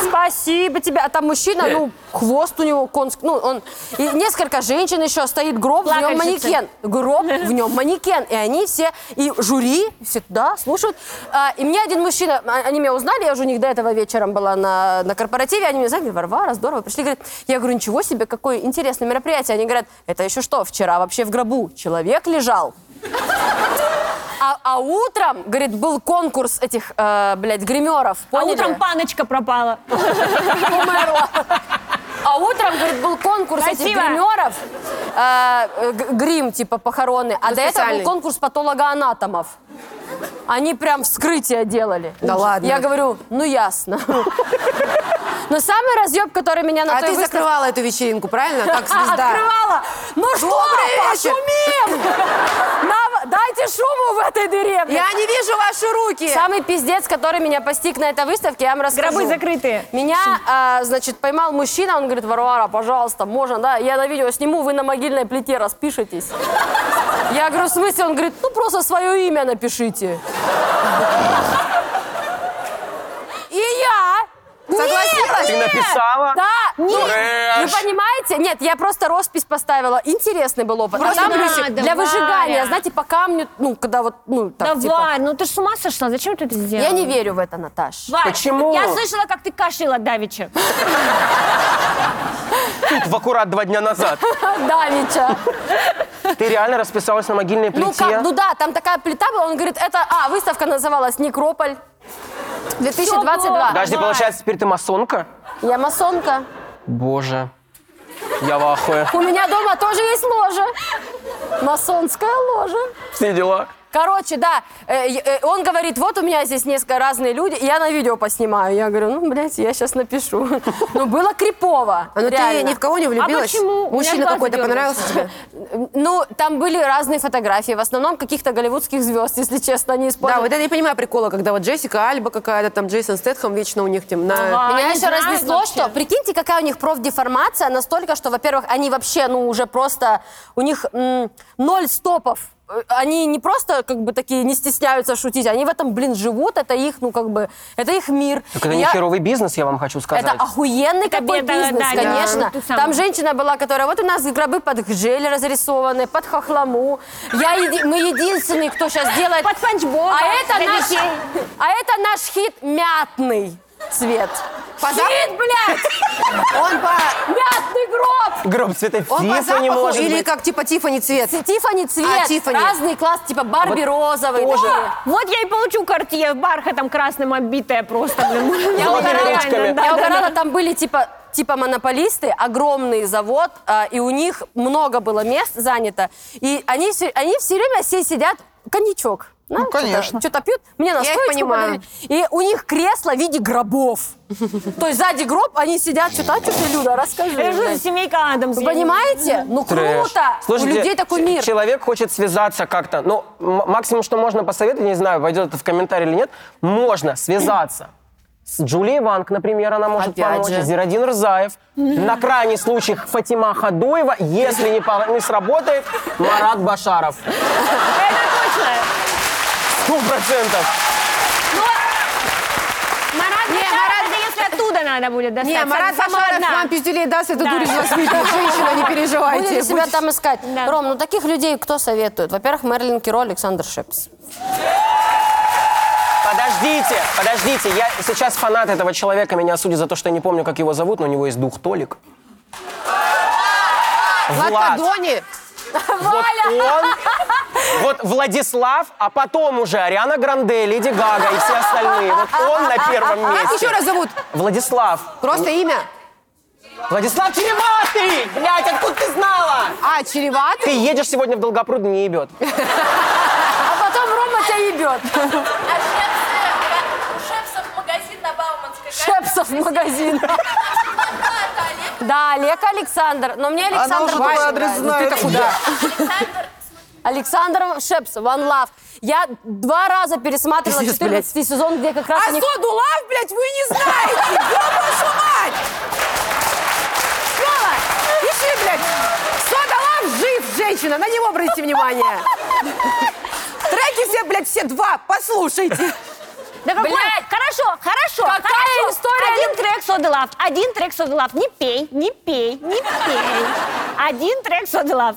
[SPEAKER 1] Спасибо тебе. А там мужчина, ну, хвост у него конск... Ну, он... И несколько женщин еще стоит гроб, в нем
[SPEAKER 6] Плакальщицы.
[SPEAKER 1] манекен. Гроб, в нем манекен. И они все, и жюри, все туда слушают. А, и мне один мужчина, а- они меня узнали, я уже у них до этого вечером была на, на корпоративе, они мне узнали, говорят, Варвара, здорово, пришли, говорят, я говорю, ничего себе, какое интересное мероприятие. Они говорят, это еще что, вчера вообще в гробу человек лежал. А, а утром, говорит, был конкурс этих, э, блядь, гримеров.
[SPEAKER 6] А
[SPEAKER 1] поняли?
[SPEAKER 6] утром паночка пропала.
[SPEAKER 1] Умерла. А утром, говорит, был конкурс этих
[SPEAKER 6] Красиво.
[SPEAKER 1] гримеров. Э, э, г- грим, типа, похороны. А до этого был
[SPEAKER 2] специальный.
[SPEAKER 1] конкурс патологоанатомов. Они прям вскрытие делали.
[SPEAKER 2] Да ладно.
[SPEAKER 1] Я говорю, ну ясно. Но самый разъеб, который меня на
[SPEAKER 2] А
[SPEAKER 1] той
[SPEAKER 2] ты
[SPEAKER 1] выставке-
[SPEAKER 2] закрывала эту вечеринку, правильно? Как звезда.
[SPEAKER 1] Открывала. Ну что,
[SPEAKER 2] Добрый вечер.
[SPEAKER 1] пошумим! На- Дайте шуму в этой деревне.
[SPEAKER 2] Я не вижу ваши руки.
[SPEAKER 1] Самый пиздец, который меня постиг на этой выставке, я вам расскажу.
[SPEAKER 6] Гробы закрытые.
[SPEAKER 1] Меня, а, значит, поймал мужчина, он говорит, Варвара, пожалуйста, можно, да? Я на видео сниму, вы на могильной плите распишитесь. Я говорю, в смысле? Он говорит, ну просто свое имя напишите. И я...
[SPEAKER 2] Согласилась?
[SPEAKER 7] Ты написала?
[SPEAKER 1] Да, нет,
[SPEAKER 7] Трэш.
[SPEAKER 1] вы понимаете? Нет, я просто роспись поставила. Интересный был опыт.
[SPEAKER 3] Просто
[SPEAKER 1] а там
[SPEAKER 3] надо,
[SPEAKER 1] плюсик для
[SPEAKER 3] Варя.
[SPEAKER 1] выжигания, знаете, по камню, ну, когда вот, ну, так,
[SPEAKER 6] Давай,
[SPEAKER 1] типа.
[SPEAKER 6] ну ты ж с ума сошла, зачем ты это сделала?
[SPEAKER 1] Я не верю в это, Наташ.
[SPEAKER 6] Варь,
[SPEAKER 7] Почему?
[SPEAKER 6] Я слышала, как ты кашляла давеча.
[SPEAKER 7] Тут в аккурат два дня назад.
[SPEAKER 1] Давича.
[SPEAKER 7] Ты реально расписалась на могильной
[SPEAKER 1] Ну,
[SPEAKER 7] плите?
[SPEAKER 1] как, ну да, там такая плита была, он говорит, это, а, выставка называлась «Некрополь». 2022.
[SPEAKER 7] Подожди, получается, теперь ты масонка?
[SPEAKER 1] Я масонка.
[SPEAKER 7] Боже. Я в ахуе.
[SPEAKER 1] У меня дома тоже есть ложа. Масонская ложа.
[SPEAKER 7] Все дела.
[SPEAKER 1] Короче, да, э, э, он говорит, вот у меня здесь несколько разные люди, я на видео поснимаю. Я говорю, ну, блядь, я сейчас напишу. Ну, было крипово,
[SPEAKER 2] А ну ты
[SPEAKER 1] реально.
[SPEAKER 2] ни в кого не влюбилась?
[SPEAKER 6] почему? У меня
[SPEAKER 2] Мужчина
[SPEAKER 6] глаз
[SPEAKER 2] какой-то
[SPEAKER 6] дёрнулся.
[SPEAKER 2] понравился тебе?
[SPEAKER 1] Ну, там были разные фотографии, в основном каких-то голливудских звезд, если честно, они
[SPEAKER 2] Да,
[SPEAKER 1] использовали.
[SPEAKER 2] вот я не понимаю прикола, когда вот Джессика Альба какая-то, там Джейсон Стэтхэм вечно у них там на...
[SPEAKER 6] Ага.
[SPEAKER 1] Меня
[SPEAKER 6] А, они
[SPEAKER 1] еще
[SPEAKER 6] знают
[SPEAKER 1] разнесло,
[SPEAKER 6] вообще.
[SPEAKER 1] что прикиньте, какая у них профдеформация настолько, что, во-первых, они вообще, ну, уже просто, у них м, ноль стопов. Э, Они не просто, как бы, такие не стесняются шутить, они в этом, блин, живут, это их, ну, как бы, это их мир.
[SPEAKER 7] Так это
[SPEAKER 1] И
[SPEAKER 7] не
[SPEAKER 1] я-
[SPEAKER 7] херовый бизнес, я вам хочу сказать.
[SPEAKER 1] Это охуенный
[SPEAKER 6] Это
[SPEAKER 1] какой
[SPEAKER 6] беда,
[SPEAKER 1] бизнес,
[SPEAKER 6] да, да.
[SPEAKER 1] конечно.
[SPEAKER 6] Ты сам.
[SPEAKER 1] Там женщина была, которая вот у нас гробы под гжель разрисованы, под хохлому. Я еди- мы единственные, кто сейчас делает.
[SPEAKER 6] Под панчбоба.
[SPEAKER 1] А это
[SPEAKER 6] для
[SPEAKER 1] наш,
[SPEAKER 6] детей.
[SPEAKER 1] а это наш хит мятный цвет. Хит, блядь!
[SPEAKER 2] Он по,
[SPEAKER 1] Мятный гроб!
[SPEAKER 7] Гроб цвета
[SPEAKER 2] он по
[SPEAKER 7] не
[SPEAKER 2] запаху
[SPEAKER 7] может
[SPEAKER 2] или
[SPEAKER 7] быть.
[SPEAKER 2] как типа Тиффани цвет?
[SPEAKER 1] Тифани цвет,
[SPEAKER 2] А, Тиффани.
[SPEAKER 1] разный класс, типа Барби розовый.
[SPEAKER 7] тоже.
[SPEAKER 1] Да.
[SPEAKER 6] Вот я и получу картье бархатом красным оббитая просто. блин.
[SPEAKER 1] Я
[SPEAKER 7] веревочками.
[SPEAKER 1] угорала,
[SPEAKER 6] Да,
[SPEAKER 1] я
[SPEAKER 6] да,
[SPEAKER 1] угорала,
[SPEAKER 6] да.
[SPEAKER 1] там были типа типа монополисты, огромный завод, а, и у них много было мест занято. И они все, они все время все сидят, коньячок.
[SPEAKER 4] Ну, конечно.
[SPEAKER 1] Что-то пьют, мне на
[SPEAKER 2] их понимаю.
[SPEAKER 1] И у них кресло в виде гробов. То есть сзади гроб, они сидят, что-то, а что ты, Люда, расскажи.
[SPEAKER 6] Это же
[SPEAKER 1] блядь».
[SPEAKER 6] семейка Адамс.
[SPEAKER 1] Вы понимаете? Ну
[SPEAKER 7] Трэш.
[SPEAKER 1] круто! У
[SPEAKER 7] Слушайте,
[SPEAKER 1] людей такой
[SPEAKER 7] ч-
[SPEAKER 1] мир.
[SPEAKER 7] Человек хочет связаться как-то. Ну, м- максимум, что можно посоветовать, не знаю, войдет это в комментарий или нет, можно связаться. С Джулией Ванг, например, она может
[SPEAKER 2] Опять
[SPEAKER 7] помочь.
[SPEAKER 2] же.
[SPEAKER 7] Зирадин Рзаев. На крайний случай Фатима Хадуева. Если не, по- не сработает, Марат Башаров.
[SPEAKER 6] Это точно.
[SPEAKER 7] Сто процентов.
[SPEAKER 6] Марат
[SPEAKER 2] Не,
[SPEAKER 6] Башаров,
[SPEAKER 2] Марат-
[SPEAKER 6] это если оттуда надо будет достать.
[SPEAKER 2] Не, Марат
[SPEAKER 6] сама
[SPEAKER 2] Башаров
[SPEAKER 6] одна.
[SPEAKER 2] вам пиздюлей даст, это
[SPEAKER 6] Да.
[SPEAKER 2] дурь из воспитанных женщина, не переживайте.
[SPEAKER 1] Будете себя
[SPEAKER 2] Будете-
[SPEAKER 1] там искать.
[SPEAKER 6] Да.
[SPEAKER 1] Ром, ну таких людей кто советует? Во-первых, Мерлин Киро, Александр Шепс.
[SPEAKER 7] Подождите, подождите. Я сейчас фанат этого человека меня судит за то, что я не помню, как его зовут, но у него есть дух Толик. Влад.
[SPEAKER 2] Лакадони.
[SPEAKER 7] Вот он Вот Владислав, а потом уже Ариана Гранде, Леди Гага и все остальные. Вот он на первом месте.
[SPEAKER 2] А Как еще раз зовут?
[SPEAKER 7] Владислав.
[SPEAKER 2] Просто имя?
[SPEAKER 7] Владислав Череватый! Блядь, откуда ты знала?
[SPEAKER 2] А, Череват,
[SPEAKER 7] Ты едешь сегодня в Долгопруд, не ебет.
[SPEAKER 2] а потом Рома тебя ебет.
[SPEAKER 9] А Шепсов, Шепсов магазин на Бауманской.
[SPEAKER 1] Шепсов магазин.
[SPEAKER 9] Это Олег
[SPEAKER 1] Да, Олег Александр. Но мне
[SPEAKER 4] Она
[SPEAKER 1] Александр Ну
[SPEAKER 4] уже твой
[SPEAKER 1] больше
[SPEAKER 4] адрес
[SPEAKER 1] нравится.
[SPEAKER 4] знает.
[SPEAKER 9] Александр.
[SPEAKER 1] Александр Шепс, One Love. Я два раза пересматривала
[SPEAKER 2] Пиздец, блядь.
[SPEAKER 1] 14 сезон, где как раз
[SPEAKER 2] А
[SPEAKER 1] они...
[SPEAKER 2] Соду Лав, блядь, вы не знаете! Ёб вашу мать! Слава, ищи, блядь! Сода Лав жив, женщина, на него обратите внимание! Треки все, блядь, все два, послушайте!
[SPEAKER 6] Да какой?
[SPEAKER 1] Блядь.
[SPEAKER 6] Хорошо, хорошо,
[SPEAKER 1] Какая
[SPEAKER 6] хорошо.
[SPEAKER 1] история?
[SPEAKER 6] Один трек Соды Лав, один трек Соды Лав. Не пей, не пей, не пей. Один трек Соды Лав.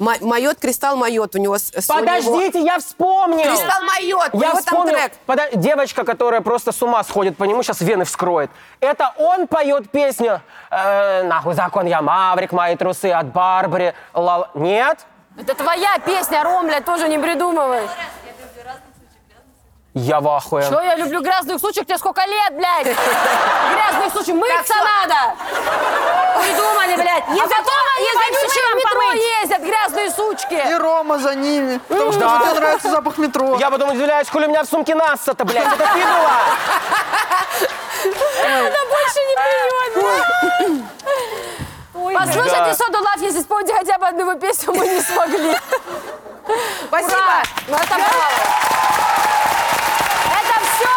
[SPEAKER 2] М- майот, кристалл майот у него. с- с- у него-
[SPEAKER 7] Подождите, я вспомнил!
[SPEAKER 2] Кристалл майот, у
[SPEAKER 7] Я
[SPEAKER 2] него там
[SPEAKER 7] вспомнил.
[SPEAKER 2] трек.
[SPEAKER 7] Пода- Девочка, которая просто с ума сходит по нему, сейчас вены вскроет. Это он поет песню э, «Нахуй закон, я маврик, мои трусы от Барбари». лал-». Нет?
[SPEAKER 1] Это твоя песня, Ромля, тоже не придумывай.
[SPEAKER 7] Я в ахуе.
[SPEAKER 1] Что я люблю грязных сучек, тебе сколько лет, блядь? Грязных сучек, мыться надо! Придумали, блядь. И потом они вонючие в метро ездят, грязные
[SPEAKER 4] И
[SPEAKER 1] сучки.
[SPEAKER 4] Рома за ними. Потому что
[SPEAKER 7] Да.
[SPEAKER 4] ему тебе нравится запах метро.
[SPEAKER 7] Я потом удивляюсь, хули у меня в сумке Насса-то, блядь, это ты была?
[SPEAKER 1] Она больше не пьет, блядь. Послушайте,
[SPEAKER 7] Да.
[SPEAKER 1] Соду Лав, если вспомнить хотя бы одну его песню, мы не смогли.
[SPEAKER 2] Спасибо!
[SPEAKER 1] Ура! Ну это правда. Это все.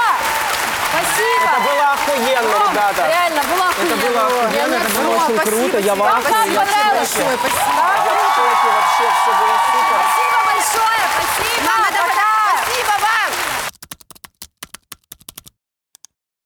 [SPEAKER 7] Это
[SPEAKER 1] Спасибо.
[SPEAKER 7] было охуенно, ребята.
[SPEAKER 1] Реально, было
[SPEAKER 7] Это было охуенно, это было
[SPEAKER 2] О,
[SPEAKER 7] очень
[SPEAKER 2] спасибо
[SPEAKER 7] круто,
[SPEAKER 2] тебе.
[SPEAKER 7] я в ахуе.
[SPEAKER 1] Вам
[SPEAKER 2] Спасибо тебе
[SPEAKER 1] понравилось?
[SPEAKER 2] большое, спасибо.
[SPEAKER 7] А Вообще все было супер.
[SPEAKER 1] Спасибо большое, спасибо.
[SPEAKER 2] Мама, давай,
[SPEAKER 1] Пока.